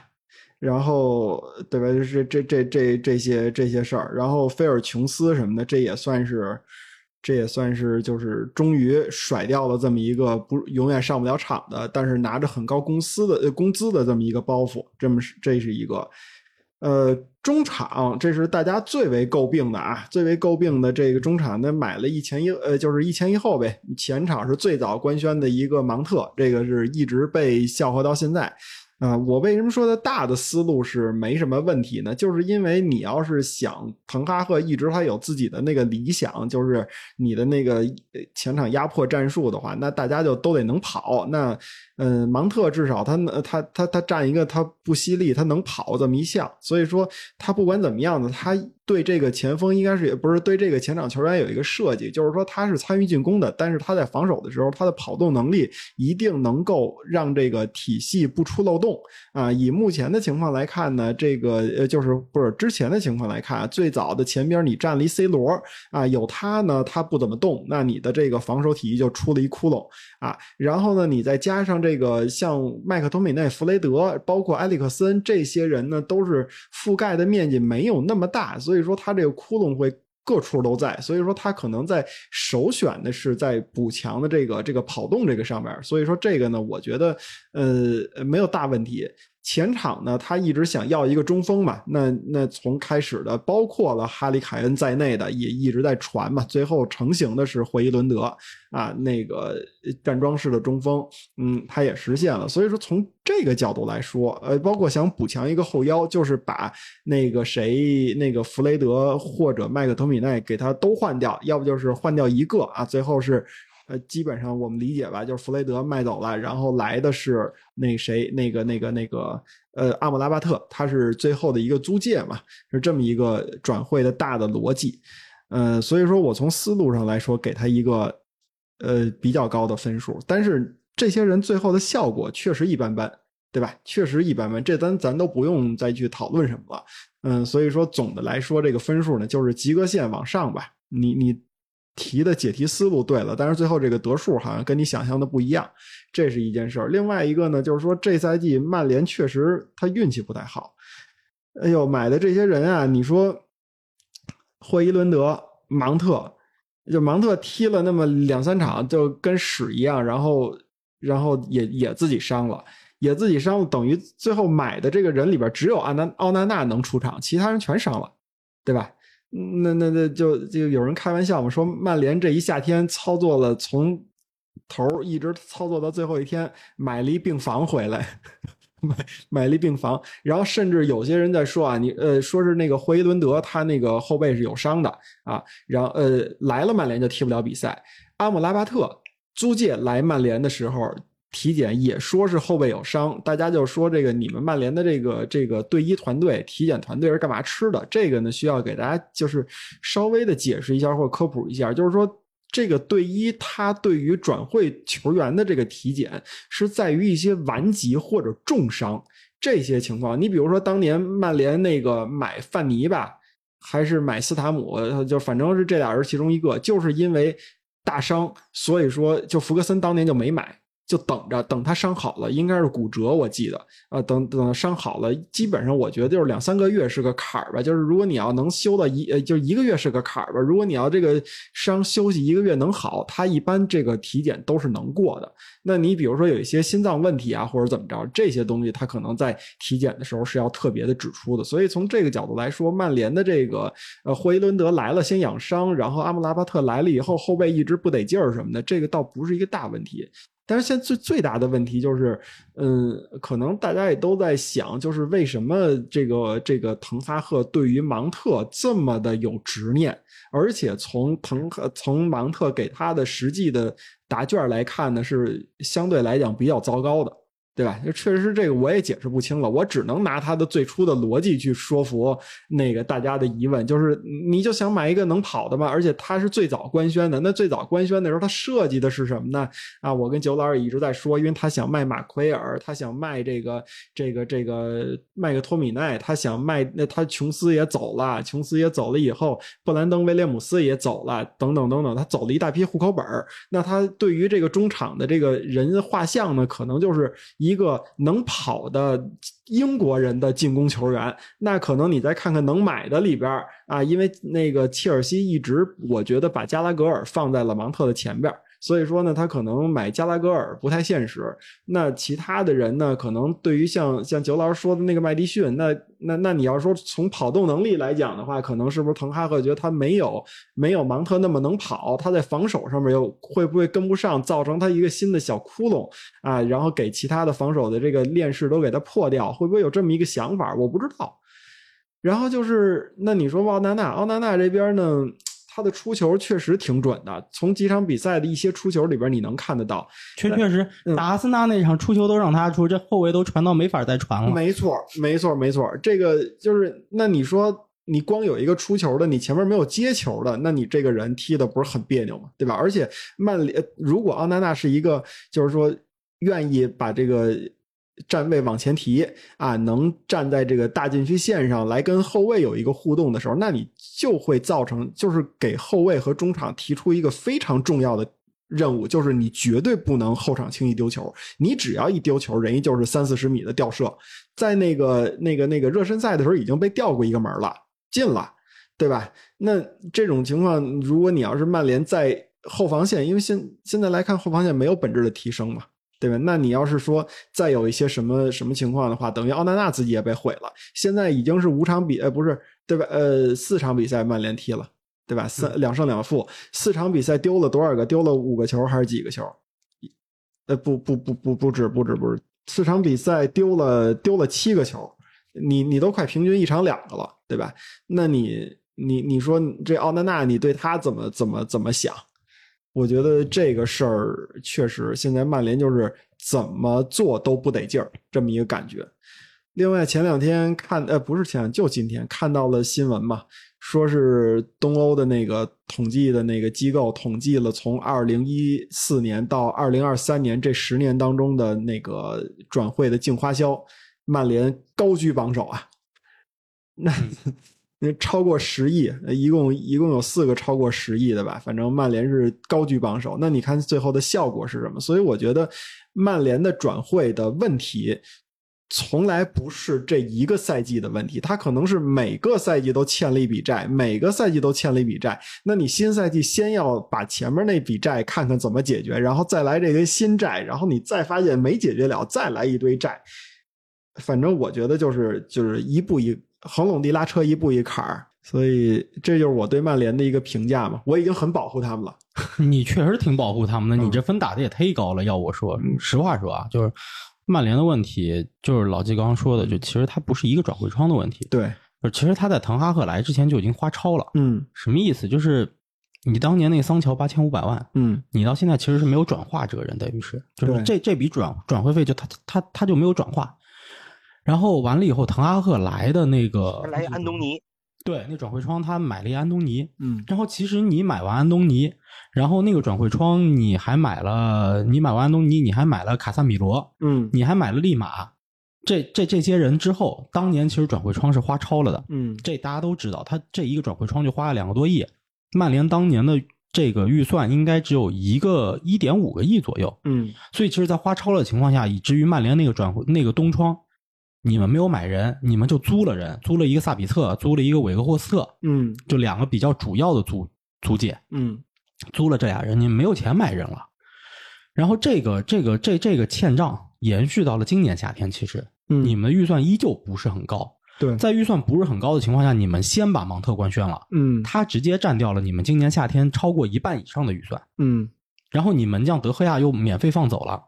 [SPEAKER 3] 然后对吧？这这这这这些这些事儿，然后菲尔琼斯什么的，这也算是这也算是就是终于甩掉了这么一个不永远上不了场的，但是拿着很高工资的呃工资的这么一个包袱，这么是这是一个。呃，中场这是大家最为诟病的啊，最为诟病的这个中场，那买了一前一呃，就是一前一后呗。前场是最早官宣的一个芒特，这个是一直被笑话到现在。啊、呃，我为什么说的大的思路是没什么问题呢？就是因为你要是想滕哈赫一直他有自己的那个理想，就是你的那个呃前场压迫战术的话，那大家就都得能跑。那嗯，芒特至少他他他他站一个他不犀利，他能跑这么一项，所以说他不管怎么样呢，他对这个前锋应该是也不是对这个前场球员有一个设计，就是说他是参与进攻的，但是他在防守的时候，他的跑动能力一定能够让这个体系不出漏洞啊。以目前的情况来看呢，这个呃就是不是之前的情况来看，啊最早的前边你站了一 C 罗啊，有他呢他不怎么动，那你的这个防守体系就出了一窟窿啊。然后呢，你再加上这个像麦克托米内、弗雷德，包括埃里克森这些人呢，都是覆盖的面积没有那么大，所以说他这个窟窿会各处都在，所以说他可能在首选的是在补强的这个这个跑动这个上面，所以说这个呢，我觉得呃没有大问题。前场呢，他一直想要一个中锋嘛，那那从开始的包括了哈里凯恩在内的也一直在传嘛，最后成型的是霍伊伦德啊，那个站桩式的中锋，嗯，他也实现了。所以说从这个角度来说，呃，包括想补强一个后腰，就是把那个谁，那个弗雷德或者麦克托米奈给他都换掉，要不就是换掉一个啊，最后是。呃，基本上我们理解吧，就是弗雷德卖走了，然后来的是那谁，那个那个那个呃，阿姆拉巴特，他是最后的一个租借嘛，是这么一个转会的大的逻辑。呃，所以说我从思路上来说，给他一个呃比较高的分数，但是这些人最后的效果确实一般般，对吧？确实一般般，这咱咱都不用再去讨论什么了。嗯、呃，所以说总的来说，这个分数呢，就是及格线往上吧。你你。提的解题思路对了，但是最后这个得数好像跟你想象的不一样，这是一件事儿。另外一个呢，就是说这赛季曼联确实他运气不太好。哎呦，买的这些人啊，你说霍伊伦德、芒特，就芒特踢了那么两三场就跟屎一样，然后然后也也自己伤了。也自己伤了，等于最后买的这个人里边只有安南奥纳纳能出场，其他人全伤了，对吧？嗯那那那就就有人开玩笑嘛，说曼联这一夏天操作了从头一直操作到最后一天，买了一病房回来， 买买了一病房，然后甚至有些人在说啊，你呃说是那个霍伊伦德他那个后背是有伤的啊，然后呃来了曼联就踢不了比赛，阿姆拉巴特租借来曼联的时候。体检也说是后背有伤，大家就说这个你们曼联的这个这个队医团队、体检团队是干嘛吃的？这个呢，需要给大家就是稍微的解释一下或科普一下，就是说这个队医他对于转会球员的这个体检是在于一些顽疾或者重伤这些情况。你比如说当年曼联那个买范尼吧，还是买斯塔姆，就反正是这俩人其中一个，就是因为大伤，所以说就福格森当年就没买。就等着，等他伤好了，应该是骨折，我记得啊。等等伤好了，基本上我觉得就是两三个月是个坎儿吧。就是如果你要能休到一，呃，就一个月是个坎儿吧。如果你要这个伤休息一个月能好，他一般这个体检都是能过的。那你比如说有一些心脏问题啊，或者怎么着，这些东西他可能在体检的时候是要特别的指出的。所以从这个角度来说，曼联的这个呃霍伊伦德来了先养伤，然后阿姆拉巴特来了以后后背一直不得劲儿什么的，这个倒不是一个大问题。但是现在最最大的问题就是，嗯，可能大家也都在想，就是为什么这个这个滕哈赫对于芒特这么的有执念，而且从滕赫从芒特给他的实际的答卷来看呢，是相对来讲比较糟糕的，对吧？确实这个我也解释不清了，我只能拿他的最初的逻辑去说服那个大家的疑问，就是你就想买一个能跑的嘛，而且他是最早官宣的，那最早官宣的时候，他设计的是什么呢？啊，我跟九老也一直在说，因为他想卖马奎尔，他想卖这个这个这个卖个托米奈，他想卖那他琼斯也走了，琼斯也走了以后，布兰登威廉姆斯也走了，等等等等，他走了一大批户口本儿。那他对于这个中场的这个人画像呢，可能就是一个能跑的英国人的进攻球员，那可能你再看看能买的里边儿啊，因为那个切尔西一直我觉得把加拉格尔放在了芒特的前边儿。所以说呢，他可能买加拉格尔不太现实。那其他的人呢，可能对于像像九老师说的那个麦迪逊，那那那你要说从跑动能力来讲的话，可能是不是滕哈赫觉得他没有没有芒特那么能跑，他在防守上面又会不会跟不上，造成他一个新的小窟窿啊，然后给其他的防守的这个劣势都给他破掉，会不会有这么一个想法？我不知道。然后就是，那你说奥纳纳，奥纳纳这边呢？他的出球确实挺准的，从几场比赛的一些出球里边，你能看得到。
[SPEAKER 1] 确确实，
[SPEAKER 3] 嗯
[SPEAKER 1] 打阿森纳那场出球都让他出，这后卫都传到没法再传了。
[SPEAKER 3] 没错，没错，没错，这个就是那你说你光有一个出球的，你前面没有接球的，那你这个人踢的不是很别扭吗？对吧？而且曼联如果奥纳纳是一个，就是说愿意把这个。站位往前提啊，能站在这个大禁区线上来跟后卫有一个互动的时候，那你就会造成，就是给后卫和中场提出一个非常重要的任务，就是你绝对不能后场轻易丢球，你只要一丢球，人家就是三四十米的吊射，在那个那个那个热身赛的时候已经被吊过一个门了，进了，对吧？那这种情况，如果你要是曼联在后防线，因为现现在来看后防线没有本质的提升嘛。对吧？那你要是说再有一些什么什么情况的话，等于奥纳纳自己也被毁了。现在已经是五场比，呃，不是，对吧？呃，四场比赛曼联踢了，对吧？三两胜两负，四场比赛丢了多少个？丢了五个球还是几个球？呃，不不不不不止不止不止，四场比赛丢了丢了七个球，你你都快平均一场两个了，对吧？那你你你说这奥纳纳，你对他怎么怎么怎么想？我觉得这个事儿确实，现在曼联就是怎么做都不得劲儿，这么一个感觉。另外，前两天看，呃，不是前，就今天看到了新闻嘛，说是东欧的那个统计的那个机构统计了从二零一四年到二零二三年这十年当中的那个转会的净花销，曼联高居榜首啊。那。那超过十亿，呃一共一共有四个超过十亿的吧，反正曼联是高居榜首。那你看最后的效果是什么？所以我觉得曼联的转会的问题，从来不是这一个赛季的问题，它可能是每个赛季都欠了一笔债，每个赛季都欠了一笔债。那你新赛季先要把前面那笔债看看怎么解决，然后再来这堆新债，然后你再发现没解决了，再来一堆债。反正我觉得就是就是一步一。横垄地拉车一步一坎儿，所以这就是我对曼联的一个评价嘛。我已经很保护他们了。
[SPEAKER 1] 嗯你确实挺保护他们的，你
[SPEAKER 4] 嗯
[SPEAKER 1] 这分打的也忒高了。要我说，实话说啊，就是曼联的问题，就是老季刚刚说的，就其实它不是一个转会窗的问题。
[SPEAKER 3] 对，
[SPEAKER 1] 就其实他在滕哈赫来之前就已经花超了。
[SPEAKER 3] 嗯，
[SPEAKER 1] 什么意思？就是你当年那桑乔八千五百万，
[SPEAKER 3] 嗯，
[SPEAKER 1] 你到现在其实是没有转化这个人，等于是就是这这笔转转会费就他他他就没有转化。然后完了以后，滕哈赫来的那个
[SPEAKER 4] 来安东尼，
[SPEAKER 1] 对，那转会窗他买了一安东尼，
[SPEAKER 3] 嗯，
[SPEAKER 1] 然后其实你买完安东尼，然后那个转会窗你还买了，你买完安东尼，你还买了卡萨米罗，
[SPEAKER 3] 嗯，
[SPEAKER 1] 你还买了利马，这这这些人之后，当年其实转会窗是花超了的，
[SPEAKER 3] 嗯，
[SPEAKER 1] 这大家都知道，他这一个转会窗就花了两个多亿，曼联当年的这个预算应该只有一个一点五个亿左右，
[SPEAKER 3] 嗯，
[SPEAKER 1] 所以其实，在花超的情况下，以至于曼联那个转会那个冬窗。你们没有买人，你们就租了人，租了一个萨比特，租了一个韦格霍斯特，
[SPEAKER 3] 嗯
[SPEAKER 1] 就两个比较主要的租租界，
[SPEAKER 3] 嗯
[SPEAKER 1] 租了这俩人，你们没有钱买人了。然后这个这个这这个欠账延续到了今年夏天，其实
[SPEAKER 3] 嗯，
[SPEAKER 1] 你们的预算依旧不是很高，
[SPEAKER 3] 对，
[SPEAKER 1] 在预算不是很高的情况下，你们先把芒特官宣了，
[SPEAKER 3] 嗯
[SPEAKER 1] 他直接占掉了你们今年夏天超过一半以上的预算，
[SPEAKER 3] 嗯
[SPEAKER 1] 然后你门将德赫亚又免费放走了。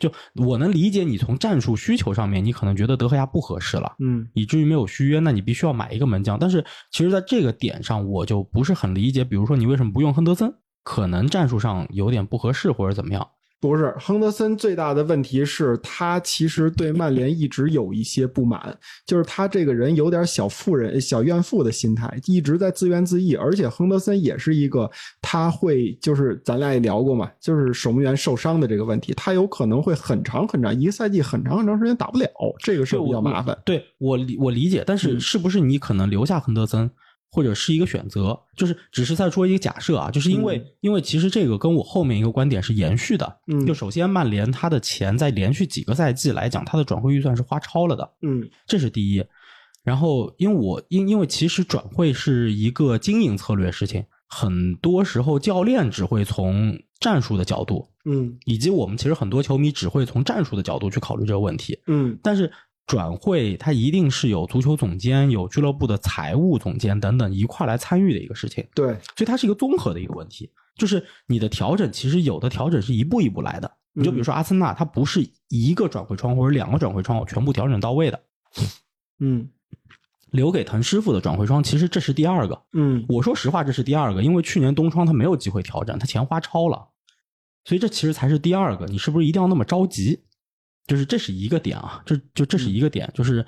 [SPEAKER 1] 就我能理解你从战术需求上面，你可能觉得德赫亚不合适了，
[SPEAKER 3] 嗯
[SPEAKER 1] 以至于没有续约，那你必须要买一个门将。但是其实在这个点上，我就不是很理解，比如说你为什么不用亨德森？可能战术上有点不合适，或者怎么样？
[SPEAKER 3] 不是，亨德森最大的问题是他其实对曼联一直有一些不满，就是他这个人有点小富人、小怨妇的心态，一直在自怨自艾。而且亨德森也是一个，他会就是咱俩也聊过嘛，就是守门员受伤的这个问题，他有可能会很长很长一个赛季很长很长时间打不了，这个事儿比较麻烦。嗯
[SPEAKER 1] 对我理我理解，但是是不是你可能留下亨德森，或者是一个选择，就是只是在说一个假设啊，就是因为、
[SPEAKER 3] 嗯
[SPEAKER 1] 因为其实这个跟我后面一个观点是延续的。
[SPEAKER 3] 嗯
[SPEAKER 1] 就首先曼联他的钱在连续几个赛季来讲，他的转会预算是花超了的，
[SPEAKER 3] 嗯
[SPEAKER 1] 这是第一。然后因为我因因为其实转会是一个经营策略事情，很多时候教练只会从战术的角度，
[SPEAKER 3] 嗯
[SPEAKER 1] 以及我们其实很多球迷只会从战术的角度去考虑这个问题。
[SPEAKER 3] 嗯
[SPEAKER 1] 但是转会它一定是有足球总监、有俱乐部的财务总监等等一块来参与的一个事情，
[SPEAKER 3] 对，
[SPEAKER 1] 所以它是一个综合的一个问题。就是你的调整，其实有的调整是一步一步来的。你就比如说阿森纳，它不是一个转会窗或者两个转会窗全部调整到位的，
[SPEAKER 3] 嗯
[SPEAKER 1] 留给滕师傅的转会窗，其实这是第二个。
[SPEAKER 3] 嗯
[SPEAKER 1] 我说实话，这是第二个，因为去年冬窗他没有机会调整，他钱花超了，所以这其实才是第二个。你是不是一定要那么着急？就是这是一个点啊，这就这是一个点，就是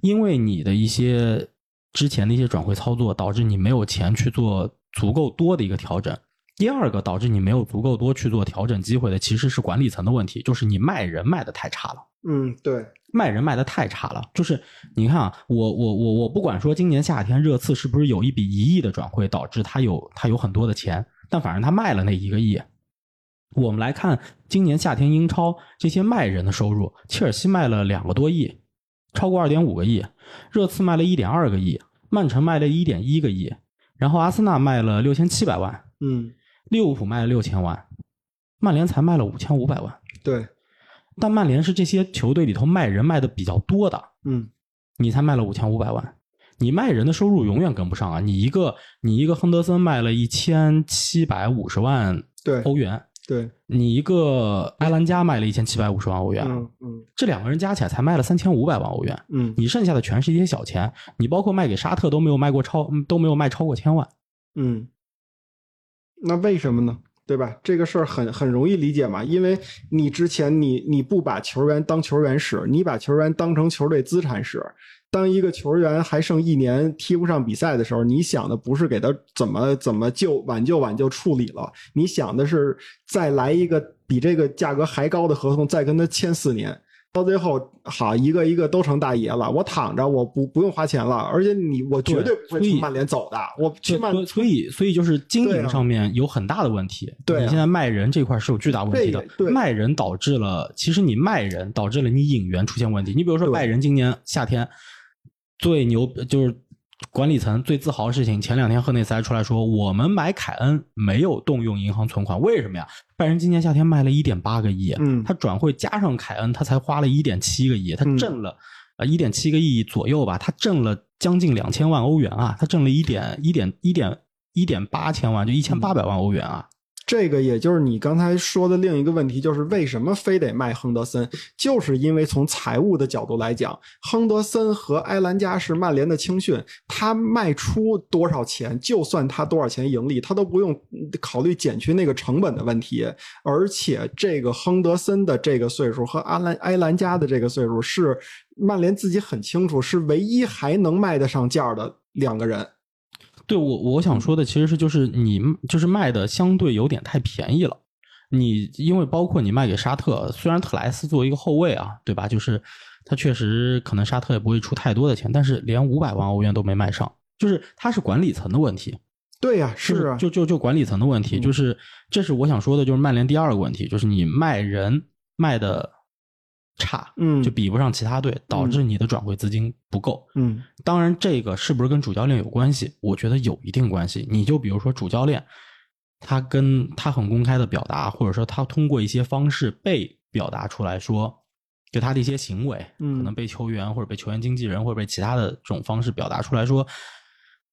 [SPEAKER 1] 因为你的一些之前的一些转会操作，导致你没有钱去做足够多的一个调整。第二个导致你没有足够多去做调整机会的，其实是管理层的问题，就是你卖人卖的太差了。
[SPEAKER 3] 嗯，对，
[SPEAKER 1] 卖人卖的太差了，就是你看啊，我我我我不管说今年夏天热刺是不是有一笔一亿的转会，导致他有他有很多的钱，但反正他卖了那一个亿。我们来看今年夏天英超这些卖人的收入，切尔西卖了两个多亿，超过二点五个亿；热刺卖了一点二个亿，曼城卖了一点一个亿，然后阿森纳卖了六千七百万，
[SPEAKER 3] 嗯
[SPEAKER 1] 利物浦卖了六千万，曼联才卖了五千五百万。
[SPEAKER 3] 对，
[SPEAKER 1] 但曼联是这些球队里头卖人卖的比较多的，
[SPEAKER 3] 嗯
[SPEAKER 1] 你才卖了五千五百万，你卖人的收入永远跟不上啊！你一个你一个亨德森卖了一千七百五十万
[SPEAKER 3] 对
[SPEAKER 1] 欧元，
[SPEAKER 3] 对，
[SPEAKER 1] 你一个埃兰加卖了一千七百五十万欧元，
[SPEAKER 3] 嗯嗯
[SPEAKER 1] 这两个人加起来才卖了三千五百万欧元，
[SPEAKER 3] 嗯
[SPEAKER 1] 你剩下的全是一些小钱，你包括卖给沙特都没有卖过超嗯都没有卖超过千万。
[SPEAKER 3] 嗯，那为什么呢？对吧？这个事儿很很容易理解嘛，因为你之前你你不把球员当球员使，你把球员当成球队资产使。当一个球员还剩一年踢不上比赛的时候，你想的不是给他怎么怎么救挽救挽救处理了，你想的是再来一个比这个价格还高的合同，再跟他签四年。到最后，好一个一个都成大爷了，我躺着，我不不用花钱了，而且你我绝
[SPEAKER 1] 对
[SPEAKER 3] 对不会
[SPEAKER 1] 所以
[SPEAKER 3] 从曼联走的，我去
[SPEAKER 1] 所
[SPEAKER 3] 曼
[SPEAKER 1] 以所以所以就是经
[SPEAKER 3] 对
[SPEAKER 1] 营
[SPEAKER 3] 啊
[SPEAKER 1] 上面有很大的问题。
[SPEAKER 3] 对啊
[SPEAKER 1] 你现在卖人这块是有巨大问题的
[SPEAKER 3] 对对，
[SPEAKER 1] 卖人导致了，其实你卖人导致了你引援出现问题。你比如说
[SPEAKER 3] 对
[SPEAKER 1] 拜仁今年夏天最牛就是。管理层最自豪的事情，前两天赫内斯还出来说，我们买凯恩没有动用银行存款，为什么呀？拜仁今年夏天卖了一点八个亿，
[SPEAKER 3] 嗯
[SPEAKER 1] 他转会加上凯恩，他才花了一点七个亿，他
[SPEAKER 3] 嗯
[SPEAKER 1] 挣了呃一点七个亿左右吧，他挣了将近两千万欧元啊，他挣了一点一点一点一点八千万，就一千八百万欧元啊。
[SPEAKER 3] 这个也就是你刚才说的另一个问题，就是为什么非得卖亨德森？就是因为从财务的角度来讲，亨德森和埃兰加是曼联的青训，他卖出多少钱，就算他多少钱盈利，他都不用考虑减去那个成本的问题。而且这个亨德森的这个岁数和阿兰埃兰加的这个岁数是曼联自己很清楚，是唯一还能卖得上价的两个人。
[SPEAKER 1] 对我我想说的其实是就是你就是卖的相对有点太便宜了。你因为包括你卖给沙特，虽然特莱斯作为一个后卫啊，对吧？就是他确实可能沙特也不会出太多的钱，但是连五百万欧元都没卖上，就是他是管理层的问题。
[SPEAKER 3] 对呀、
[SPEAKER 1] 就是
[SPEAKER 3] 啊，
[SPEAKER 1] 就就就管理层的问题，
[SPEAKER 3] 嗯
[SPEAKER 1] 就是这是我想说的，就是曼联第二个问题，就是你卖人卖的差，
[SPEAKER 3] 嗯
[SPEAKER 1] 就比不上其他队，导致你的转会资金不够。
[SPEAKER 3] 嗯
[SPEAKER 1] 当然，这个是不是跟主教练有关系？我觉得有一定关系。你就比如说主教练，他跟他很公开的表达，或者说他通过一些方式被表达出来说，就他的一些行为，
[SPEAKER 3] 嗯
[SPEAKER 1] 可能被球员或者被球员经纪人或者被其他的这种方式表达出来说，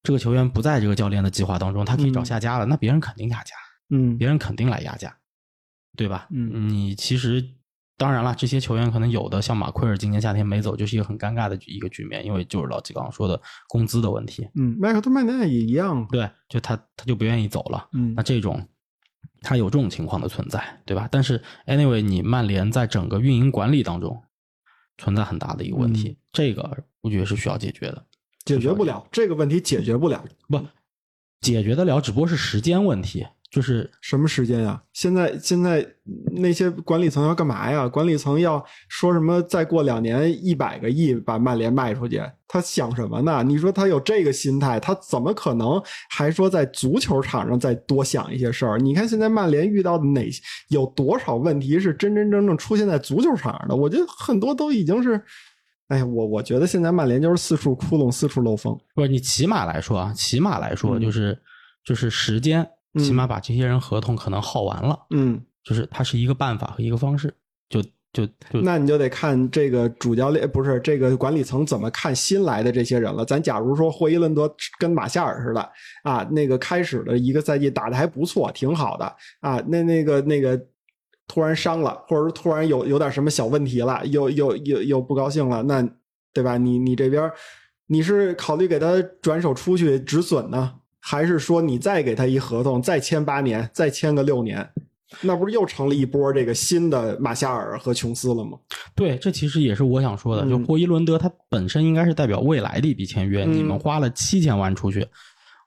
[SPEAKER 1] 这个球员不在这个教练的计划当中，他可以找
[SPEAKER 3] 嗯
[SPEAKER 1] 下家了，那别人肯定下家。
[SPEAKER 3] 嗯
[SPEAKER 1] 别人肯定来压价，对吧？
[SPEAKER 3] 嗯
[SPEAKER 1] 你其实当然了，这些球员可能有的像马奎尔今年夏天没走，就是一个很尴尬的一个局面，因为就是老季刚刚说的工资的问题，
[SPEAKER 3] 嗯，麦克托曼奈也一样。
[SPEAKER 1] 对，就他他就不愿意走了。
[SPEAKER 3] 嗯
[SPEAKER 1] 那这种他有这种情况的存在，对吧？但是 anyway，你曼联在整个运营管理当中存在很大的一个问题，
[SPEAKER 3] 嗯
[SPEAKER 1] 这个我觉得是需要解决的。
[SPEAKER 3] 解决不了这个问题，解决不了。
[SPEAKER 1] 不解决得了，只不过是时间问题。就是
[SPEAKER 3] 什么时间呀？现在现在那些管理层要干嘛呀？管理层要说什么？再过两年一百个亿把曼联卖出去，他想什么呢？你说他有这个心态，他怎么可能还说在足球场上再多想一些事儿？你看现在曼联遇到的哪有多少问题是真真正正出现在足球场上的？我觉得很多都已经是，哎呀，我我觉得现在曼联就是四处窟窿，四处漏风。
[SPEAKER 1] 不是你起码来说啊，起码来说
[SPEAKER 3] 嗯
[SPEAKER 1] 就是、就是时间，
[SPEAKER 3] 嗯
[SPEAKER 1] 起码把这些人合同可能耗完了，
[SPEAKER 3] 嗯，
[SPEAKER 1] 就是它是一个办法和一个方式，就就就
[SPEAKER 3] 那你就得看这个主教练不是这个管理层怎么看新来的这些人了。咱假如说霍伊伦德跟马夏尔似的啊，那个开始的一个赛季打的还不错，挺好的啊，那那个那个突然伤了，或者说突然有有点什么小问题了，又又又又不高兴了，那对吧？你你这边你是考虑给他转手出去止损呢，还是说你再给他一合同，再签八年，再签个六年？那不是又成了一波这个新的马夏尔和琼斯了吗？
[SPEAKER 1] 对，这其实也是我想说的，
[SPEAKER 3] 嗯
[SPEAKER 1] 就霍伊伦德他本身应该是代表未来的一笔签约，
[SPEAKER 3] 嗯
[SPEAKER 1] 你们花了七千万出去，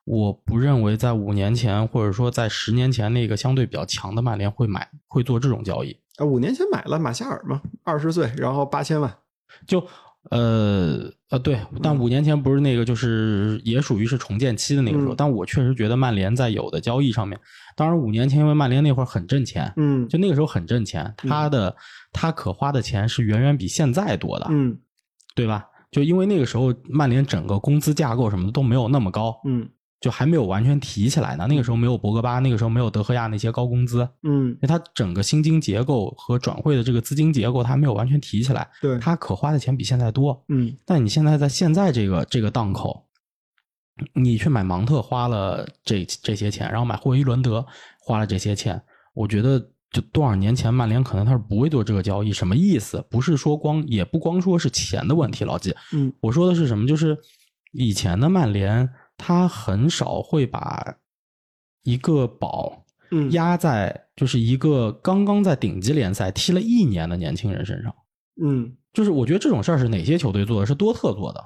[SPEAKER 1] 我不认为在五年前或者说在十年前那个相对比较强的曼联会买会做这种交易，
[SPEAKER 3] 啊，五年前买了马夏尔嘛，二十岁，然后八千万，
[SPEAKER 1] 就。呃呃，对，
[SPEAKER 3] 嗯
[SPEAKER 1] 但五年前不是那个，就是也属于是重建期的那个时候。
[SPEAKER 3] 嗯
[SPEAKER 1] 但我确实觉得曼联在有的交易上面，当然五年前因为曼联那会儿很挣钱，
[SPEAKER 3] 嗯
[SPEAKER 1] 就那个时候很挣钱，他的他可花的钱是远远比现在多的。
[SPEAKER 3] 嗯
[SPEAKER 1] 对吧？就因为那个时候曼联整个工资架构什么的都没有那么高，
[SPEAKER 3] 嗯
[SPEAKER 1] 就还没有完全提起来呢。那个时候没有博格巴，那个时候没有德赫亚那些高工资，
[SPEAKER 3] 嗯，
[SPEAKER 1] 因为它整个薪金结构和转会的这个资金结构它没有完全提起来，
[SPEAKER 3] 对，
[SPEAKER 1] 它可花的钱比现在多。
[SPEAKER 3] 嗯
[SPEAKER 1] 但你现在在现在这个这个档口，你去买芒特花了这这些钱，然后买霍伊伦德花了这些钱，我觉得就多少年前曼联可能他是不会做这个交易，什么意思？不是说光也不光说是钱的问题，老季，
[SPEAKER 3] 嗯，
[SPEAKER 1] 我说的是什么？就是以前的曼联，他很少会把一个宝
[SPEAKER 3] 嗯，
[SPEAKER 1] 压在就是一个刚刚在顶级联赛踢了一年的年轻人身上。
[SPEAKER 3] 嗯
[SPEAKER 1] 就是我觉得这种事儿是哪些球队做的？是多特做的，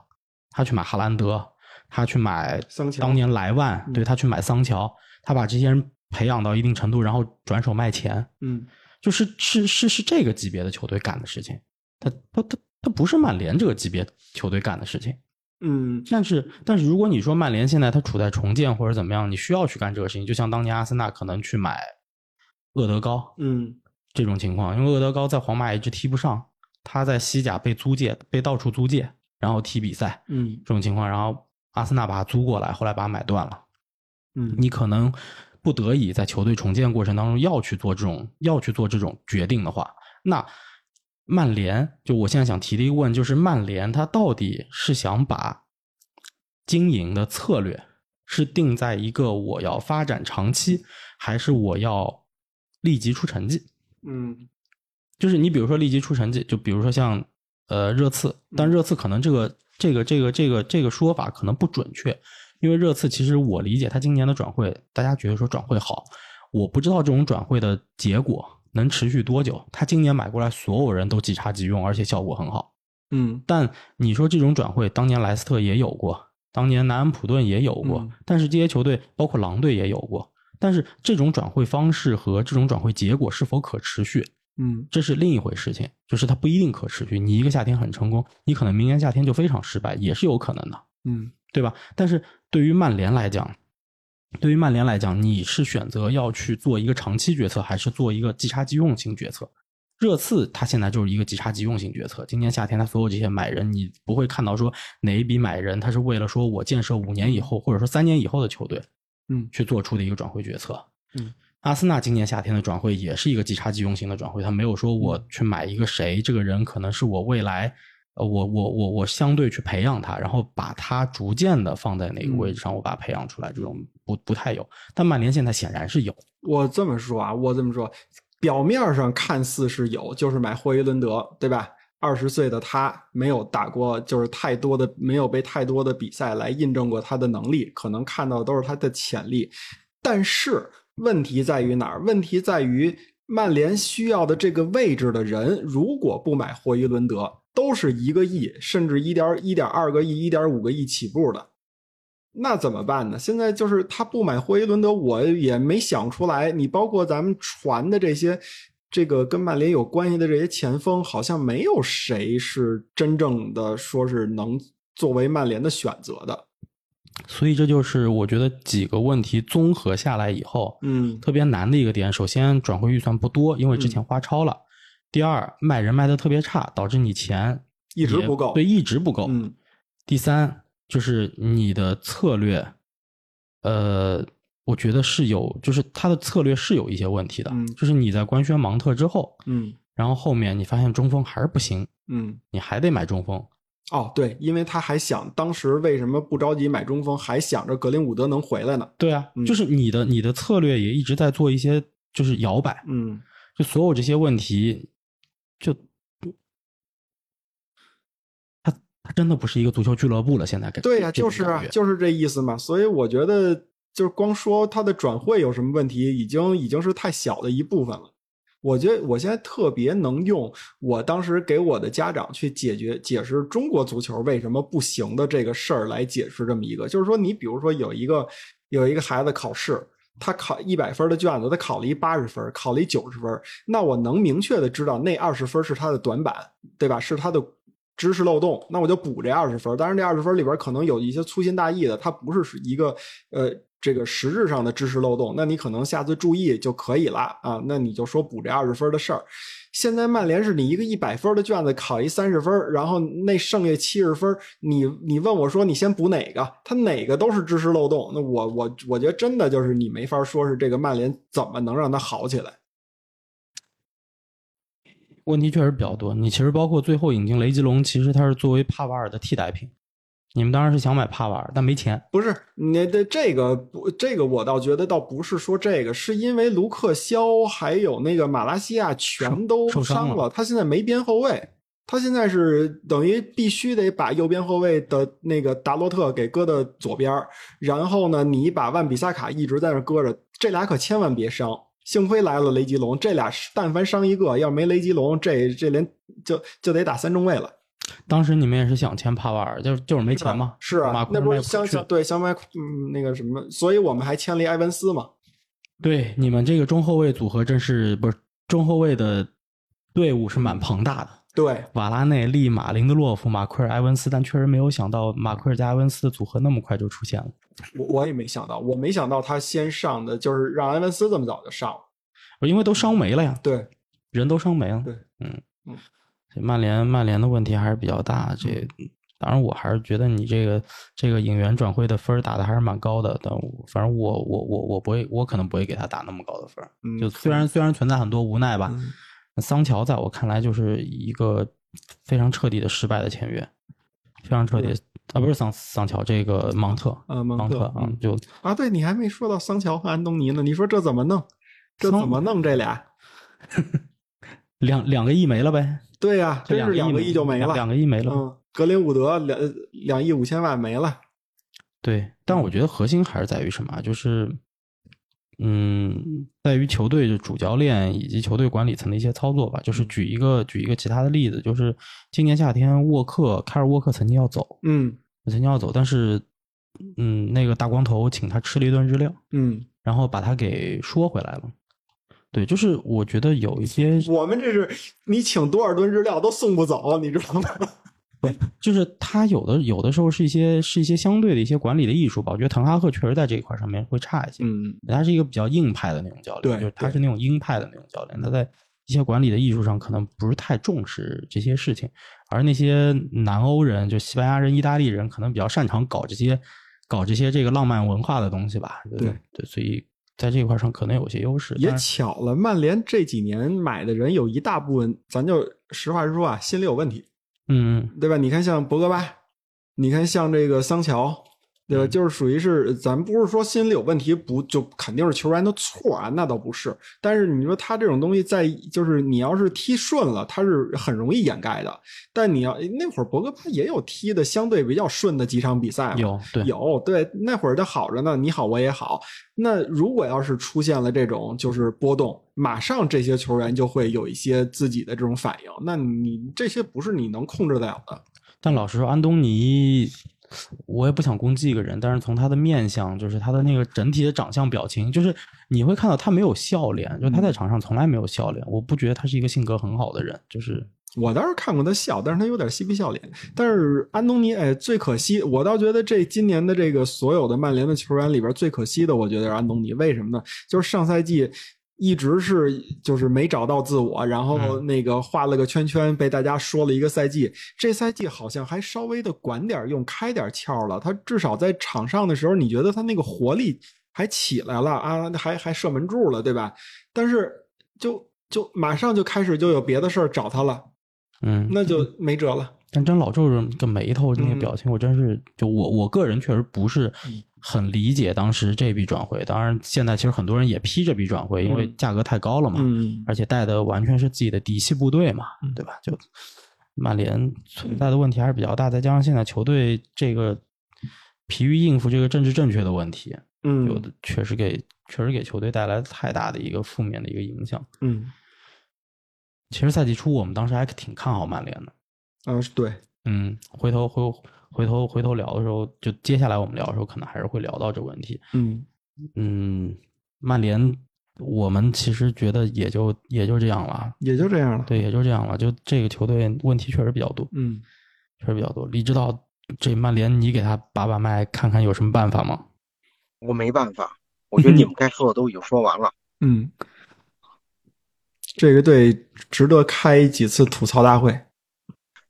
[SPEAKER 1] 他去买哈兰德，他去买
[SPEAKER 3] 桑乔
[SPEAKER 1] 当年莱万，
[SPEAKER 3] 嗯
[SPEAKER 1] 对他去买桑乔，他把这些人培养到一定程度，然后转手卖钱，
[SPEAKER 3] 嗯
[SPEAKER 1] 就是是是是这个级别的球队干的事情，他他他他不是曼联这个级别球队干的事情。
[SPEAKER 3] 嗯
[SPEAKER 1] 但是但是如果你说曼联现在他处在重建或者怎么样，你需要去干这个事情，就像当年阿森纳可能去买厄德高，
[SPEAKER 3] 嗯
[SPEAKER 1] 这种情况，因为厄德高在皇马一直踢不上，他在西甲被租借，被到处租借，然后踢比赛
[SPEAKER 3] 嗯
[SPEAKER 1] 这种情况，然后阿森纳把他租过来，后来把他买断了。
[SPEAKER 3] 嗯，
[SPEAKER 1] 你可能不得已在球队重建过程当中要去做这种要去做这种决定的话，那曼联就我现在想提的一个问，就是曼联他到底是想把经营的策略是定在一个我要发展长期，还是我要立即出成绩？
[SPEAKER 3] 嗯
[SPEAKER 1] 就是你比如说立即出成绩，就比如说像呃热刺，但热刺可能这个这个这个这个这个说法可能不准确，因为热刺其实我理解他今年的转会，大家觉得说转会好，我不知道这种转会的结果能持续多久。他今年买过来所有人都即插即用，而且效果很好。
[SPEAKER 3] 嗯
[SPEAKER 1] 但你说这种转会，当年莱斯特也有过，当年南安普顿也有过，
[SPEAKER 3] 嗯
[SPEAKER 1] 但是这些球队包括狼队也有过。但是这种转会方式和这种转会结果是否可持续，
[SPEAKER 3] 嗯
[SPEAKER 1] 这是另一回事情，就是它不一定可持续。你一个夏天很成功，你可能明年夏天就非常失败，也是有可能的，
[SPEAKER 3] 嗯
[SPEAKER 1] 对吧？但是对于曼联来讲，对于曼联来讲，你是选择要去做一个长期决策，还是做一个即插即用型决策？热刺它现在就是一个即插即用型决策。今年夏天它所有这些买人，你不会看到说哪一笔买人，它是为了说我建设五年以后或者说三年以后的球队，
[SPEAKER 3] 嗯
[SPEAKER 1] 去做出的一个转会决策。
[SPEAKER 3] 嗯，
[SPEAKER 1] 阿森纳今年夏天的转会也是一个即插即用型的转会，他没有说我
[SPEAKER 3] 嗯
[SPEAKER 1] 去买一个谁，这个人可能是我未来，呃，我我我我相对去培养他，然后把他逐渐的放在哪个
[SPEAKER 3] 嗯
[SPEAKER 1] 位置上，我把他培养出来，这种不不太有。但曼联现在显然是有，
[SPEAKER 3] 我这么说啊，我这么说，表面上看似是有，就是买霍伊伦德，对吧？二十岁的他没有打过，就是太多的没有被太多的比赛来印证过他的能力，可能看到的都是他的潜力。但是问题在于哪儿？问题在于曼联需要的这个位置的人，如果不买霍伊伦德，都是一个亿，甚至一点一点二个亿、一点五个亿起步的。那怎么办呢？现在就是他不买霍伊伦德，我也没想出来。你包括咱们传的这些，这个跟曼联有关系的这些前锋，好像没有谁是真正的说是能作为曼联的选择的。
[SPEAKER 1] 所以这就是我觉得几个问题综合下来以后，
[SPEAKER 3] 嗯
[SPEAKER 1] 特别难的一个点。首先，转会预算不多，因为之前花超了；第二，卖人卖的特别差，导致你钱
[SPEAKER 3] 一直
[SPEAKER 1] 也
[SPEAKER 3] 不够
[SPEAKER 1] 对，一直不够。
[SPEAKER 3] 嗯
[SPEAKER 1] 第三就是你的策略，呃，我觉得是有，就是他的策略是有一些问题的。
[SPEAKER 3] 嗯
[SPEAKER 1] 就是你在官宣芒特之后，
[SPEAKER 3] 嗯
[SPEAKER 1] 然后后面你发现中锋还是不行，
[SPEAKER 3] 嗯。
[SPEAKER 1] 你还得买中锋。
[SPEAKER 3] 哦，对，因为他还想当时为什么不着急买中锋，还想着格林伍德能回来呢？
[SPEAKER 1] 对啊，
[SPEAKER 3] 嗯
[SPEAKER 1] 就是你的你的策略也一直在做一些就是摇摆，
[SPEAKER 3] 嗯，
[SPEAKER 1] 就所有这些问题，就他他真的不是一个足球俱乐部了。现在给
[SPEAKER 3] 对呀、
[SPEAKER 1] 这种
[SPEAKER 3] 就是
[SPEAKER 1] 感
[SPEAKER 3] 啊
[SPEAKER 1] 觉
[SPEAKER 3] 就是这意思嘛。所以我觉得，就是光说他的转会有什么问题，已经已经是太小的一部分了。我觉得我现在特别能用我当时给我的家长去解决解释中国足球为什么不行的这个事儿来解释这么一个，就是说，你比如说有一个有一个孩子考试，他考一百分的卷子，他考了一八十分，考了一九十分，那我能明确的知道那二十分是他的短板，对吧？是他的知识漏洞，那我就补这二十分。当然，这二十分里边可能有一些粗心大意的，它不是一个呃这个实质上的知识漏洞，那你可能下次注意就可以了啊。那你就说补这二十分的事儿。现在曼联是你一个一百分的卷子考一三十分，然后那剩下七十分，你你问我说你先补哪个？他哪个都是知识漏洞。那我我我觉得真的就是你没法说是这个曼联怎么能让它好起来。
[SPEAKER 1] 问题确实比较多。你其实包括最后引进雷吉隆，其实他是作为帕瓦尔的替代品。你们当然是想买帕瓦尔，但没钱。
[SPEAKER 3] 不是你的这个不，这个我倒觉得倒不是说这个，是因为卢克肖还有那个马拉西亚全都
[SPEAKER 1] 受受伤
[SPEAKER 3] 伤
[SPEAKER 1] 了
[SPEAKER 3] 他现在没边后卫，他现在是等于必须得把右边后卫的那个达洛特给搁到左边儿，然后呢，你把万比萨卡一直在那儿搁着，这俩可千万别伤。幸亏来了雷吉隆，这俩是但凡伤一个，要没雷吉隆，这这连就就得打三中卫了。
[SPEAKER 1] 当时你们也是想签帕瓦尔，就是就是没钱嘛。
[SPEAKER 3] 是
[SPEAKER 1] 马
[SPEAKER 3] 啊，
[SPEAKER 1] 库
[SPEAKER 3] 那
[SPEAKER 1] 尔
[SPEAKER 3] 不
[SPEAKER 1] 卖
[SPEAKER 3] 是
[SPEAKER 1] 不出
[SPEAKER 3] 相
[SPEAKER 1] 去
[SPEAKER 3] 相。对相买嗯那个什么，所以我们还签了一埃文斯嘛。
[SPEAKER 1] 对，你们这个中后卫组合真是不是中后卫的队伍是蛮庞大的。
[SPEAKER 3] 对，
[SPEAKER 1] 瓦拉内、利马、林德洛夫、马奎尔、埃文斯，但确实没有想到马奎尔加埃文斯的组合那么快就出现了。
[SPEAKER 3] 我我也没想到，我没想到他先上的就是让埃文斯这么早就上了。
[SPEAKER 1] 因为都伤没了呀，
[SPEAKER 3] 对，
[SPEAKER 1] 人都伤没了。
[SPEAKER 3] 对，
[SPEAKER 1] 嗯
[SPEAKER 3] 嗯，
[SPEAKER 1] 所以曼联曼联的问题还是比较大。这
[SPEAKER 3] 嗯
[SPEAKER 1] 当然，我还是觉得你这个这个引援转会的分儿打的还是蛮高的，但我反正我我我我不会，我可能不会给他打那么高的分儿。
[SPEAKER 3] 嗯
[SPEAKER 1] 就虽然虽然存在很多无奈吧，
[SPEAKER 3] 嗯
[SPEAKER 1] 那桑乔在我看来就是一个非常彻底的失败的签约，非常彻底
[SPEAKER 3] 是
[SPEAKER 1] 啊，不是桑桑乔，这个芒特。
[SPEAKER 3] 呃，蒙
[SPEAKER 1] 芒
[SPEAKER 3] 特
[SPEAKER 1] 特啊
[SPEAKER 3] 嗯，
[SPEAKER 1] 就
[SPEAKER 3] 啊，对你还没说到桑乔和安东尼呢，你说这怎么弄？这
[SPEAKER 1] 桑
[SPEAKER 3] 怎么弄这俩？
[SPEAKER 1] 两两个亿没了呗，
[SPEAKER 3] 对呀、
[SPEAKER 1] 这
[SPEAKER 3] 真是两个亿就没了。
[SPEAKER 1] 两个亿没了。
[SPEAKER 3] 嗯，格林伍德两两亿五千万没了。
[SPEAKER 1] 对，但
[SPEAKER 3] 嗯
[SPEAKER 1] 我觉得核心还是在于什么啊？就是，嗯，在于球队的主教练以及球队管理层的一些操作吧。
[SPEAKER 3] 嗯
[SPEAKER 1] 就是举一个举一个其他的例子，就是今年夏天沃克凯尔沃克曾经要走，
[SPEAKER 3] 嗯
[SPEAKER 1] 曾经要走，但是，嗯，那个大光头请他吃了一顿日料，
[SPEAKER 3] 嗯，
[SPEAKER 1] 然后把他给说回来了。对，就是我觉得有一些
[SPEAKER 3] 我们这是你请多少吨日料都送不走，你知道吗？
[SPEAKER 1] 就是他有的有的时候是一些是一些相对的一些管理的艺术吧。我觉得滕哈赫确实在这一块上面会差一些。
[SPEAKER 3] 嗯
[SPEAKER 1] 他是一个比较硬派的那种教练，
[SPEAKER 3] 对
[SPEAKER 1] 就是他
[SPEAKER 3] 对
[SPEAKER 1] 是那种鹰派的那种教练，他在一些管理的艺术上可能不是太重视这些事情，而那些南欧人，就西班牙人、意大利人，可能比较擅长搞这些搞这些这个浪漫文化的东西吧。
[SPEAKER 3] 对
[SPEAKER 1] 对，所以在这一块上可能有些优势。
[SPEAKER 3] 也
[SPEAKER 1] 但是
[SPEAKER 3] 巧了，曼联这几年买的人有一大部分，咱就实话实说啊，心里有问题，
[SPEAKER 1] 嗯，
[SPEAKER 3] 对吧？你看像博格巴，你看像这个桑乔，对吧？
[SPEAKER 1] 嗯
[SPEAKER 3] 就是属于是，咱不是说心里有问题不就肯定是球员的错啊，那倒不是。但是你说他这种东西在，就是你要是踢顺了，他是很容易掩盖的。但你要那会儿博格巴也有踢的相对比较顺的几场比赛嘛，
[SPEAKER 1] 有对
[SPEAKER 3] 有对，那会儿就好着呢，你好我也好。那如果要是出现了这种就是波动，马上这些球员就会有一些自己的这种反应。那你这些不是你能控制得了的。
[SPEAKER 1] 但老实说，安东尼我也不想攻击一个人，但是从他的面相，就是他的那个整体的长相、表情，就是你会看到他没有笑脸，就他
[SPEAKER 3] 嗯
[SPEAKER 1] 在场上从来没有笑脸。我不觉得他是一个性格很好的人，就是
[SPEAKER 3] 我倒是看过他笑，但是他有点嬉皮笑脸。但是安东尼，哎，最可惜，我倒觉得这今年的这个所有的曼联的球员里边最可惜的，我觉得是安东尼。为什么呢？就是上赛季一直是就是没找到自我，然后那个画了个圈圈，被大家说了一个赛季。这赛季好像还稍微的管点用，开点窍了。他至少在场上的时候，你觉得他那个活力还起来了啊，还还射门柱了，对吧？但是就就马上就开始就有别的事儿找他了。
[SPEAKER 1] 嗯，
[SPEAKER 3] 那就嗯没辙了。
[SPEAKER 1] 但真老周这个眉头那个表情，我真是就我我个人确实不是
[SPEAKER 3] 嗯
[SPEAKER 1] 很理解当时这笔转会。当然，现在其实很多人也批这笔转会，因为价格太高了嘛，
[SPEAKER 3] 嗯，
[SPEAKER 1] 而且带的完全是自己的底气部队嘛，对吧？就曼联存在的问题还是比较大，再加上现在球队这个疲于应付这个政治正确的问题，
[SPEAKER 3] 嗯
[SPEAKER 1] 有的确实给确实给球队带来太大的一个负面的一个影响。
[SPEAKER 3] 嗯
[SPEAKER 1] 其实赛季初我们当时还挺看好曼联的。
[SPEAKER 3] 啊，是对，
[SPEAKER 1] 嗯，回头回回头回头聊的时候，就接下来我们聊的时候，可能还是会聊到这个问题。
[SPEAKER 3] 嗯
[SPEAKER 1] 嗯，曼联，我们其实觉得也就也就这样了，啊
[SPEAKER 3] 也就这样了。，
[SPEAKER 1] 对，也就这样了。就这个球队问题确实比较多，
[SPEAKER 3] 嗯，
[SPEAKER 1] 确实比较多。李指导，这曼联你给他把把脉，看看有什么办法吗？
[SPEAKER 4] 我没办法，我觉得你们该说的都已经说完了。
[SPEAKER 3] 嗯，这个队值得开几次吐槽大会。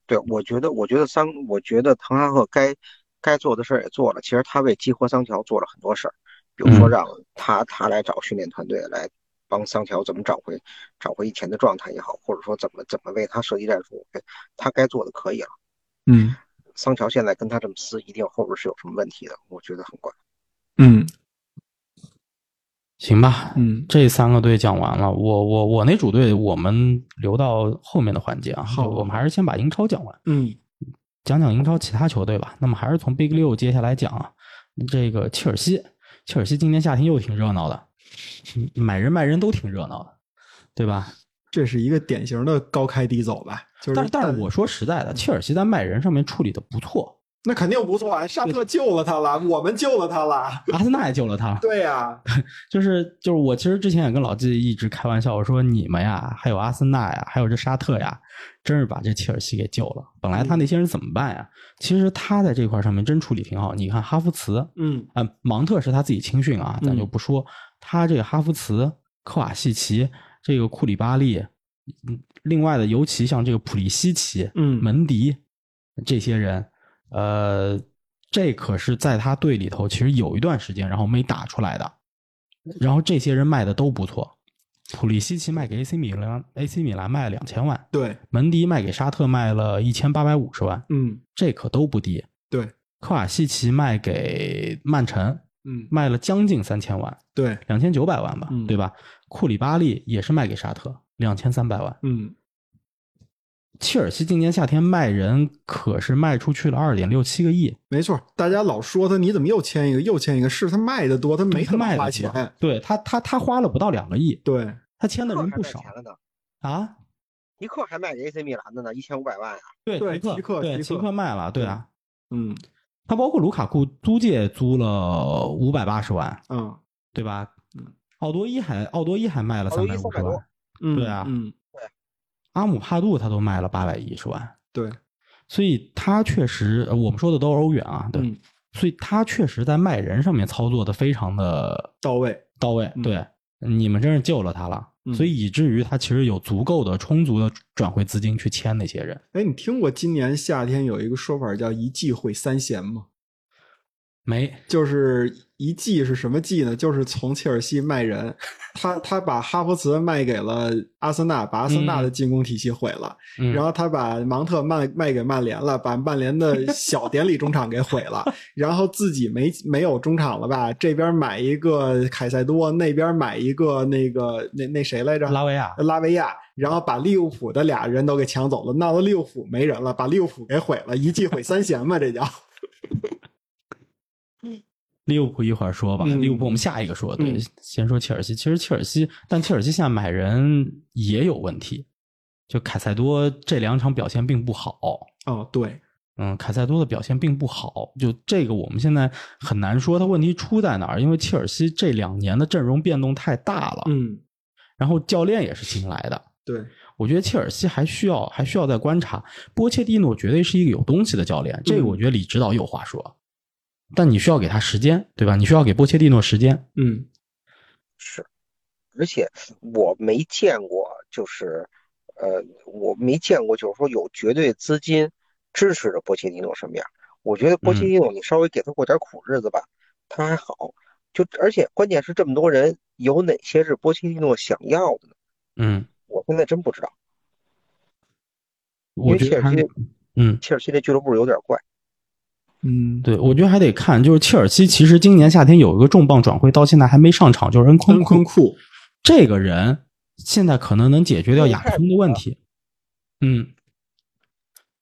[SPEAKER 4] 对，我觉得，我觉得桑，我觉得滕哈赫该该做的事儿也做了。其实他为激活桑乔做了很多事儿，比如说
[SPEAKER 1] 嗯
[SPEAKER 4] 让他他来找训练团队来帮桑乔怎么找回找回以前的状态也好，或者说怎么怎么为他设计战术，哎他该做的可以了。
[SPEAKER 3] 嗯
[SPEAKER 4] 桑乔现在跟他这么撕，一定后边是有什么问题的，我觉得很怪。
[SPEAKER 3] 嗯
[SPEAKER 1] 行吧，
[SPEAKER 3] 嗯，
[SPEAKER 1] 这三个队讲完了，我我我那主队我们留到后面的环节啊，
[SPEAKER 3] 好
[SPEAKER 1] 就我们还是先把英超讲完。
[SPEAKER 3] 嗯
[SPEAKER 1] 讲讲英超其他球队吧。那么还是从 Big 六接下来讲啊，这个切尔西，切尔西今年夏天又挺热闹的，嗯买人卖人都挺热闹的，对吧？
[SPEAKER 3] 这是一个典型的高开低走吧？就是，嗯
[SPEAKER 1] 但是但是我说实在的，切尔西在卖人上面处理的不错，
[SPEAKER 3] 那肯定不错啊，沙特救了他了，我们救了他了。
[SPEAKER 1] 阿森纳也救了他。
[SPEAKER 3] 对 呀，
[SPEAKER 1] 就是就是我其实之前也跟老季一直开玩笑，我说你们呀，还有阿森纳呀，还有这沙特呀，真是把这切尔西给救了。本来他那些人怎么办呀？其实他在这块上面真处理挺好。你看哈弗茨，
[SPEAKER 3] 嗯
[SPEAKER 1] 啊，芒特是他自己青训啊，咱就
[SPEAKER 3] 嗯
[SPEAKER 1] 不说。他这个哈弗茨、科瓦西奇、这个库里巴利，嗯，另外的尤其像这个普利西奇、
[SPEAKER 3] 嗯
[SPEAKER 1] 门迪这些人，呃，这可是在他队里头其实有一段时间，然后没打出来的。然后这些人卖的都不错，普利西奇卖给 AC 米兰，AC 米兰卖了两千万，
[SPEAKER 3] 对，
[SPEAKER 1] 门迪卖给沙特卖了一千八百五十万，
[SPEAKER 3] 嗯
[SPEAKER 1] 这可都不低。
[SPEAKER 3] 对，
[SPEAKER 1] 科瓦西奇卖给曼城，
[SPEAKER 3] 嗯
[SPEAKER 1] 卖了将近三千万，
[SPEAKER 3] 对，
[SPEAKER 1] 两千九百万吧，
[SPEAKER 3] 嗯
[SPEAKER 1] 对吧？库里巴利也是卖给沙特两千三百万。
[SPEAKER 3] 嗯
[SPEAKER 1] 切尔西今年夏天卖人可是卖出去了二点六七个亿，
[SPEAKER 3] 没错。大家老说他，你怎么又签一个又签一个？是他卖的多，他没
[SPEAKER 1] 他
[SPEAKER 3] 怎么
[SPEAKER 1] 卖
[SPEAKER 3] 花
[SPEAKER 1] 得多
[SPEAKER 3] 钱。，
[SPEAKER 1] 对他他他花了不到两个亿，
[SPEAKER 3] 对，
[SPEAKER 1] 他签的人
[SPEAKER 4] 尼克
[SPEAKER 1] 不
[SPEAKER 4] 还卖
[SPEAKER 1] 少
[SPEAKER 4] 钱了呢，
[SPEAKER 1] 啊。
[SPEAKER 4] 尼克还卖给 AC 米兰的呢，一千五百万啊！
[SPEAKER 1] 对
[SPEAKER 3] 对
[SPEAKER 1] 提
[SPEAKER 3] 提克
[SPEAKER 1] 对
[SPEAKER 3] 提
[SPEAKER 1] 提
[SPEAKER 3] 克
[SPEAKER 1] 克卖了，对啊，
[SPEAKER 3] 嗯
[SPEAKER 1] 他包括卢卡库租借租了五百八十万，
[SPEAKER 3] 嗯
[SPEAKER 1] 对吧
[SPEAKER 3] 嗯？
[SPEAKER 1] 奥多伊还奥多伊还卖了
[SPEAKER 4] 奥
[SPEAKER 1] 三
[SPEAKER 4] 多伊
[SPEAKER 1] 百五十
[SPEAKER 4] 300多
[SPEAKER 1] 万，
[SPEAKER 3] 嗯，
[SPEAKER 1] 对啊
[SPEAKER 3] 嗯
[SPEAKER 1] 阿姆帕杜他都卖了八百一十万，
[SPEAKER 3] 对，
[SPEAKER 1] 所以他确实，呃我们说的都是欧元啊，对，
[SPEAKER 3] 嗯
[SPEAKER 1] 所以他确实在卖人上面操作的非常的
[SPEAKER 3] 到位。
[SPEAKER 1] 到位，
[SPEAKER 3] 嗯
[SPEAKER 1] 对，你们真是救了他了，
[SPEAKER 3] 嗯
[SPEAKER 1] 所以以至于他其实有足够的、充足的转会资金去签那些人，
[SPEAKER 3] 哎，你听过今年夏天有一个说法叫“一季毁三贤”吗？
[SPEAKER 1] 没，
[SPEAKER 3] 就是一季是什么季呢？就是从切尔西卖人，他他把哈弗茨卖给了阿森纳，把阿森纳的进攻体系毁了，
[SPEAKER 1] 嗯、
[SPEAKER 3] 然后他把芒特卖卖给曼联了，把曼联的小典礼中场给毁 了，然后自己没没有中场了吧？这边买一个凯塞多，那边买一个那个那那谁来着？
[SPEAKER 1] 拉维亚，
[SPEAKER 3] 拉维亚，然后把利物浦的俩人都给抢走了，闹得利物浦没人了，把利物浦给毁了，一记毁三贤嘛，这叫。
[SPEAKER 1] 利物浦一会儿说吧，
[SPEAKER 3] 嗯
[SPEAKER 1] 利物浦我们下一个说，对，
[SPEAKER 3] 嗯
[SPEAKER 1] 先说切尔西。其实切尔西，但切尔西现在买人也有问题，就凯塞多这两场表现并不好，
[SPEAKER 3] 哦，对，
[SPEAKER 1] 嗯，凯塞多的表现并不好，就这个我们现在很难说他问题出在哪儿，因为切尔西这两年的阵容变动太大了，
[SPEAKER 3] 嗯，
[SPEAKER 1] 然后教练也是新来的，
[SPEAKER 3] 对，
[SPEAKER 1] 我觉得切尔西还需要还需要再观察。波切蒂诺绝对是一个有东西的教练，
[SPEAKER 4] 嗯
[SPEAKER 1] 这个我觉得李指导有话说，但你需要给他时间，对吧？你需要给波切蒂诺时间。
[SPEAKER 3] 嗯
[SPEAKER 4] 而且我没见过，就是，呃，我没见过，就是说有绝对资金支持着波切蒂诺什么样。我觉得波切蒂诺，你稍微给他过点苦日子吧，他还好。就而且关键是这么多人，有哪些是波切蒂诺想要的呢？
[SPEAKER 1] 嗯，
[SPEAKER 4] 我现在真不知道。因
[SPEAKER 1] 我
[SPEAKER 4] 为
[SPEAKER 1] 觉
[SPEAKER 4] 切
[SPEAKER 1] 得
[SPEAKER 4] 尔
[SPEAKER 1] 还
[SPEAKER 4] 西
[SPEAKER 1] 是，嗯，
[SPEAKER 4] 切尔西这俱乐部有点怪。
[SPEAKER 3] 嗯，
[SPEAKER 1] 对，我觉得还得看，就是切尔西其实今年夏天有一个重磅转会，到现在还没上场，就是恩
[SPEAKER 3] 恩
[SPEAKER 1] 昆
[SPEAKER 3] 昆
[SPEAKER 1] 库。
[SPEAKER 3] 库，
[SPEAKER 1] 这个人现在可能能解决掉亚冲的问题。嗯，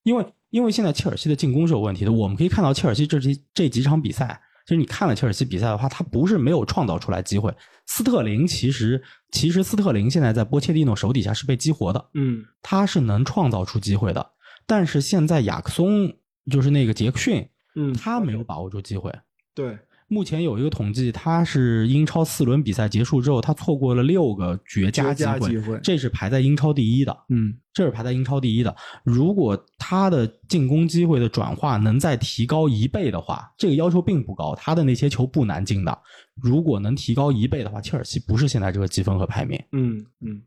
[SPEAKER 1] 因为因为现在切尔西的进攻是有问题的，我们可以看到切尔西这几这几场比赛，就是你看了切尔西比赛的话，他不是没有创造出来机会。斯特林其实其实斯特林现在在波切蒂诺手底下是被激活的，
[SPEAKER 3] 嗯
[SPEAKER 1] 他是能创造出机会的，但是现在亚克松就是那个杰克逊，
[SPEAKER 3] 嗯，
[SPEAKER 1] 他没有把握住机会。
[SPEAKER 3] 对，
[SPEAKER 1] 目前有一个统计，他是英超四轮比赛结束之后，他错过了六个绝佳
[SPEAKER 3] 绝佳
[SPEAKER 1] 会，
[SPEAKER 3] 机会
[SPEAKER 1] 这是排在英超第一的，
[SPEAKER 3] 嗯
[SPEAKER 1] 这是排在英超第一的。如果他的进攻机会的转化能再提高一倍的话，这个要求并不高，他的那些球不难进的。如果能提高一倍的话，切尔西不是现在这个积分和排名。
[SPEAKER 3] 嗯嗯，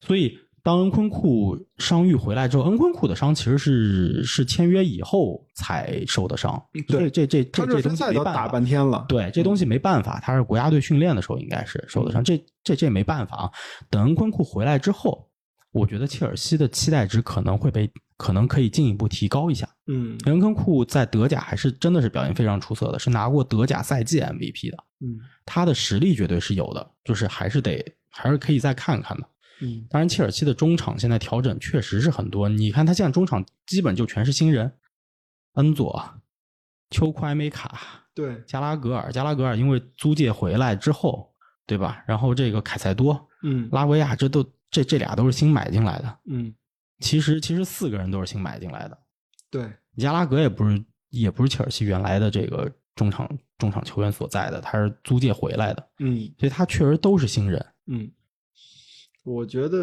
[SPEAKER 1] 所以，当恩昆库伤愈回来之后，恩昆库的伤其实是是签约以后才受的伤，
[SPEAKER 3] 对
[SPEAKER 1] 所以这这
[SPEAKER 3] 他
[SPEAKER 1] 这
[SPEAKER 3] 热
[SPEAKER 1] 这
[SPEAKER 3] 身
[SPEAKER 1] 东西
[SPEAKER 3] 赛
[SPEAKER 1] 没
[SPEAKER 3] 都
[SPEAKER 1] 办
[SPEAKER 3] 打
[SPEAKER 1] 法。
[SPEAKER 3] 半天了，
[SPEAKER 1] 对，这东西没办法，他是国家队训练的时候应该是受的伤，这这这没办法啊。等恩昆库回来之后，我觉得切尔西的期待值可能会被可能可以进一步提高一下。
[SPEAKER 3] 嗯
[SPEAKER 1] 恩昆库在德甲还是真的是表现非常出色的，是拿过德甲赛季 MVP 的，
[SPEAKER 3] 嗯
[SPEAKER 1] 他的实力绝对是有的，就是还是得还是可以再看看的。
[SPEAKER 3] 嗯
[SPEAKER 1] 当然，切尔西的中场现在调整确实是很多。你看，他现在中场基本就全是新人，恩佐、丘库埃梅卡、
[SPEAKER 3] 对，
[SPEAKER 1] 加拉格尔，加拉格尔因为租借回来之后，对吧？然后这个凯塞多、
[SPEAKER 3] 嗯
[SPEAKER 1] 拉维亚，这都这这俩都是新买进来的。
[SPEAKER 3] 嗯
[SPEAKER 1] 其实其实四个人都是新买进来的。
[SPEAKER 3] 对，
[SPEAKER 1] 加拉格也不是也不是切尔西原来的这个中场中场球员所在的，他是租借回来的，
[SPEAKER 3] 嗯
[SPEAKER 1] 所以他确实都是新人。
[SPEAKER 3] 嗯，我觉得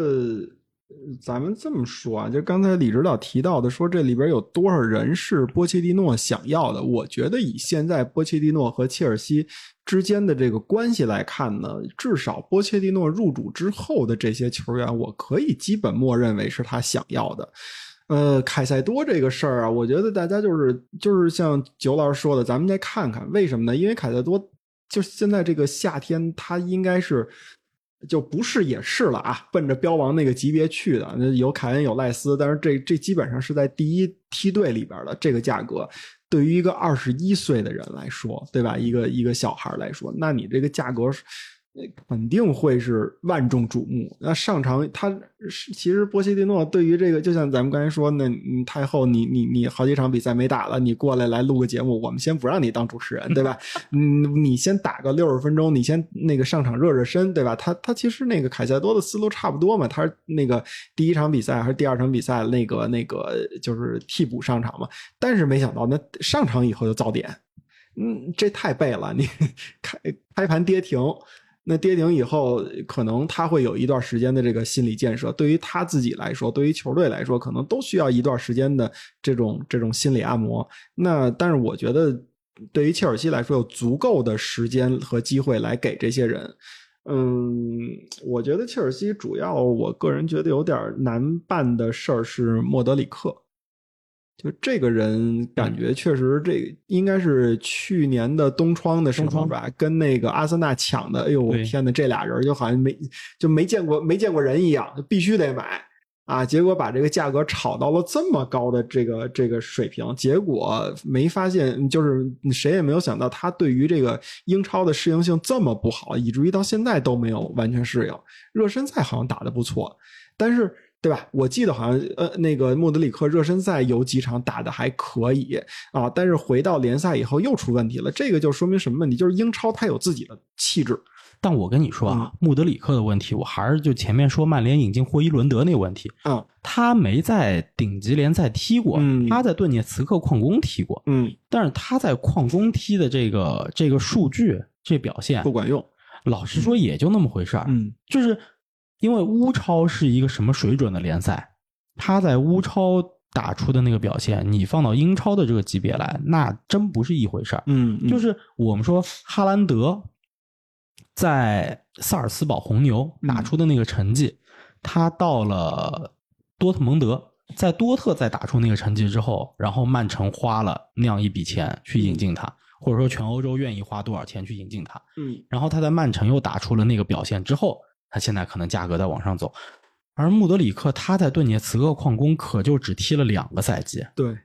[SPEAKER 3] 呃咱们这么说啊，就刚才李指导提到的，说这里边有多少人是波切蒂诺想要的？我觉得以现在波切蒂诺和切尔西之间的这个关系来看呢，至少波切蒂诺入主之后的这些球员，我可以基本默认为是他想要的。呃，凯塞多这个事儿啊，我觉得大家就是就是像九老师说的，咱们再看看为什么呢？因为凯塞多就是现在这个夏天，他应该是就不是也是了啊，奔着标王那个级别去的。那有凯恩有赖斯，但是这这基本上是在第一梯队里边的这个价格，对于一个二十一岁的人来说，对吧？一个一个小孩来说，那你这个价格是。呃肯定会是万众瞩目。那上场他是其实波切蒂诺对于这个，就像咱们刚才说，那你太后你你你好几场比赛没打了，你过来来录个节目，我们先不让你当主持人，对吧？ 嗯，你先打个六十分钟，你先那个上场热热身，对吧？他他其实那个凯塞多的思路差不多嘛，他是那个第一场比赛还是第二场比赛那个那个就是替补上场嘛，但是没想到那上场以后就造点，嗯，这太背了，你 开开盘跌停。那跌停以后，可能他会有一段时间的这个心理建设，对于他自己来说，对于球队来说，可能都需要一段时间的这种这种心理按摩。那但是我觉得，对于切尔西来说，有足够的时间和机会来给这些人。嗯，我觉得切尔西主要，我个人觉得有点难办的事儿是莫德里克。就这个人，感觉确实这应该是去年的东窗的时
[SPEAKER 1] 东
[SPEAKER 3] 候
[SPEAKER 1] 窗
[SPEAKER 3] 吧，跟那个阿森纳抢的。哎呦，我
[SPEAKER 1] 对
[SPEAKER 3] 天哪，这俩人就好像没就没见过没见过人一样，必须得买。啊，结果把这个价格炒到了这么高的这个这个水平，结果没发现，就是谁也没有想到他对于这个英超的适应性这么不好，以至于到现在都没有完全适应。热身赛好像打得不错，但是对吧？我记得好像呃那个莫德里克热身赛有几场打得还可以啊，但是回到联赛以后又出问题了。这个就说明什么问题？就是英超它有自己的气质，
[SPEAKER 1] 但我跟你说
[SPEAKER 3] 嗯
[SPEAKER 1] 啊，穆德里克的问题，我还是就前面说曼联引进霍伊伦德那问题，
[SPEAKER 3] 嗯
[SPEAKER 1] 他没在顶级联赛踢过，
[SPEAKER 3] 嗯
[SPEAKER 1] 他在顿涅茨克矿工踢过，
[SPEAKER 3] 嗯，
[SPEAKER 1] 但是他在矿工踢的这个这个数据这表现
[SPEAKER 3] 不，管用，
[SPEAKER 1] 老实说也就那么回事儿，
[SPEAKER 3] 嗯
[SPEAKER 1] 就是因为乌超是一个什么水准的联赛，他在乌超打出的那个表现，你放到英超的这个级别来，那真不是一回事儿。
[SPEAKER 3] 嗯，
[SPEAKER 1] 就是我们说哈兰德在萨尔茨堡红牛打出的那个成绩，他到了多特蒙德，在多特再打出那个成绩之后，然后曼城花了那样一笔钱去引进他，或者说全欧洲愿意花多少钱去引进他，
[SPEAKER 3] 嗯
[SPEAKER 1] 然后他在曼城又打出了那个表现之后，他现在可能价格在往上走。而穆德里克他在顿涅茨克矿工可就只踢了两个赛季，
[SPEAKER 3] 对，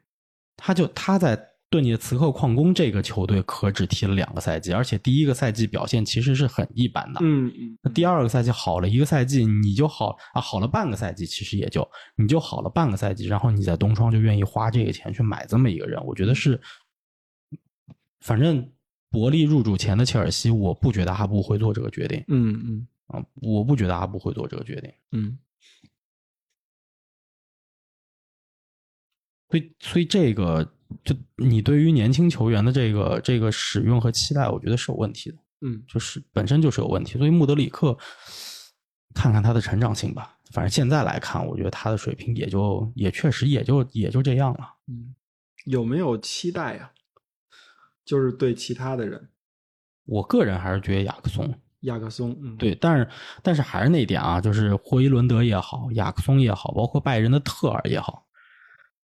[SPEAKER 1] 他就他在顿涅茨克矿工这个球队可只踢了两个赛季，而且第一个赛季表现其实是很一般的。
[SPEAKER 3] 嗯嗯
[SPEAKER 1] 那第二个赛季好了一个赛季，你就好啊，好了半个赛季，其实也就你就好了半个赛季，然后你在东窗就愿意花这个钱去买这么一个人，我觉得是，反正伯利入主前的切尔西，我不觉得阿布会做这个决定
[SPEAKER 3] 嗯嗯
[SPEAKER 1] 啊，我不觉得阿布会做这个决定，
[SPEAKER 3] 嗯，
[SPEAKER 1] 所以所以这个就你对于年轻球员的这个这个使用和期待，我觉得是有问题的。
[SPEAKER 3] 嗯，
[SPEAKER 1] 就是本身就是有问题。所以穆德里克，看看他的成长性吧。反正现在来看，我觉得他的水平也就也确实也就也就这样了。
[SPEAKER 3] 有没有期待呀、就是对其他的人，
[SPEAKER 1] 我个人还是觉得雅克松
[SPEAKER 3] 亚克松，嗯，，
[SPEAKER 1] 对，但是但是还是那点啊，就是霍伊伦德也好，雅克松也好，包括拜仁的特尔也好，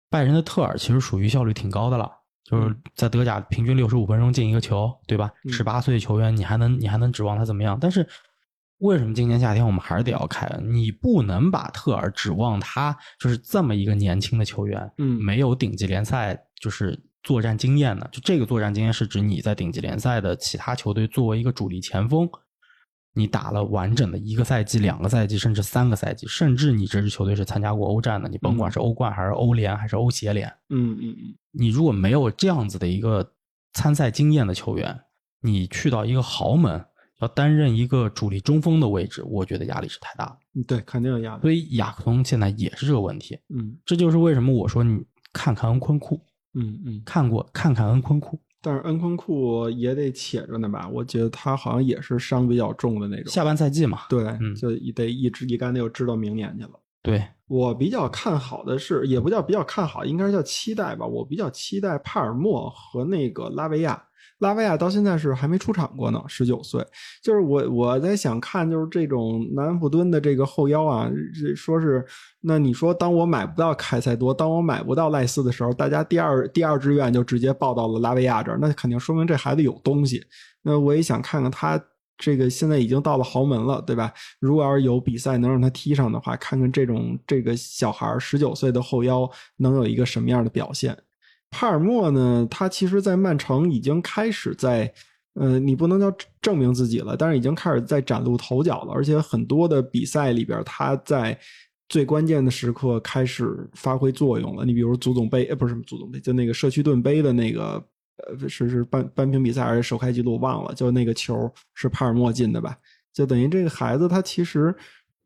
[SPEAKER 1] 拜仁的特尔其实属于效率挺高的了，就是在德甲平均六十五分钟进一个球，对吧？
[SPEAKER 3] 嗯
[SPEAKER 1] 十八岁球员，你还能你还能指望他怎么样？但是为什么今年夏天我们还是得要开恩？你不能把特尔指望他就是这么一个年轻的球员，
[SPEAKER 3] 嗯
[SPEAKER 1] 没有顶级联赛就是作战经验的。就这个作战经验是指你在顶级联赛的其他球队作为一个主力前锋，你打了完整的一个赛季、两个赛季，甚至三个赛季，甚至你这支球队是参加过欧战的，你甭管是欧冠还是欧联还是欧协联，
[SPEAKER 3] 嗯嗯嗯
[SPEAKER 1] 你如果没有这样子的一个参赛经验的球员，你去到一个豪门。要担任一个主力中锋的位置，我觉得压力是太大了。
[SPEAKER 3] 嗯，对，肯定有压力，
[SPEAKER 1] 所以雅克松现在也是这个问题，
[SPEAKER 3] 嗯
[SPEAKER 1] 这就是为什么我说你看看恩昆库，
[SPEAKER 3] 嗯嗯，
[SPEAKER 1] 看过看看恩昆库，
[SPEAKER 3] 但是恩昆库也得且着呢吧，我觉得他好像也是伤比较重的那种，
[SPEAKER 1] 下半赛季嘛，
[SPEAKER 3] 对，
[SPEAKER 1] 嗯
[SPEAKER 3] 就得一支一竿子又支到明年去了。
[SPEAKER 1] 对，
[SPEAKER 3] 我比较看好的是，也不叫比较看好，应该叫期待吧。我比较期待帕尔默和那个拉维亚。拉维亚到现在是还没出场过呢，十九岁。就是我我在想看，就是这种南安普敦的这个后腰啊，这说是那你说，当我买不到凯塞多，当我买不到赖斯的时候，大家第二第二志愿就直接报到了拉维亚这儿，那肯定说明这孩子有东西。那我也想看看他这个现在已经到了豪门了，对吧？如果要是有比赛能让他踢上的话，看看这种这个小孩十九岁的后腰能有一个什么样的表现。帕尔默呢，他其实，在曼城已经开始在，呃，你不能叫证明自己了，但是已经开始在崭露头角了，而且很多的比赛里边，他在最关键的时刻开始发挥作用了。你比如足总杯，呃，不是什么足总杯，就那个社区盾杯的那个，呃，是是半半平比赛还是首开纪录忘了，就那个球是帕尔默进的吧？就等于这个孩子他其实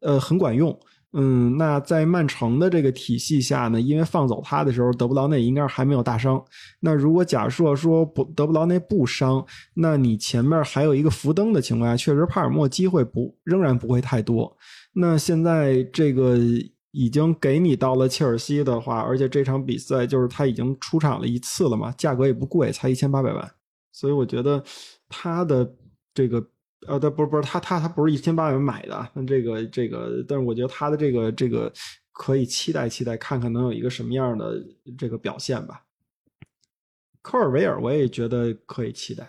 [SPEAKER 3] 呃很管用。嗯，那在曼城的这个体系下呢，因为放走他的时候，德布劳内应该是还没有大伤。那如果假设说不德布劳内不伤，那你前面还有一个福登的情况下，确实帕尔默机会不仍然不会太多。那现在这个已经给你到了切尔西的话，而且这场比赛就是他已经出场了一次了嘛，价格也不贵，才一千八百万。所以我觉得他的这个呃，他不是不是他他他不是一千八百买的啊，那这个这个，但是我觉得他的这个这个可以期待期待，看看能有一个什么样的这个表现吧。科尔维尔我也觉得可以期待，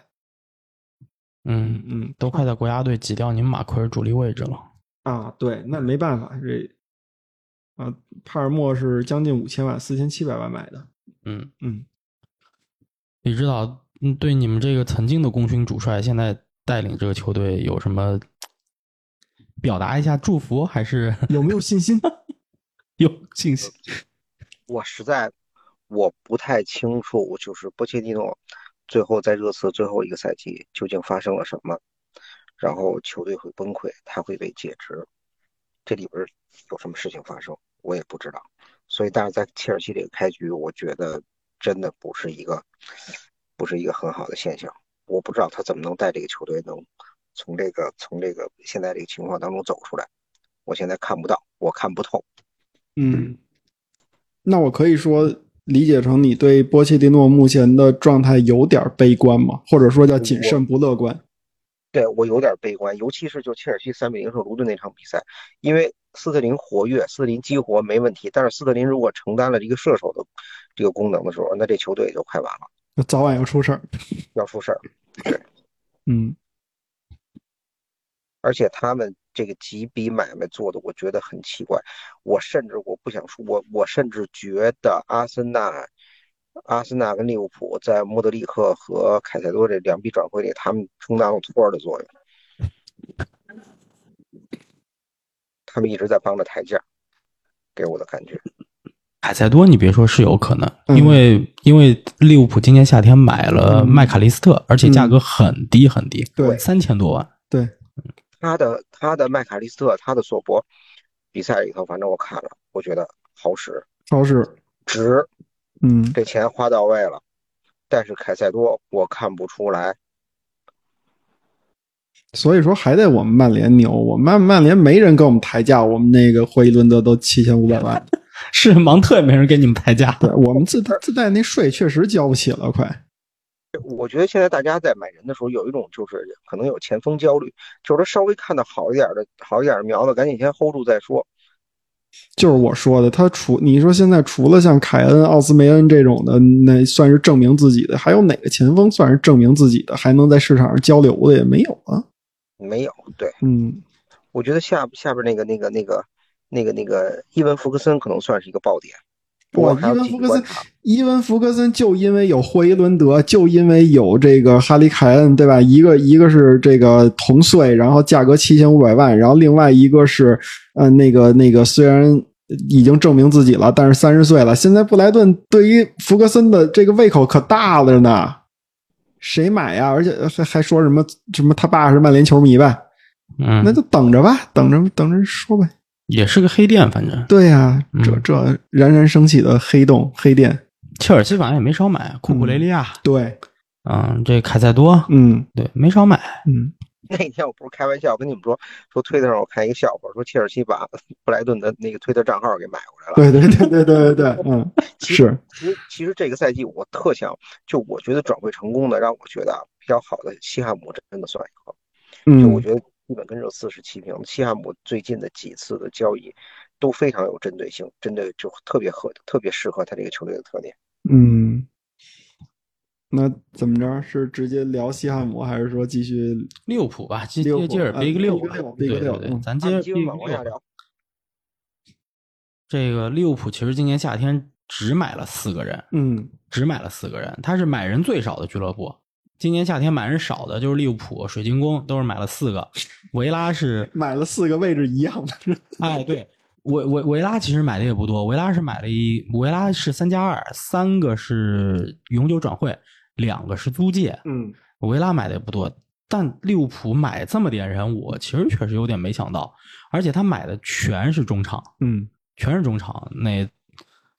[SPEAKER 3] 嗯
[SPEAKER 1] 嗯，
[SPEAKER 3] 嗯
[SPEAKER 1] 都快在国家队挤掉你们马奎尔主力位置了。
[SPEAKER 3] 啊，对，那没办法，这啊帕尔默是将近五千万，四千七百万买的，
[SPEAKER 1] 嗯，
[SPEAKER 3] 嗯
[SPEAKER 1] 你知道，嗯，对你们这个曾经的功勋主帅，现在带领这个球队有什么表达一下祝福，还是
[SPEAKER 3] 有没有信 心？
[SPEAKER 1] 有信心？
[SPEAKER 4] 我实在我不太清楚，就是波切蒂诺最后在热刺最后一个赛季究竟发生了什么。然后球队会崩溃，他会被解职。这里边有什么事情发生，我也不知道。所以，但是在切尔西这个开局，我觉得真的不是一个不是一个很好的现象。我不知道他怎么能带这个球队能从这个从这个现在这个情况当中走出来。我现在看不到，我看不透。
[SPEAKER 3] 嗯，那我可以说理解成你对波切蒂诺目前的状态有点悲观吗？或者说叫谨慎不乐观？
[SPEAKER 4] 对我有点悲观，尤其是就切尔西三比零胜卢顿那场比赛，因为斯特林活跃，斯特林激活没问题，但是斯特林如果承担了一个射手的这个功能的时候，那这球队就快完了，
[SPEAKER 3] 早晚要出事儿。
[SPEAKER 4] 要出事儿。是，
[SPEAKER 3] 嗯，
[SPEAKER 4] 而且他们这个几笔买卖做的，我觉得很奇怪。我甚至我不想说，我我甚至觉得阿森纳、阿森纳跟利物浦在莫德里克和凯塞多这两笔转会里，他们充当了托儿的作用。他们一直在帮着抬价，给我的感觉。
[SPEAKER 1] 凯塞多，你别说是有可能，
[SPEAKER 3] 嗯
[SPEAKER 1] 因为因为利物浦今年夏天买了
[SPEAKER 3] 嗯
[SPEAKER 1] 麦卡利斯特，而且价格很低很低，
[SPEAKER 3] 对
[SPEAKER 1] 三千多万。
[SPEAKER 4] 他的他的麦卡利斯特，他的索博比赛里头，反正我看了，我觉得好使，
[SPEAKER 3] 超市，
[SPEAKER 4] 值，
[SPEAKER 3] 嗯
[SPEAKER 4] 这钱花到位了。但是凯塞多，我看不出来。
[SPEAKER 3] 所以说还得我们曼联牛，我们曼曼联没人跟我们抬价，我们那个霍伊伦德都七千五百万，
[SPEAKER 1] 是芒特也没人给你们抬价，
[SPEAKER 3] 对我们自带自带那税确实交不起了，快，
[SPEAKER 4] 我觉得现在大家在买人的时候，有一种就是可能有前锋焦虑，就是稍微看到好一点的、好一点的苗子，赶紧先 hold 住再说。
[SPEAKER 3] 就是我说的，他除你说现在除了像凯恩、奥斯梅恩这种的，那算是证明自己的，还有哪个前锋算是证明自己的，还能在市场上交流的也没有了、
[SPEAKER 4] 没有，对
[SPEAKER 3] 嗯，
[SPEAKER 4] 我觉得下下边那个那个那个那个那个伊文福克森可能算是一个爆点，不过
[SPEAKER 3] 哇，伊
[SPEAKER 4] 还要
[SPEAKER 3] 文
[SPEAKER 4] 继
[SPEAKER 3] 福
[SPEAKER 4] 续
[SPEAKER 3] 克
[SPEAKER 4] 观
[SPEAKER 3] 森
[SPEAKER 4] 察。，
[SPEAKER 3] 伊文福克森就因为有霍伊伦德，就因为有这个哈里凯恩，对吧？一个一个是这个同岁，然后价格七千五百万，然后另外一个是，呃，那个那个虽然已经证明自己了，但是三十岁了，现在布莱顿对于福克森的这个胃口可大了呢，谁买呀？而且还还说什么什么他爸是曼联球迷呗，
[SPEAKER 1] 嗯，
[SPEAKER 3] 那就等着吧，等着等着说呗。
[SPEAKER 1] 也是个黑店，反正
[SPEAKER 3] 对呀、
[SPEAKER 1] 嗯
[SPEAKER 3] 这这冉冉升起的黑洞黑店，
[SPEAKER 1] 切尔西反正也没少买，啊库库雷利亚，
[SPEAKER 3] 对，
[SPEAKER 1] 嗯，这凯塞多，
[SPEAKER 3] 嗯
[SPEAKER 1] 对，没少买。
[SPEAKER 3] 嗯。
[SPEAKER 4] 那天我不是开玩笑跟你们说，说推特上我看一个笑话，说切尔西把布莱顿的那个推特账号给买过来了。
[SPEAKER 3] 对对对对对对对，嗯，
[SPEAKER 4] 其
[SPEAKER 3] 是
[SPEAKER 4] 实，其实其实这个赛季我特想，就我觉得转会成功的，让我觉得啊比较好的西汉姆真的算一个。就我
[SPEAKER 3] 嗯
[SPEAKER 4] 觉得基本跟热刺是齐平的。西汉姆最近的几次的交易都非常有针对性，针对就特别合，特别适合他这个球队的特点。
[SPEAKER 3] 嗯。那怎么着？是直接聊西汉姆，还是说继续？
[SPEAKER 1] 利物浦吧，接
[SPEAKER 3] 利物浦
[SPEAKER 1] 接接着
[SPEAKER 3] 啊
[SPEAKER 1] Big
[SPEAKER 3] Big
[SPEAKER 1] 六
[SPEAKER 3] 六
[SPEAKER 1] 吧，
[SPEAKER 3] ，Big
[SPEAKER 1] 对
[SPEAKER 3] 六
[SPEAKER 1] 对对，
[SPEAKER 3] 嗯
[SPEAKER 1] 咱接着
[SPEAKER 4] 咱们
[SPEAKER 1] Big
[SPEAKER 4] 继续往往
[SPEAKER 1] 六
[SPEAKER 4] 下聊，
[SPEAKER 1] 这个利物浦其实今年夏天只买了四个人，
[SPEAKER 3] 嗯
[SPEAKER 1] 只买了四个人，他是买人最少的俱乐部。今年夏天买人少的就是利物浦、水晶宫，都是买了四个。维拉是，
[SPEAKER 3] 买了四个位置一样的，
[SPEAKER 1] 哎，对，维维维拉其实买的也不多，维拉是买了一，维拉是三加二，三个是永久转会，两个是租借，
[SPEAKER 3] 嗯
[SPEAKER 1] 维拉买的也不多，但利物浦买这么点人，我其实确实有点没想到，而且他买的全是中场，
[SPEAKER 3] 嗯
[SPEAKER 1] 全是中场，那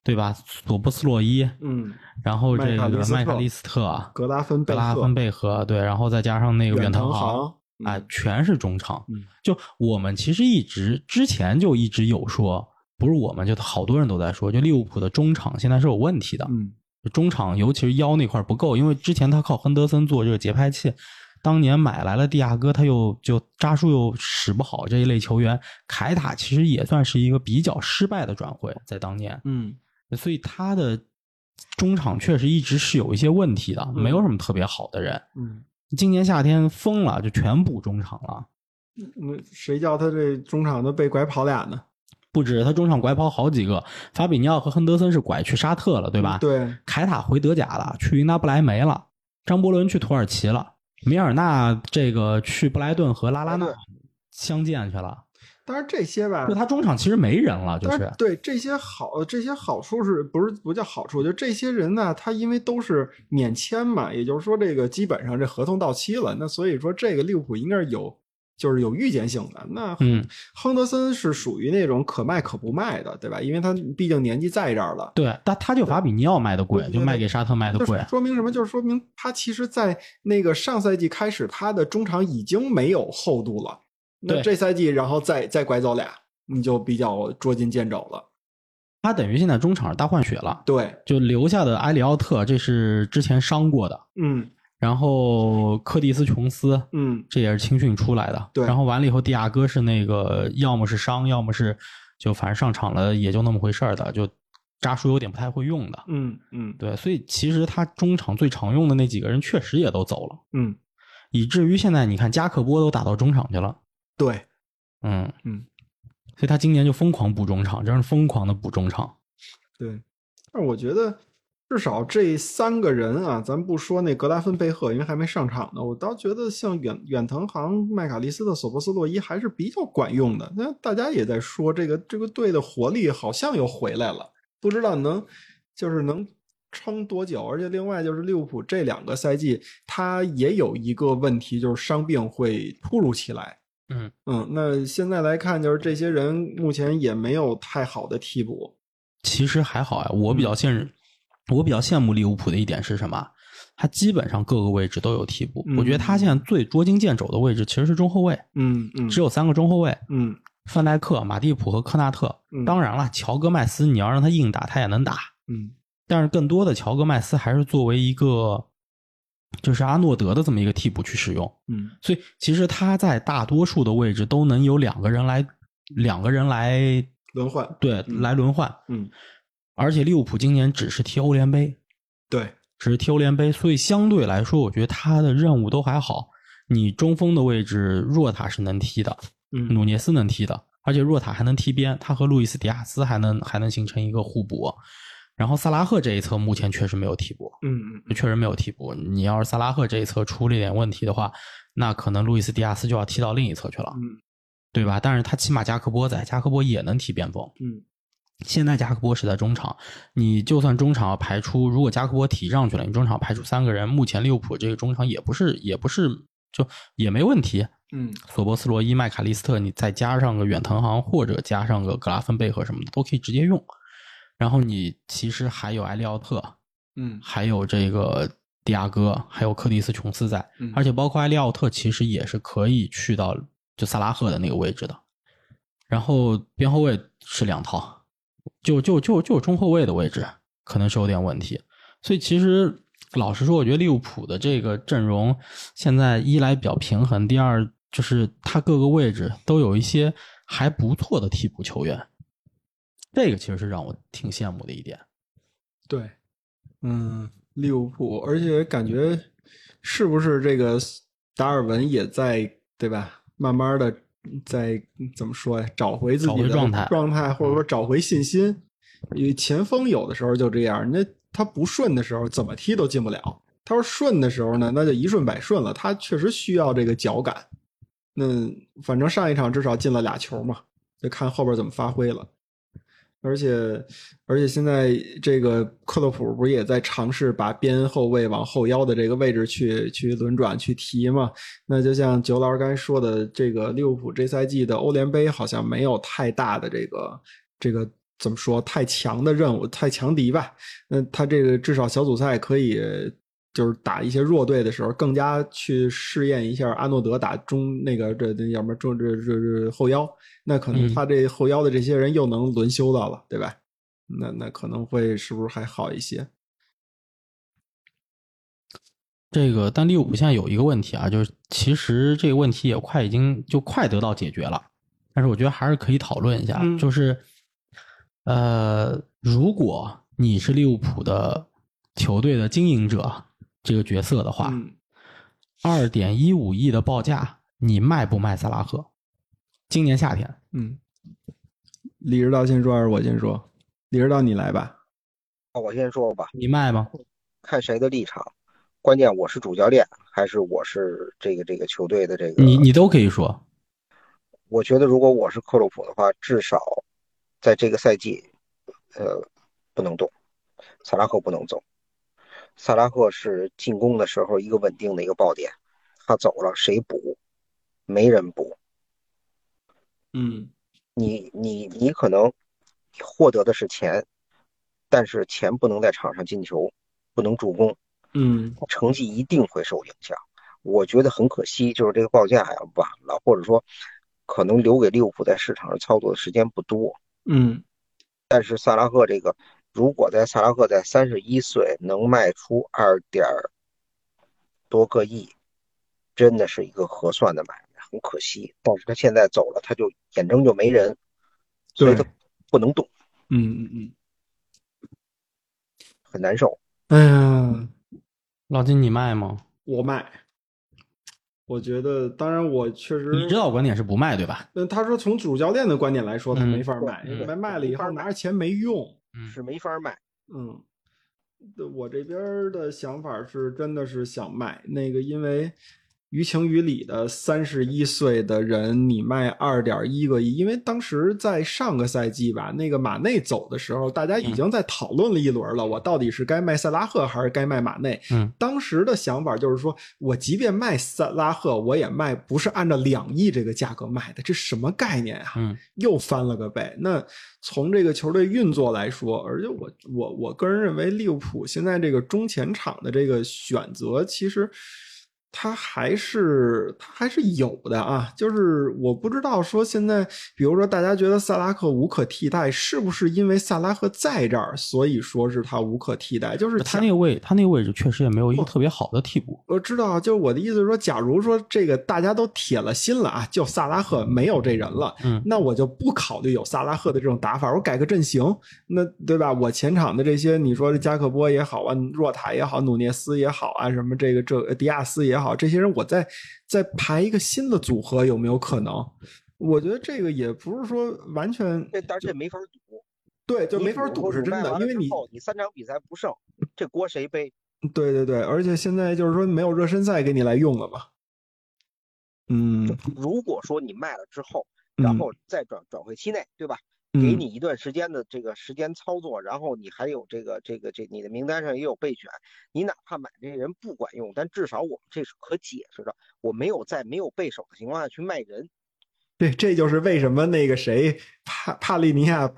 [SPEAKER 1] 对吧？索布斯洛伊，
[SPEAKER 3] 嗯，
[SPEAKER 1] 然后这
[SPEAKER 3] 麦卡利
[SPEAKER 1] 个
[SPEAKER 3] 斯特
[SPEAKER 1] 麦卡利斯特、
[SPEAKER 3] 格拉芬贝
[SPEAKER 1] 格拉
[SPEAKER 3] 克
[SPEAKER 1] 芬贝克，对，然后再加上那个
[SPEAKER 3] 远
[SPEAKER 1] 藤
[SPEAKER 3] 藤
[SPEAKER 1] 航。
[SPEAKER 3] 航
[SPEAKER 1] 啊、全是中场。
[SPEAKER 3] 嗯
[SPEAKER 1] 就我们其实一直之前就一直有说，不是我们，就好多人都在说，就利物浦的中场现在是有问题的。
[SPEAKER 3] 嗯
[SPEAKER 1] 中场尤其是腰那块儿不够，因为之前他靠亨德森做这个节拍器，当年买来了蒂亚戈，他又就扎叔又使不好这一类球员，凯塔其实也算是一个比较失败的转会，在当年，
[SPEAKER 3] 嗯
[SPEAKER 1] 所以他的中场确实一直是有一些问题的，没有什么特别好的人。
[SPEAKER 3] 嗯，
[SPEAKER 1] 今年夏天疯了，就全补中场了。
[SPEAKER 3] 那谁叫他这中场的被拐跑俩呢？
[SPEAKER 1] 不止他中场拐跑好几个，法比尼奥和亨德森是拐去沙特了，对吧？
[SPEAKER 3] 嗯对，
[SPEAKER 1] 凯塔回德甲了，去云达不莱梅了，张伯伦去土耳其了，米尔纳这个去布莱顿和拉拉纳
[SPEAKER 4] 布莱
[SPEAKER 1] 相见去了。
[SPEAKER 3] 但是这些吧
[SPEAKER 1] 就，他中场其实没人了，就
[SPEAKER 3] 但
[SPEAKER 1] 是
[SPEAKER 3] 对这些好，呃这些好处是不是不叫好处？就这些人呢，他因为都是免签嘛，也就是说，这个基本上这合同到期了，那所以说这个利物浦应该是有就是有预见性的。那
[SPEAKER 1] 嗯，
[SPEAKER 3] 亨德森是属于那种可卖可不卖的，对吧？因为他毕竟年纪在这儿了。
[SPEAKER 1] 对，但他就法比尼奥卖的贵，
[SPEAKER 3] 对
[SPEAKER 1] 就卖给沙特卖的
[SPEAKER 3] 就是
[SPEAKER 1] 贵。
[SPEAKER 3] 说明什么？就是说明他其实，在那个上赛季开始，他的中场已经没有厚度了。那
[SPEAKER 1] 对
[SPEAKER 3] 这赛季，然后再再拐走俩，你就比较捉襟见肘了。
[SPEAKER 1] 他等于现在中场是大换血了，
[SPEAKER 3] 对，
[SPEAKER 1] 就留下的埃里奥特，这是之前伤过的，
[SPEAKER 3] 嗯
[SPEAKER 1] 然后柯蒂斯琼斯，
[SPEAKER 3] 嗯，
[SPEAKER 1] 这也是青训出来的。
[SPEAKER 3] 对
[SPEAKER 1] 然后完了以后，蒂亚戈是那个要么是伤，要么是就反正上场了也就那么回事儿的，就扎叔有点不太会用的。
[SPEAKER 3] 嗯嗯
[SPEAKER 1] 对，所以其实他中场最常用的那几个人确实也都走了，
[SPEAKER 3] 嗯，
[SPEAKER 1] 以至于现在你看加克波都打到中场去了。
[SPEAKER 3] 对，
[SPEAKER 1] 嗯
[SPEAKER 3] 嗯，
[SPEAKER 1] 所以他今年就疯狂补中场，真是疯狂的补中场。
[SPEAKER 3] 对，但是我觉得至少这三个人啊，咱不说那格拉芬贝赫，因为还没上场呢，我倒觉得像远远藤航、麦卡利斯特、索博斯洛伊还是比较管用的。那大家也在说这个这个队的活力好像又回来了，不知道能就是能。撑多久？而且另外就是利物浦这两个赛季，他也有一个问题，就是伤病会突如其来。
[SPEAKER 1] 嗯
[SPEAKER 3] 嗯，那现在来看，就是这些人目前也没有太好的替补。
[SPEAKER 1] 其实还好呀，我比
[SPEAKER 3] 嗯
[SPEAKER 1] 较羡我比较羡慕利物浦的一点是什么？他基本上各个位置都有替补。
[SPEAKER 3] 嗯
[SPEAKER 1] 我觉得他现在最捉襟见肘的位置其实是中后卫，
[SPEAKER 3] 嗯嗯，
[SPEAKER 1] 只有三个中后卫：
[SPEAKER 3] 嗯
[SPEAKER 1] 范戴克、马蒂普和科纳特。
[SPEAKER 3] 嗯
[SPEAKER 1] 当然了，乔戈麦斯你要让他硬打，他也能打。
[SPEAKER 3] 嗯
[SPEAKER 1] 但是更多的乔戈麦斯还是作为一个就是阿诺德的这么一个替补去使用。
[SPEAKER 3] 嗯
[SPEAKER 1] 所以其实他在大多数的位置都能有两个人来，两个人来
[SPEAKER 3] 轮换，
[SPEAKER 1] 对
[SPEAKER 3] 嗯
[SPEAKER 1] 来轮换。
[SPEAKER 3] 嗯，
[SPEAKER 1] 而且利物浦今年只是踢欧联杯，
[SPEAKER 3] 对，
[SPEAKER 1] 只是踢欧联杯，所以相对来说，我觉得他的任务都还好。你中锋的位置，若塔是能踢的，
[SPEAKER 3] 嗯
[SPEAKER 1] 努涅斯能踢的，而且若塔还能踢边，他和路易斯·迪亚斯还能还能形成一个互补。然后萨拉赫这一侧目前确实没有替补，
[SPEAKER 3] 嗯
[SPEAKER 1] 确实没有替补。你要是萨拉赫这一侧出了一点问题的话，那可能路易斯·迪亚斯就要踢到另一侧去了，
[SPEAKER 3] 嗯
[SPEAKER 1] 对吧？但是他起码加克波在，加克波也能踢边锋。
[SPEAKER 3] 嗯
[SPEAKER 1] 现在加克波是在中场，你就算中场排出，如果加克波提上去了，你中场排出三个人，目前利物浦这个中场也不是也不是就也没问题。
[SPEAKER 3] 嗯
[SPEAKER 1] 索博斯罗伊、麦卡利斯特，你再加上个远藤航或者加上个格拉芬贝赫什么的，都可以直接用。然后你其实还有埃利奥特，
[SPEAKER 3] 嗯
[SPEAKER 1] 还有这个迪亚哥，还有克里斯琼斯在，
[SPEAKER 3] 嗯
[SPEAKER 1] 而且包括埃利奥特其实也是可以去到就萨拉赫的那个位置的。然后边后卫是两套，就就就就中后卫的位置可能是有点问题。所以其实老实说，我觉得利物浦的这个阵容现在一来比较平衡，第二就是他各个位置都有一些还不错的替补球员，这个其实是让我挺羡慕的一点。
[SPEAKER 3] 对，嗯，利物浦，而且感觉是不是这个达尔文也在对吧？慢慢的在怎么说呀？找回自
[SPEAKER 1] 找
[SPEAKER 3] 己
[SPEAKER 1] 回
[SPEAKER 3] 的
[SPEAKER 1] 状态嗯
[SPEAKER 3] 状态或者说找回信心。因为前锋有的时候就这样，那他不顺的时候怎么踢都进不了。他说顺的时候呢，那就一顺百顺了。他确实需要这个脚感。那反正上一场至少进了俩球嘛，就看后边怎么发挥了。而且而且现在这个克洛普不是也在尝试把边后卫往后腰的这个位置去去轮转去踢嘛？那就像九老师刚才说的，这个利物浦这赛季的欧联杯好像没有太大的这个这个怎么说太强的任务、太强敌吧？那他这个至少小组赛可以。就是打一些弱队的时候，更加去试验一下阿诺德打中那个这这叫什么中这这这后腰，那可能
[SPEAKER 1] 嗯
[SPEAKER 3] 他这后腰的这些人又能轮休到了，对吧？那那可能会是不是还好一些？
[SPEAKER 1] 这个，但利物浦现在有一个问题啊，就是其实这个问题也快已经就快得到解决了，但是我觉得还是可以讨论一下，
[SPEAKER 3] 嗯
[SPEAKER 1] 就是呃，如果你是利物浦的球队的经营者这个角色的话，
[SPEAKER 3] 嗯
[SPEAKER 1] 二点一五亿的报价，你卖不卖萨拉赫？今年夏天，
[SPEAKER 3] 嗯，李指导先说还是我先说？李指导你来吧。
[SPEAKER 4] 那我先说吧，
[SPEAKER 1] 你卖吗？
[SPEAKER 4] 看谁的立场，关键我是主教练还是我是这个这个球队的这个。
[SPEAKER 1] 你你都可以说，
[SPEAKER 4] 我觉得如果我是克洛普的话，至少在这个赛季，呃，不能动，萨拉赫不能走。萨拉赫是进攻的时候一个稳定的一个爆点，他走了谁补？没人补。
[SPEAKER 3] 嗯
[SPEAKER 4] 你你你可能获得的是钱，但是钱不能在场上进球，不能助攻，
[SPEAKER 3] 嗯
[SPEAKER 4] 成绩一定会受影响。我觉得很可惜，就是这个报价呀晚了，或者说可能留给利物浦在市场上操作的时间不多。
[SPEAKER 3] 嗯
[SPEAKER 4] 但是萨拉赫这个，如果在萨拉赫在三十一岁能卖出二点多个亿，真的是一个合算的买卖，很可惜。但是他现在走了，他就眼睁就没人，所以
[SPEAKER 3] 对
[SPEAKER 4] 他不能动，
[SPEAKER 3] 嗯嗯嗯，
[SPEAKER 4] 很难受。
[SPEAKER 3] 哎呀，
[SPEAKER 1] 老金，你卖吗？
[SPEAKER 3] 我卖。我觉得，当然，我确实
[SPEAKER 1] 你知道我观点是不卖对吧？
[SPEAKER 3] 嗯，他说从主教练的观点来说，他
[SPEAKER 1] 嗯
[SPEAKER 3] 没法卖，
[SPEAKER 1] 嗯
[SPEAKER 3] 卖卖了以
[SPEAKER 4] 没
[SPEAKER 3] 后
[SPEAKER 4] 法卖
[SPEAKER 3] 拿着钱没用。
[SPEAKER 1] 嗯
[SPEAKER 4] 是没法卖，
[SPEAKER 3] 嗯，对我这边儿的想法是，真的是想卖那个，因为于情于理的三十一岁的人，你卖二点一个亿，因为当时在上个赛季吧，那个马内走的时候，大家已经在讨论了一轮了，我到底是该卖萨拉赫还是该卖马内？
[SPEAKER 1] 嗯，
[SPEAKER 3] 当时的想法就是说，我即便卖萨拉赫，我也卖不是按照两亿这个价格卖的，这什么概念啊？
[SPEAKER 1] 嗯
[SPEAKER 3] 又翻了个倍。那从这个球队运作来说，而且我我我个人认为，利物浦现在这个中前场的这个选择，其实它还是它还是有的啊。就是我不知道说现在，比如说大家觉得萨拉赫无可替代，是不是因为萨拉赫在这儿，所以说是他无可替代？就是
[SPEAKER 1] 他
[SPEAKER 3] 假
[SPEAKER 1] 那个位，他那个位置确实也没有一个特别好的替补。
[SPEAKER 3] 我知道啊，就是我的意思是说，假如说这个大家都铁了心了啊，就萨拉赫没有这人了，
[SPEAKER 1] 嗯
[SPEAKER 3] 那我就不考虑有萨拉赫的这种打法，我改个阵型，那对吧？我前场的这些，你说这加克波也好啊，若塔也好，努涅斯也好啊，什么这个这迪亚斯也好，这些人我再再排一个新的组合，有没有可能？我觉得这个也不是说完全
[SPEAKER 4] 这但是这没法赌，
[SPEAKER 3] 对，就
[SPEAKER 4] 你
[SPEAKER 3] 没法赌是真
[SPEAKER 4] 卖
[SPEAKER 3] 的，
[SPEAKER 4] 完
[SPEAKER 3] 因为
[SPEAKER 4] 了之
[SPEAKER 3] 你
[SPEAKER 4] 后你三场比赛不胜，这锅谁背？
[SPEAKER 3] 对对对，而且现在就是说没有热身赛给你来用了嘛，嗯。
[SPEAKER 4] 如果说你卖了之后，
[SPEAKER 3] 嗯
[SPEAKER 4] 然后在转转会期内，对吧？给你一段时间的这个时间操作，然后你还有这个这个这你的名单上也有备选，你哪怕买这人不管用，但至少我们这是可解释的，我没有在没有备手的情况下去卖人，
[SPEAKER 3] 对，这就是为什么那个谁帕帕利尼亚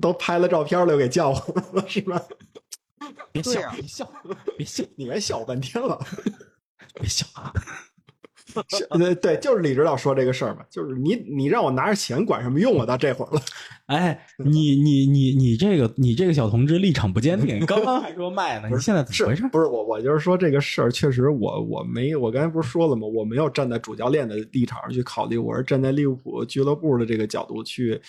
[SPEAKER 3] 都拍了照片了，又给叫回来了，是吧？
[SPEAKER 1] 别
[SPEAKER 4] 对
[SPEAKER 1] 笑，
[SPEAKER 4] 啊
[SPEAKER 1] 别笑，别笑，
[SPEAKER 3] 你还笑半天了，
[SPEAKER 1] 别笑啊！
[SPEAKER 3] 是呃对，就是李指导说这个事儿嘛，就是你你让我拿着钱管什么用啊？到这会儿了，
[SPEAKER 1] 哎，你你你你这个你这个小同志立场不坚定，刚 刚还说卖呢，你现在怎
[SPEAKER 3] 是
[SPEAKER 1] 么回事？
[SPEAKER 3] 不是我我就是说这个事儿，确实我我没我刚才不是说了吗？我没有站在主教练的立场上去考虑，我是站在利物浦俱乐部的这个角度去。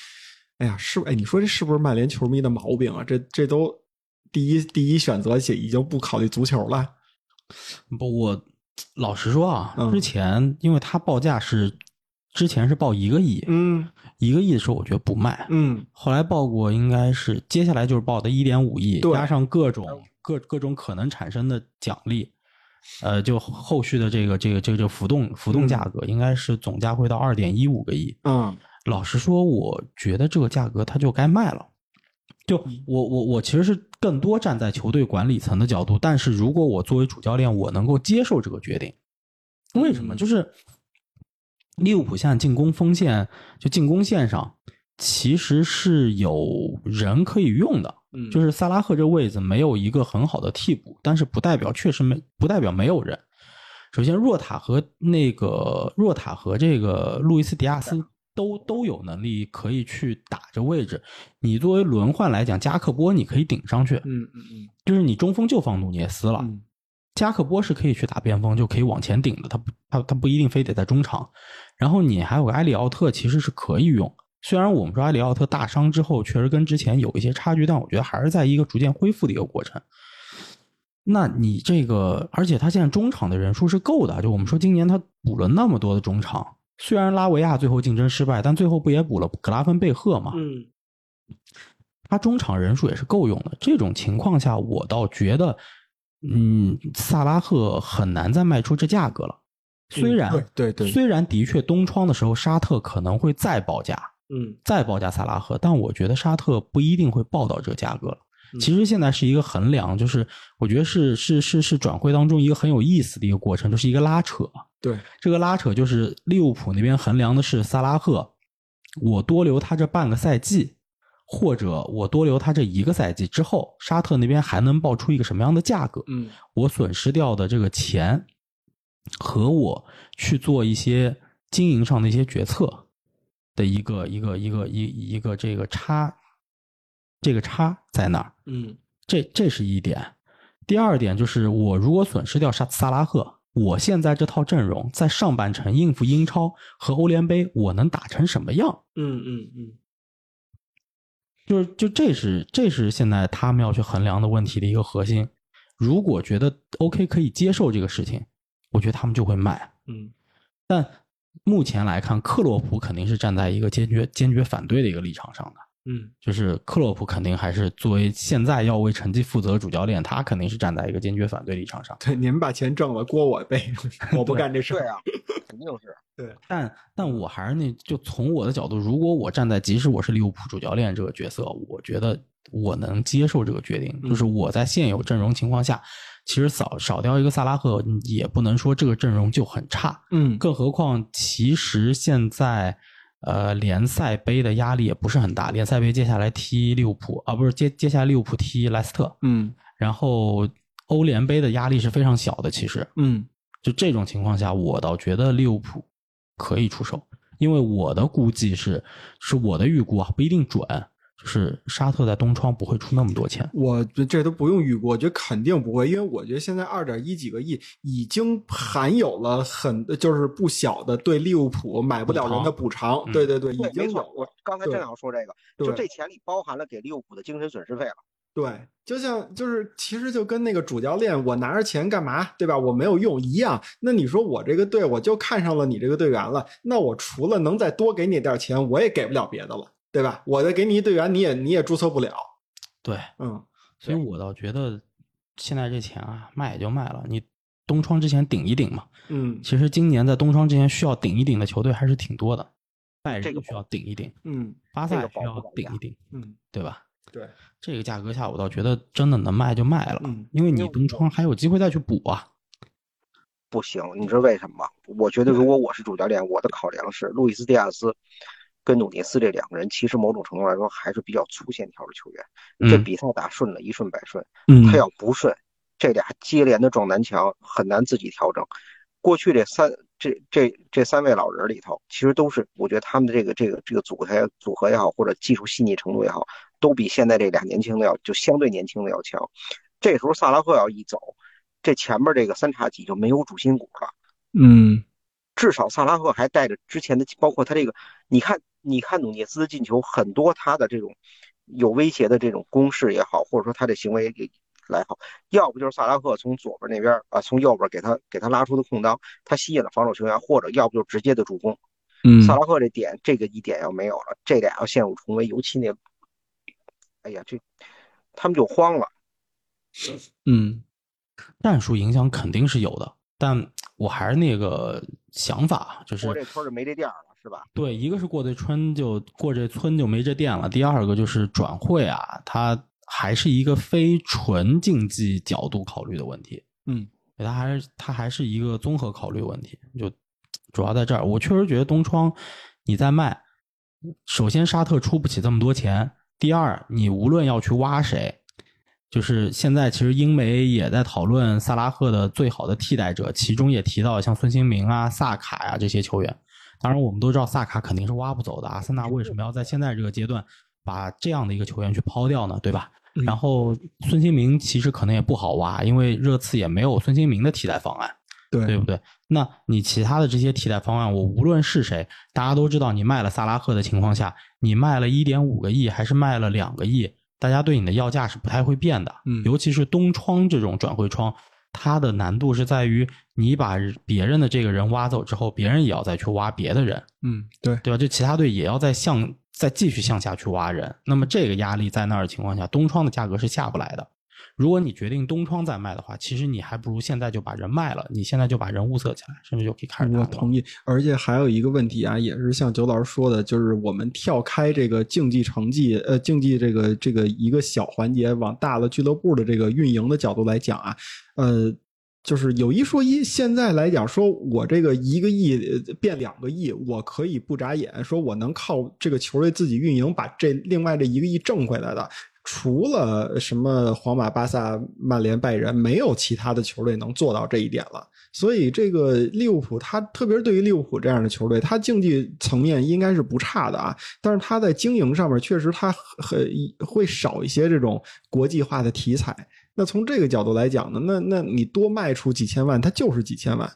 [SPEAKER 3] 哎呀，是不哎，你说这是不是曼联球迷的毛病啊？这这都第一第一选择且已经不考虑足球了，
[SPEAKER 1] 不，我老实说啊
[SPEAKER 3] 嗯，
[SPEAKER 1] 之前因为他报价是之前是报一个亿，
[SPEAKER 3] 嗯
[SPEAKER 1] 一个亿的时候我觉得不卖，
[SPEAKER 3] 嗯。
[SPEAKER 1] 后来报过应该是接下来就是报的一点五亿，
[SPEAKER 3] 对
[SPEAKER 1] 加上各种各各种可能产生的奖励，呃，就后续的这个这个这个这个浮动浮动价格应该是总价会到二点一五个亿。
[SPEAKER 3] 嗯
[SPEAKER 1] 老实说，我觉得这个价格它就该卖了。就我我我其实是更多站在球队管理层的角度，但是如果我作为主教练，我能够接受这个决定。为什么？
[SPEAKER 3] 嗯
[SPEAKER 1] 就是利物浦现在进攻锋线就进攻线上其实是有人可以用的，
[SPEAKER 3] 嗯
[SPEAKER 1] 就是萨拉赫这位置没有一个很好的替补，但是不代表确实没不代表没有人。首先，若塔和那个若塔和这个路易斯·迪亚斯都都有能力可以去打这位置。你作为轮换来讲，加克波你可以顶上去，
[SPEAKER 3] 嗯嗯
[SPEAKER 1] 就是你中锋就放努涅斯了。
[SPEAKER 3] 嗯
[SPEAKER 1] 加克波是可以去打边锋，就可以往前顶的，他不他他不一定非得在中场。然后你还有个埃里奥特，其实是可以用。虽然我们说埃里奥特大伤之后确实跟之前有一些差距，但我觉得还是在一个逐渐恢复的一个过程。那你这个，而且他现在中场的人数是够的，就我们说今年他补了那么多的中场，虽然拉维亚最后竞争失败，但最后不也补了格拉芬贝赫嘛？
[SPEAKER 3] 嗯
[SPEAKER 1] 他中场人数也是够用的。这种情况下，我倒觉得，嗯，萨拉赫很难再卖出这价格了。虽然、
[SPEAKER 3] 嗯对对对
[SPEAKER 1] 虽然的确冬窗的时候沙特可能会再报价，
[SPEAKER 3] 嗯
[SPEAKER 1] 再报价萨拉赫，但我觉得沙特不一定会报到这个价格了
[SPEAKER 3] 嗯。
[SPEAKER 1] 其实现在是一个衡量，就是我觉得是是是是转会当中一个很有意思的一个过程，就是一个拉扯。
[SPEAKER 3] 对，
[SPEAKER 1] 这个拉扯就是利物浦那边衡量的是萨拉赫，我多留他这半个赛季，或者我多留他这一个赛季之后，沙特那边还能报出一个什么样的价格？
[SPEAKER 3] 嗯，
[SPEAKER 1] 我损失掉的这个钱和我去做一些经营上的一些决策的一个一个一个一一个这个差，这个差在哪儿？
[SPEAKER 3] 嗯
[SPEAKER 1] 这这是一点。第二点就是，我如果损失掉沙萨拉赫，我现在这套阵容在上半程应付英超和欧联杯，我能打成什么样？
[SPEAKER 3] 嗯嗯嗯，
[SPEAKER 1] 就是就这是这是现在他们要去衡量的问题的一个核心。如果觉得 OK 可以接受这个事情，我觉得他们就会卖。
[SPEAKER 3] 嗯，
[SPEAKER 1] 但目前来看，克洛普肯定是站在一个坚决坚决反对的一个立场上的。
[SPEAKER 3] 嗯，
[SPEAKER 1] 就是克洛普肯定还是作为现在要为成绩负责的主教练，他肯定是站在一个坚决反对立场上。
[SPEAKER 3] 对，你们把钱挣了， 锅我背，我不干这事
[SPEAKER 4] 对
[SPEAKER 3] 儿。
[SPEAKER 4] 啊，肯定是。
[SPEAKER 1] 但但我还是那，就从我的角度，如果我站在即使我是利物浦主教练这个角色，我觉得我能接受这个决定。
[SPEAKER 3] 嗯
[SPEAKER 1] 就是我在现有阵容情况下，其实少少掉一个萨拉赫，也不能说这个阵容就很差。
[SPEAKER 3] 嗯
[SPEAKER 1] 更何况，其实现在呃联赛杯的压力也不是很大，联赛杯接下来踢利物浦啊，不是接接下来利物浦踢莱斯特，
[SPEAKER 3] 嗯
[SPEAKER 1] 然后欧联杯的压力是非常小的。其实，
[SPEAKER 3] 嗯
[SPEAKER 1] 就这种情况下，我倒觉得利物浦可以出手，因为我的估计是，是我的预估啊，不一定准，就是沙特在东窗不会出那么多钱。
[SPEAKER 3] 我这这都不用预估，我觉得肯定不会，因为我觉得现在二点一几个亿已经含有了很就是不小的对利物浦买不了人的补偿，
[SPEAKER 1] 嗯
[SPEAKER 3] 对对对，已
[SPEAKER 4] 对，
[SPEAKER 3] 经有
[SPEAKER 4] 没错，
[SPEAKER 3] 了
[SPEAKER 4] 我刚才
[SPEAKER 3] 对
[SPEAKER 4] 正想说这个，就
[SPEAKER 3] 对
[SPEAKER 4] 这钱里包含了给利物浦的精神损失费了。
[SPEAKER 3] 对，就像就是其实就跟那个主教练，我拿着钱干嘛，对吧？我没有用一样。那你说我这个队，我就看上了你这个队员了，那我除了能再多给你点钱，我也给不了别的了，对吧？我再给你一队员，你也你也注册不了。
[SPEAKER 1] 对，
[SPEAKER 3] 嗯，
[SPEAKER 1] 所以我倒觉得现在这钱啊，卖也就卖了，你东窗之前顶一顶嘛。
[SPEAKER 3] 嗯
[SPEAKER 1] 其实今年在东窗之前需要顶一顶的球队还是挺多的，拜
[SPEAKER 3] 哎
[SPEAKER 4] 这
[SPEAKER 1] 仁
[SPEAKER 4] 个
[SPEAKER 1] 需要顶一顶，
[SPEAKER 3] 嗯
[SPEAKER 1] 巴
[SPEAKER 4] 这
[SPEAKER 1] 萨
[SPEAKER 4] 个
[SPEAKER 1] 也需
[SPEAKER 4] 保
[SPEAKER 1] 要
[SPEAKER 4] 护保
[SPEAKER 1] 顶
[SPEAKER 4] 价
[SPEAKER 1] 一顶，
[SPEAKER 3] 嗯，
[SPEAKER 1] 对吧？
[SPEAKER 3] 对，
[SPEAKER 1] 这个价格下，我倒觉得真的能卖就卖了，
[SPEAKER 3] 嗯
[SPEAKER 1] 因为
[SPEAKER 4] 因
[SPEAKER 1] 你
[SPEAKER 4] 为
[SPEAKER 1] 东窗还有机会再去补啊。
[SPEAKER 4] 不行，你知道为什么吗？我觉得如果我是主教练，我的考量是路易斯·迪亚斯跟努涅斯这两个人，其实某种程度来说还是比较粗线条的球员。这
[SPEAKER 1] 嗯
[SPEAKER 4] 比赛打顺了，一顺百顺，
[SPEAKER 1] 嗯
[SPEAKER 4] 他要不顺，这俩接连的撞南墙，很难自己调整。过去这三这这这三位老人里头，其实都是我觉得他们的这个这个这个组合组合也好，或者技术细腻程度也好，都比现在这俩年轻的要就相对年轻的要强。这时候萨拉赫要一走，这前面这个三叉戟就没有主心骨了。
[SPEAKER 3] 嗯
[SPEAKER 4] 至少萨拉赫还带着之前的，包括他这个，你看，你看努涅斯的进球，很多他的这种有威胁的这种攻势也好，或者说他的行为也来好，要不就是萨拉赫从左边那边啊、从右边给他给他拉出的空当，他吸引了防守球员，或者要不就直接的助攻。
[SPEAKER 3] 嗯
[SPEAKER 4] 萨拉赫这点，这个一点要没有了，这俩要陷入重围，尤其那，哎呀，这他们就慌了。
[SPEAKER 3] 嗯
[SPEAKER 1] 战术影响肯定是有的，但我还是那个想法，就
[SPEAKER 4] 我这
[SPEAKER 1] 是
[SPEAKER 4] 村儿就没这店儿了，是吧？
[SPEAKER 1] 对，一个是过这村就过这村就没这店了，第二个就是转会啊，它还是一个非纯竞技角度考虑的问题，
[SPEAKER 3] 嗯，
[SPEAKER 1] 它还是它还是一个综合考虑问题，就主要在这儿。我确实觉得东窗你在卖，首先沙特出不起这么多钱，第二你无论要去挖谁，就是现在，其实英媒也在讨论萨拉赫的最好的替代者，其中也提到像孙兴民啊、萨卡呀、这些球员。当然，我们都知道萨卡肯定是挖不走的，阿森纳为什么要在现在这个阶段把这样的一个球员去抛掉呢？对吧？
[SPEAKER 3] 嗯
[SPEAKER 1] 然后孙兴民其实可能也不好挖，因为热刺也没有孙兴民的替代方案。对
[SPEAKER 3] 对，
[SPEAKER 1] 不对？那你其他的这些替代方案，我无论是谁，大家都知道，你卖了萨拉赫的情况下，你卖了一点五个亿还是卖了两个亿，大家对你的要价是不太会变的。
[SPEAKER 3] 嗯
[SPEAKER 1] 尤其是东窗这种转会窗，它的难度是在于你把别人的这个人挖走之后，别人也要再去挖别的人，
[SPEAKER 3] 嗯对，
[SPEAKER 1] 对吧？就其他队也要再向再继续向下去挖人，那么这个压力在那儿的情况下，东窗的价格是下不来的。如果你决定东窗再卖的话，其实你还不如现在就把人卖了，你现在就把人物色起来，甚至就可以开始谈
[SPEAKER 3] 我
[SPEAKER 1] 了。
[SPEAKER 3] 同意，而且还有一个问题啊，也是像九老师说的，就是我们跳开这个竞技成绩，呃，竞技这个这个一个小环节，往大了俱乐部的这个运营的角度来讲啊，呃，就是有一说一，现在来讲，说我这个一个亿呃变两个亿，我可以不眨眼，说我能靠这个球队自己运营把这另外这一个亿挣回来的。除了什么皇马、巴萨、曼联、拜仁，没有其他的球队能做到这一点了。所以这个利物浦，他特别是对于利物浦这样的球队，他竞技层面应该是不差的啊。但是他在经营上面，确实他很会少一些这种国际化的题材。那从这个角度来讲呢，那那你多卖出几千万，它就是几千万。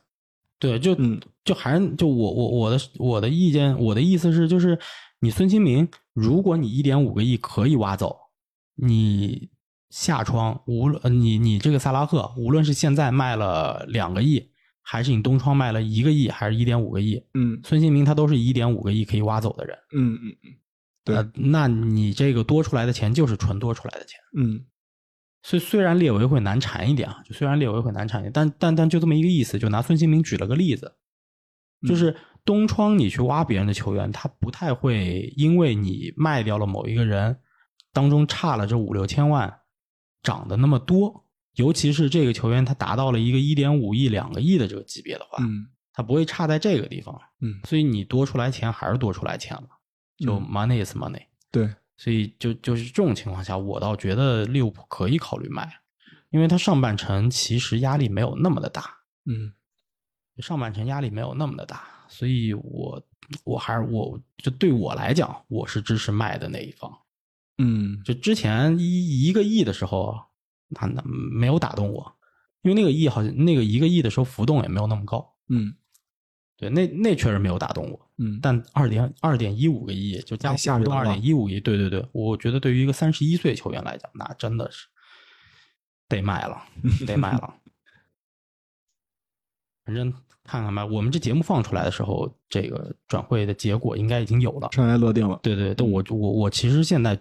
[SPEAKER 1] 对，就
[SPEAKER 3] 嗯
[SPEAKER 1] 就还是就我我我的我的意见，我的意思是，就是你孙兴民，如果你一点五个亿可以挖走，你下窗无论呃你你这个萨拉赫，无论是现在卖了两个亿，还是你东窗卖了一个亿，还是一点五个亿，
[SPEAKER 3] 嗯
[SPEAKER 1] 孙兴民他都是一点五个亿可以挖走的人。
[SPEAKER 3] 嗯嗯对
[SPEAKER 1] 呃那你这个多出来的钱就是纯多出来的钱。
[SPEAKER 3] 嗯，
[SPEAKER 1] 虽虽然列维会难缠一点啊，就虽然列维会难缠一点，但但但就这么一个意思，就拿孙兴民举了个例子，
[SPEAKER 3] 嗯
[SPEAKER 1] 就是东窗你去挖别人的球员，他不太会因为你卖掉了某一个人，当中差了这五六千万，涨的那么多，尤其是这个球员他达到了一个一点五亿、两个亿的这个级别的话，
[SPEAKER 3] 嗯
[SPEAKER 1] 他不会差在这个地方，
[SPEAKER 3] 嗯
[SPEAKER 1] 所以你多出来钱还是多出来钱了，就
[SPEAKER 3] 嗯
[SPEAKER 1] money is money。
[SPEAKER 3] 对，
[SPEAKER 1] 所以就就是这种情况下，我倒觉得利物浦可以考虑卖，因为他上半程其实压力没有那么的大，
[SPEAKER 3] 嗯
[SPEAKER 1] 上半程压力没有那么的大，所以我我还是我就对我来讲，我是支持卖的那一方。
[SPEAKER 3] 嗯
[SPEAKER 1] 就之前一一个亿的时候，那那没有打动我，因为那个亿好像那个一个亿的时候浮动也没有那么高，
[SPEAKER 3] 嗯
[SPEAKER 1] 对，那那确实没有打动我。
[SPEAKER 3] 嗯，
[SPEAKER 1] 但二点二点一五个亿，就加
[SPEAKER 3] 太吓人了
[SPEAKER 1] 二点一五亿，对对对，我觉得对于一个三十一岁球员来讲，那真的是得卖了，得卖了。反正看看吧，我们这节目放出来的时候，这个转会的结果应该已经有了。
[SPEAKER 3] 尘埃落定了。
[SPEAKER 1] 对对，但我我我其实现在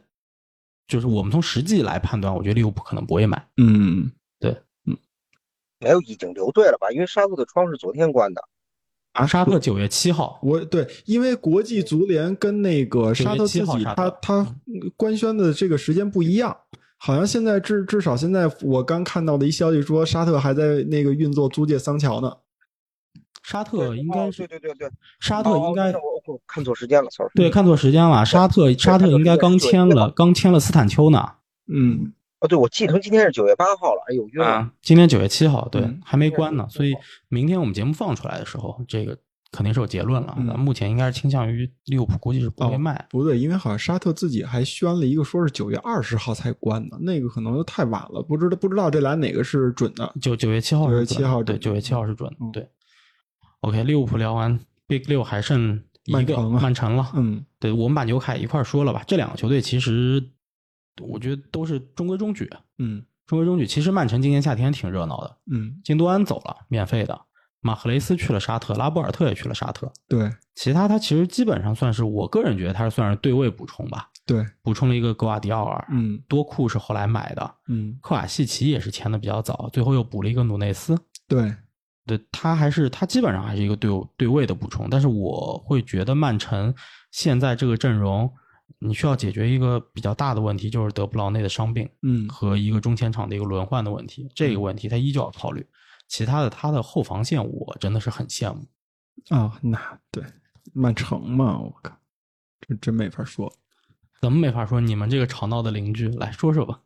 [SPEAKER 1] 就是我们从实际来判断，我觉得利物浦可能不会买。
[SPEAKER 3] 嗯
[SPEAKER 4] 没有已经留队了吧？因为沙特的窗是昨天关的，
[SPEAKER 3] 啊，
[SPEAKER 1] 沙特九月七号，
[SPEAKER 3] 我对，因为国际足联跟那个沙特自
[SPEAKER 1] 9月7号
[SPEAKER 3] 己，
[SPEAKER 1] 沙
[SPEAKER 3] 他
[SPEAKER 1] 特嗯
[SPEAKER 3] 他官宣的这个时间不一样。好像现在至至少现在我刚看到的一消息说，沙特还在那个运作租借桑乔呢。
[SPEAKER 1] 沙特应该
[SPEAKER 4] 哦
[SPEAKER 1] 是
[SPEAKER 4] 对对对对，
[SPEAKER 1] 沙特应该
[SPEAKER 4] 哦哦我我看错时间了，sorry。
[SPEAKER 3] 嗯
[SPEAKER 1] 对，看错时间了。沙特沙特应该刚签了，刚签了斯坦丘呢。
[SPEAKER 3] 嗯
[SPEAKER 4] 哦，对，我记成今天是九月八号了，哎呦晕了。
[SPEAKER 1] 啊，今天九月七号，对，
[SPEAKER 3] 嗯
[SPEAKER 1] 还没关呢，
[SPEAKER 4] 嗯
[SPEAKER 1] 所以明天我们节目放出来的时候，这个肯定是有结论了。
[SPEAKER 3] 嗯
[SPEAKER 1] 咱目前应该是倾向于利物浦，估计是不会
[SPEAKER 3] 哦
[SPEAKER 1] 卖。
[SPEAKER 3] 不对，因为好像沙特自己还宣了一个，说是九月二十号才关的，那个可能太晚了，不知道不知道这俩哪个是准的。
[SPEAKER 1] 九九月七号是准的，
[SPEAKER 3] 9月7号
[SPEAKER 1] 对，九
[SPEAKER 3] 准
[SPEAKER 1] 月
[SPEAKER 3] 的
[SPEAKER 1] 七号是准的，
[SPEAKER 3] 嗯
[SPEAKER 1] 对。OK，利物浦聊完，Big 六还剩一
[SPEAKER 3] 曼
[SPEAKER 1] 个
[SPEAKER 3] 城了
[SPEAKER 1] 曼城了，
[SPEAKER 3] 嗯
[SPEAKER 1] 对，我们把纽卡一块儿说了吧。这两个球队其实我觉得都是中规中矩，
[SPEAKER 3] 嗯
[SPEAKER 1] 中规中矩。其实曼城今年夏天挺热闹的，
[SPEAKER 3] 嗯，
[SPEAKER 1] 京多安走了，免费的，马赫雷斯去了沙特，拉波尔特也去了沙特，
[SPEAKER 3] 对
[SPEAKER 1] 其他他其实基本上算是，我个人觉得他是算是对位补充吧，
[SPEAKER 3] 对，
[SPEAKER 1] 补充了一个格瓦迪奥尔，
[SPEAKER 3] 嗯
[SPEAKER 1] 多库是后来买的，
[SPEAKER 3] 嗯
[SPEAKER 1] 科瓦西奇也是签的比较早，最后又补了一个努内斯。
[SPEAKER 3] 对，
[SPEAKER 1] 对他还是他基本上还是一个对对位的补充，但是我会觉得曼城现在这个阵容，你需要解决一个比较大的问题，就是德布劳内的伤病
[SPEAKER 3] 嗯
[SPEAKER 1] 和一个中前场的一个轮换的问题，这个问题他依旧要考虑。其他的他的后防线我真的是很羡慕。
[SPEAKER 3] 啊，那对曼城嘛，我靠，这真没法说。
[SPEAKER 1] 怎么没法说你们这个吵闹的邻居来说说吧？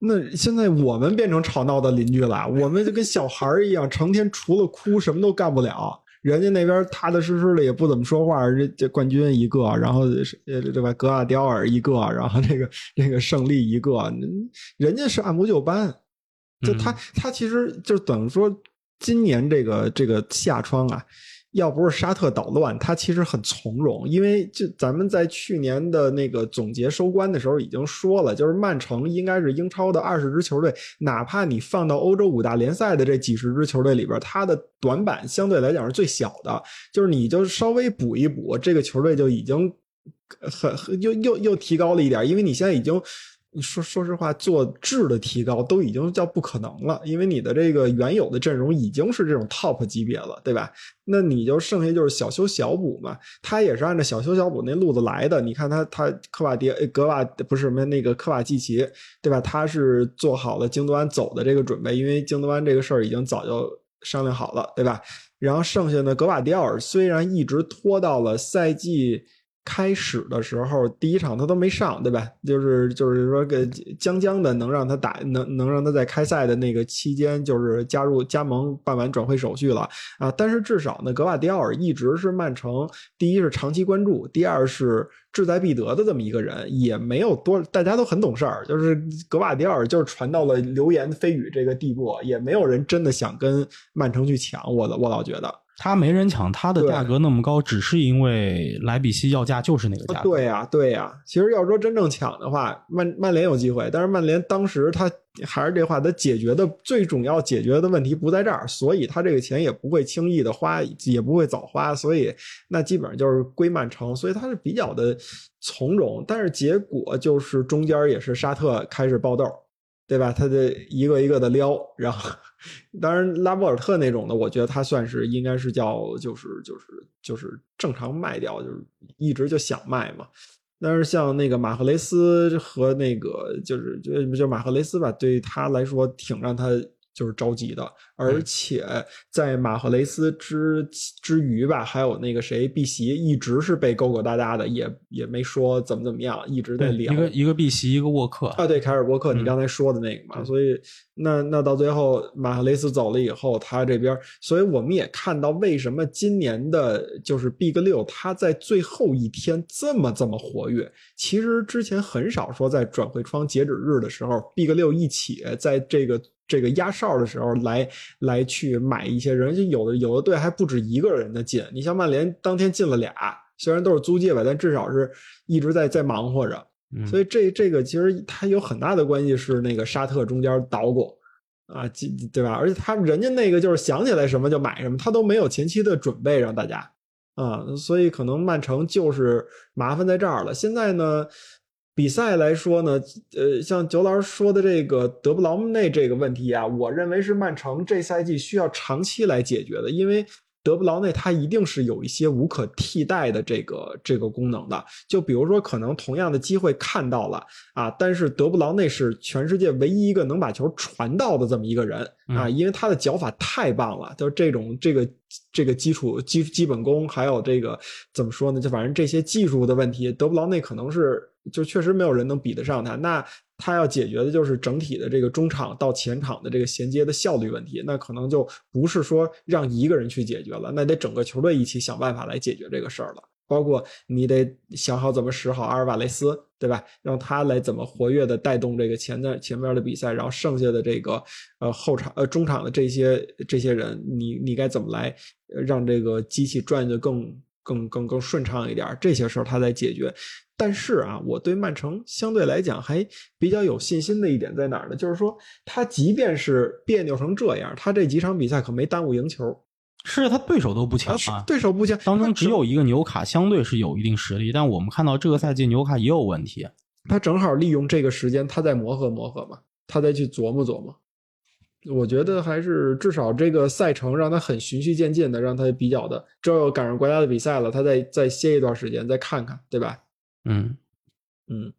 [SPEAKER 3] 那现在我们变成吵闹的邻居了，我们就跟小孩儿一样，成天除了哭什么都干不了。人家那边踏踏实实的也不怎么说话，这这冠军一个，然后是呃这吧格瓦迪奥尔一个，然后这个这个胜利一个，嗯人家是按部就班。就他
[SPEAKER 1] 嗯
[SPEAKER 3] 他其实就等于说，今年这个这个夏窗啊，要不是沙特捣乱，他其实很从容，因为就咱们在去年的那个总结收官的时候已经说了，就是曼城应该是英超的二十支球队，哪怕你放到欧洲五大联赛的这几十支球队里边，它的短板相对来讲是最小的，就是你就稍微补一补，这个球队就已经很很又又又提高了一点，因为你现在已经说说实话，做质的提高都已经叫不可能了，因为你的这个原有的阵容已经是这种 top 级别了，对吧？那你就剩下就是小修小补嘛。他也是按照小修小补那路子来的。你看他他科瓦迪呃格瓦不是什么那个科瓦季奇，对吧？他是做好了京多安走的这个准备，因为京多安这个事儿已经早就商量好了，对吧？然后剩下的格瓦迪奥尔虽然一直拖到了赛季。开始的时候，第一场他都没上，对吧？就是就是说，给将将的能让他打，能能让他在开赛的那个期间，就是加入加盟，办完转会手续了啊。但是至少呢，格瓦迪奥尔一直是曼城第一是长期关注，第二是志在必得的这么一个人，也没有多，大家都很懂事儿。就是格瓦迪奥尔就是传到了流言蜚语这个地步，也没有人真的想跟曼城去抢，我的我老觉得。
[SPEAKER 1] 他没人抢，他的
[SPEAKER 3] 对
[SPEAKER 1] 价格那么高，只是因为莱比锡要价就是那个价格。
[SPEAKER 3] 啊对呀、对呀、其实要说真正抢的话，曼曼联有机会，但是曼联当时他还是这话，他解决的最主要解决的问题不在这儿，所以他这个钱也不会轻易的花，也不会早花，所以那基本上就是归曼城，所以他是比较的从容，但是结果就是中间也是沙特开始爆痘。对吧？他得一个一个的撩，然后，当然拉波尔特那种的，我觉得他算是应该是叫就是就是就是正常卖掉，就是一直就想卖嘛。但是像那个马赫雷斯和那个就是就就马赫雷斯吧，对他来说挺让他就是着急的。而
[SPEAKER 1] 嗯
[SPEAKER 3] 且在马赫雷斯之之余吧，还有那个谁碧玺一直是被勾勾搭搭的，也也没说怎么怎么样，一直在
[SPEAKER 1] 对，
[SPEAKER 3] 聊。
[SPEAKER 1] 一个一个碧玺，一个沃克。
[SPEAKER 3] 啊，对，凯尔伯克，你
[SPEAKER 1] 嗯
[SPEAKER 3] 刚才说的那个嘛，所以那那到最后马赫雷斯走了以后，他这边，所以我们也看到为什么今年的就是 Big 六，他在最后一天这么这么活跃。其实之前很少说在转会窗截止日的时候，Big 六一起在这个。这个压哨的时候来来去买一些人，就有的有的队还不止一个人的进。你像曼联当天进了俩，虽然都是租借吧，但至少是一直在在忙活着。
[SPEAKER 1] 嗯
[SPEAKER 3] 所以这这个其实它有很大的关系是那个沙特中间捣鼓啊，这对吧？而且他人家那个就是想起来什么就买什么，他都没有前期的准备让大家啊，所以可能曼城就是麻烦在这儿了。现在呢，比赛来说呢，呃，像九老师说的这个德布劳姆内这个问题啊，我认为是曼城这赛季需要长期来解决的，因为德布劳内他一定是有一些无可替代的这个这个功能的。就比如说，可能同样的机会看到了啊，但是德布劳内是全世界唯一一个能把球传到的这么一个人啊，因为他的脚法太棒了，就是这种这个这个基础基基本功，还有这个怎么说呢？就反正这些技术的问题，德布劳内可能是就确实没有人能比得上他。那他要解决的就是整体的这个中场到前场的这个衔接的效率问题，那可能就不是说让一个人去解决了，那得整个球队一起想办法来解决这个事儿了。包括你得想好怎么使好阿尔瓦雷斯，对吧？让他来怎么活跃的带动这个前段前面的比赛，然后剩下的这个呃后场呃中场的这些这些人，你你该怎么来呃让这个机器转得更更更更顺畅一点儿？这些事儿他来解决。但是啊，我对曼城相对来讲还比较有信心的一点在哪儿呢？就是说，他即便是别扭成这样，他这几场比赛可没耽误赢球，
[SPEAKER 1] 是他对手都不强啊，
[SPEAKER 3] 对手不强，
[SPEAKER 1] 当
[SPEAKER 3] 他
[SPEAKER 1] 中只有一个纽卡相对是有一定实力，但我们看到这个赛季纽卡也有问题。
[SPEAKER 3] 他正好利用这个时间，他再磨合磨合嘛，他再去琢磨琢磨。我觉得还是至少这个赛程让他很循序渐进的，让他比较的，这又赶上国家的比赛了，他再再歇一段时间，再看看，对吧？
[SPEAKER 1] 嗯
[SPEAKER 3] 嗯，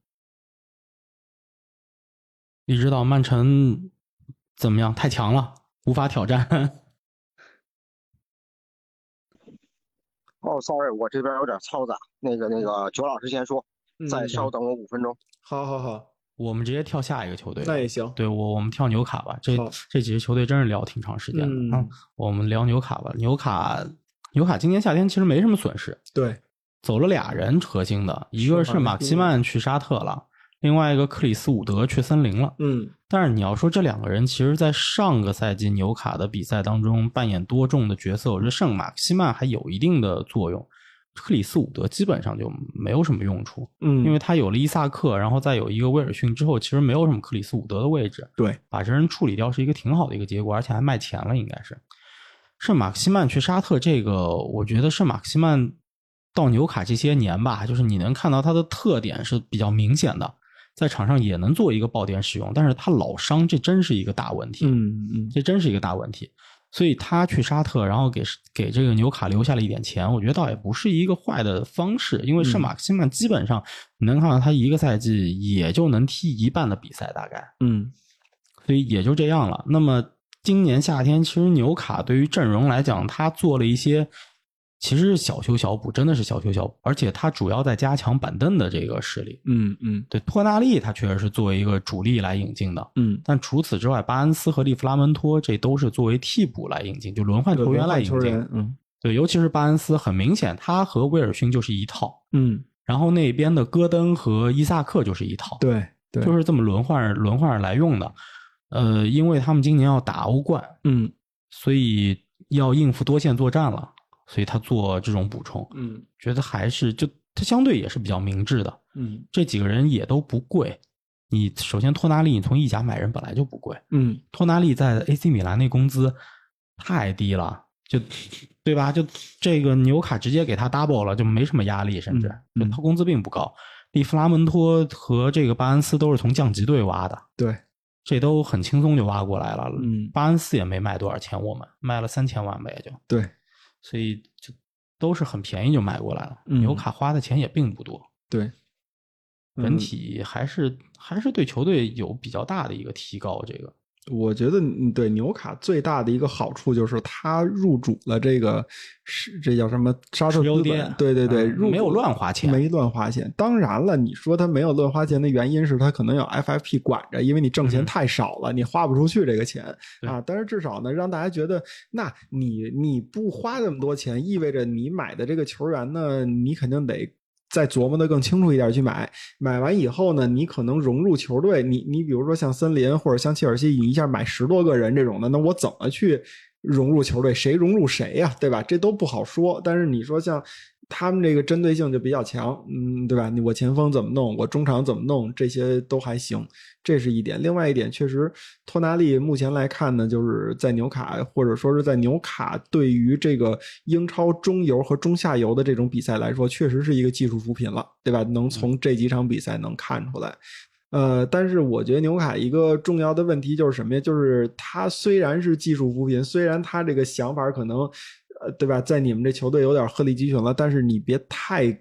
[SPEAKER 1] 你知道曼城怎么样？太强了，无法挑战。
[SPEAKER 4] 哦，sorry，我这边有点嘈杂，那个那个九老师先说，再
[SPEAKER 3] 嗯
[SPEAKER 4] 稍等我五分钟。
[SPEAKER 3] 好好好，
[SPEAKER 1] 我们直接跳下一个球队吧。
[SPEAKER 3] 那也行。
[SPEAKER 1] 对我，我们跳纽卡吧。这
[SPEAKER 3] 好
[SPEAKER 1] 这几支球队真是聊挺长时间的。
[SPEAKER 3] 嗯
[SPEAKER 1] 我们聊纽卡吧。纽卡，纽卡今年夏天其实没什么损失，
[SPEAKER 3] 对，
[SPEAKER 1] 走了俩人核心的，一个是
[SPEAKER 3] 马
[SPEAKER 1] 马
[SPEAKER 3] 克
[SPEAKER 1] 克
[SPEAKER 3] 西
[SPEAKER 1] 西曼去沙特了，另外一个克里斯伍德去森林了。
[SPEAKER 3] 嗯
[SPEAKER 1] 但是你要说这两个人，其实，在上个赛季纽卡的比赛当中扮演多重的角色，我觉得圣马克西曼还有一定的作用，克里斯伍德基本上就没有什么用处，
[SPEAKER 3] 嗯，
[SPEAKER 1] 因为他有了伊萨克，然后再有一个威尔逊之后，其实没有什么克里斯伍德的位置，
[SPEAKER 3] 对，
[SPEAKER 1] 把这人处理掉是一个挺好的一个结果，而且还卖钱了，应该是。圣马克西曼去沙特，这个我觉得圣马克西曼到纽卡这些年吧，就是你能看到他的特点是比较明显的，在场上也能做一个爆点使用，但是他老伤，这真是一个大问题。
[SPEAKER 3] 嗯嗯，
[SPEAKER 1] 这真是一个大问题。所以他去沙特，然后给给这个纽卡留下了一点钱，我觉得倒也不是一个坏的方式，因为圣马克西曼基本上你能看到他一个赛季也就能踢一半的比赛，大概，
[SPEAKER 3] 嗯
[SPEAKER 1] 所以也就这样了。那么今年夏天，其实纽卡对于阵容来讲，他做了一些其实是小修小补，真的是小修小补，而且他主要在加强板凳的这个实力。
[SPEAKER 3] 嗯嗯
[SPEAKER 1] 对托纳利，他确实是作为一个主力来引进的，
[SPEAKER 3] 嗯，
[SPEAKER 1] 但除此之外，巴恩斯和利弗拉门托这都是作为替补来引进，就轮换球员来引
[SPEAKER 3] 球
[SPEAKER 1] 进
[SPEAKER 3] 员。，嗯
[SPEAKER 1] 对，尤其是巴恩斯，很明显他和威尔逊就是一套，
[SPEAKER 3] 嗯，
[SPEAKER 1] 然后那边的戈登和伊萨克就是一套，，
[SPEAKER 3] 对对，
[SPEAKER 1] 就是这么轮换轮换来用的。呃，因为他们今年要打欧冠，
[SPEAKER 3] 嗯
[SPEAKER 1] 所以要应付多线作战了，所以他做这种补充，
[SPEAKER 3] 嗯
[SPEAKER 1] 觉得还是就他相对也是比较明智的。
[SPEAKER 3] 嗯
[SPEAKER 1] 这几个人也都不贵，你首先托纳利，你从意甲买人本来就不贵。
[SPEAKER 3] 嗯
[SPEAKER 1] 托纳利在 AC 米兰那工资太低了，就对吧？就这个纽卡直接给他 double 了，就没什么压力，甚至、
[SPEAKER 3] 嗯嗯
[SPEAKER 1] 就他工资并不高。利弗拉门托和这个巴恩斯都是从降级队挖的，
[SPEAKER 3] 对，
[SPEAKER 1] 这都很轻松就挖过来了。
[SPEAKER 3] 嗯
[SPEAKER 1] 巴恩斯也没卖多少钱，我们卖了三千万吧，也就
[SPEAKER 3] 对
[SPEAKER 1] 所以就都是很便宜就买过来了。
[SPEAKER 3] 嗯
[SPEAKER 1] 纽卡花的钱也并不多，
[SPEAKER 3] 对，嗯
[SPEAKER 1] 整体还是、还是对球队有比较大的一个提高。这个
[SPEAKER 3] 我觉得嗯对纽卡最大的一个好处就是他入主了这个是这叫什么沙特
[SPEAKER 1] 石油
[SPEAKER 3] 资
[SPEAKER 1] 跌
[SPEAKER 3] 本，对对对，
[SPEAKER 1] 嗯
[SPEAKER 3] 入
[SPEAKER 1] 没有
[SPEAKER 3] 主
[SPEAKER 1] 乱花钱
[SPEAKER 3] 没乱花钱。当然了，你说他没有乱花钱的原因是他可能有 FFP 管着，因为你挣
[SPEAKER 1] 嗯
[SPEAKER 3] 钱太少了，你花不出去这个钱
[SPEAKER 1] 对
[SPEAKER 3] 啊。但是至少呢，让大家觉得，那你你不花那么多钱，意味着你买的这个球员呢，你肯定得。再琢磨的更清楚一点去买，买完以后呢，你可能融入球队，你你比如说像森林或者像切尔西，你一下买十多个人这种的，那我怎么去融入球队？谁融入谁呀、对吧？这都不好说。但是你说像他们这个针对性就比较强，嗯，对吧？你我前锋怎么弄，我中场怎么弄，这些都还行，这是一点。另外一点，确实托纳利目前来看呢，就是在纽卡或者说是在纽卡对于这个英超中游和中下游的这种比赛来说，确实是一个技术扶贫了，对吧？能从这几场比赛能看出来。呃，但是我觉得纽卡一个重要的问题就是什么呀？就是他虽然是技术扶贫，虽然他这个想法可能，呃，对吧，在你们这球队有点鹤立鸡群了，但是你别太。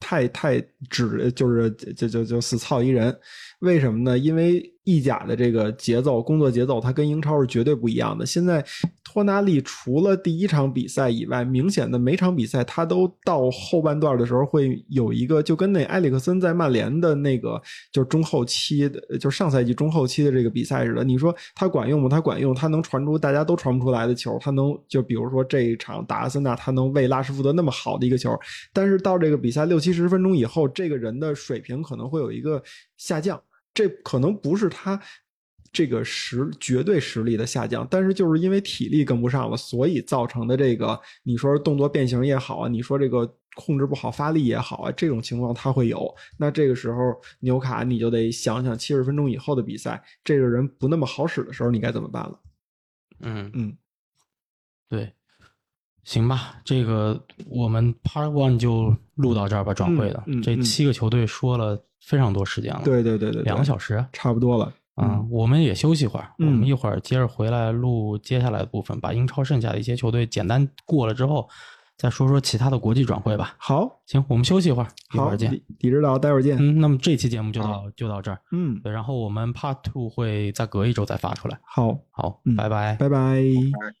[SPEAKER 3] 太太只就是就就就死操一人，为什么呢？因为意甲的这个节奏、工作节奏，它跟英超是绝对不一样的。现在托纳利除了第一场比赛以外，明显的每场比赛他都到后半段的时候会有一个，就跟那埃里克森在曼联的那个就是中后期的，就是上赛季中后期的这个比赛似的。你说他管用吗？他管用，他能传出大家都传不出来的球，他能就比如说这一场打阿森纳，他能为拉什福德那么好的一个球，但是到这个比赛六七十分钟以后，这个人的水平可能会有一个下降，这可能不是他这个实绝对实力的下降，但是就是因为体力跟不上了，所以造成的这个你说动作变形也好啊，你说这个控制不好发力也好啊，这种情况他会有。那这个时候纽卡你就得想想七十分钟以后的比赛，这个人不那么好使的时候，你该怎么办了？
[SPEAKER 1] 嗯
[SPEAKER 3] 嗯，
[SPEAKER 1] 对，行吧，这个我们 Part One 就录到这儿吧，转会的、
[SPEAKER 3] 嗯嗯
[SPEAKER 1] 这七个球队说了非常多时间了，
[SPEAKER 3] 对对对对对，
[SPEAKER 1] 两个小
[SPEAKER 3] 时
[SPEAKER 1] 时啊、
[SPEAKER 3] 差不多了。嗯
[SPEAKER 1] 我们也休息会儿，
[SPEAKER 3] 嗯
[SPEAKER 1] 我们一会儿接着回来录接下来的部分，把英超剩下的一些球队简单过了之后，再说说其他的国际转会吧。
[SPEAKER 3] 好，
[SPEAKER 1] 行，我们休息一会儿，一会
[SPEAKER 3] 好，
[SPEAKER 1] 儿见。
[SPEAKER 3] 李李指导，待会儿见。
[SPEAKER 1] 嗯，那么这期节目就到就到这儿，
[SPEAKER 3] 嗯，
[SPEAKER 1] 对，然后我们 Part Two 会再隔一周再发出来。
[SPEAKER 3] 好，
[SPEAKER 1] 好，
[SPEAKER 3] 嗯
[SPEAKER 1] 拜拜。
[SPEAKER 3] 拜拜。
[SPEAKER 4] 哎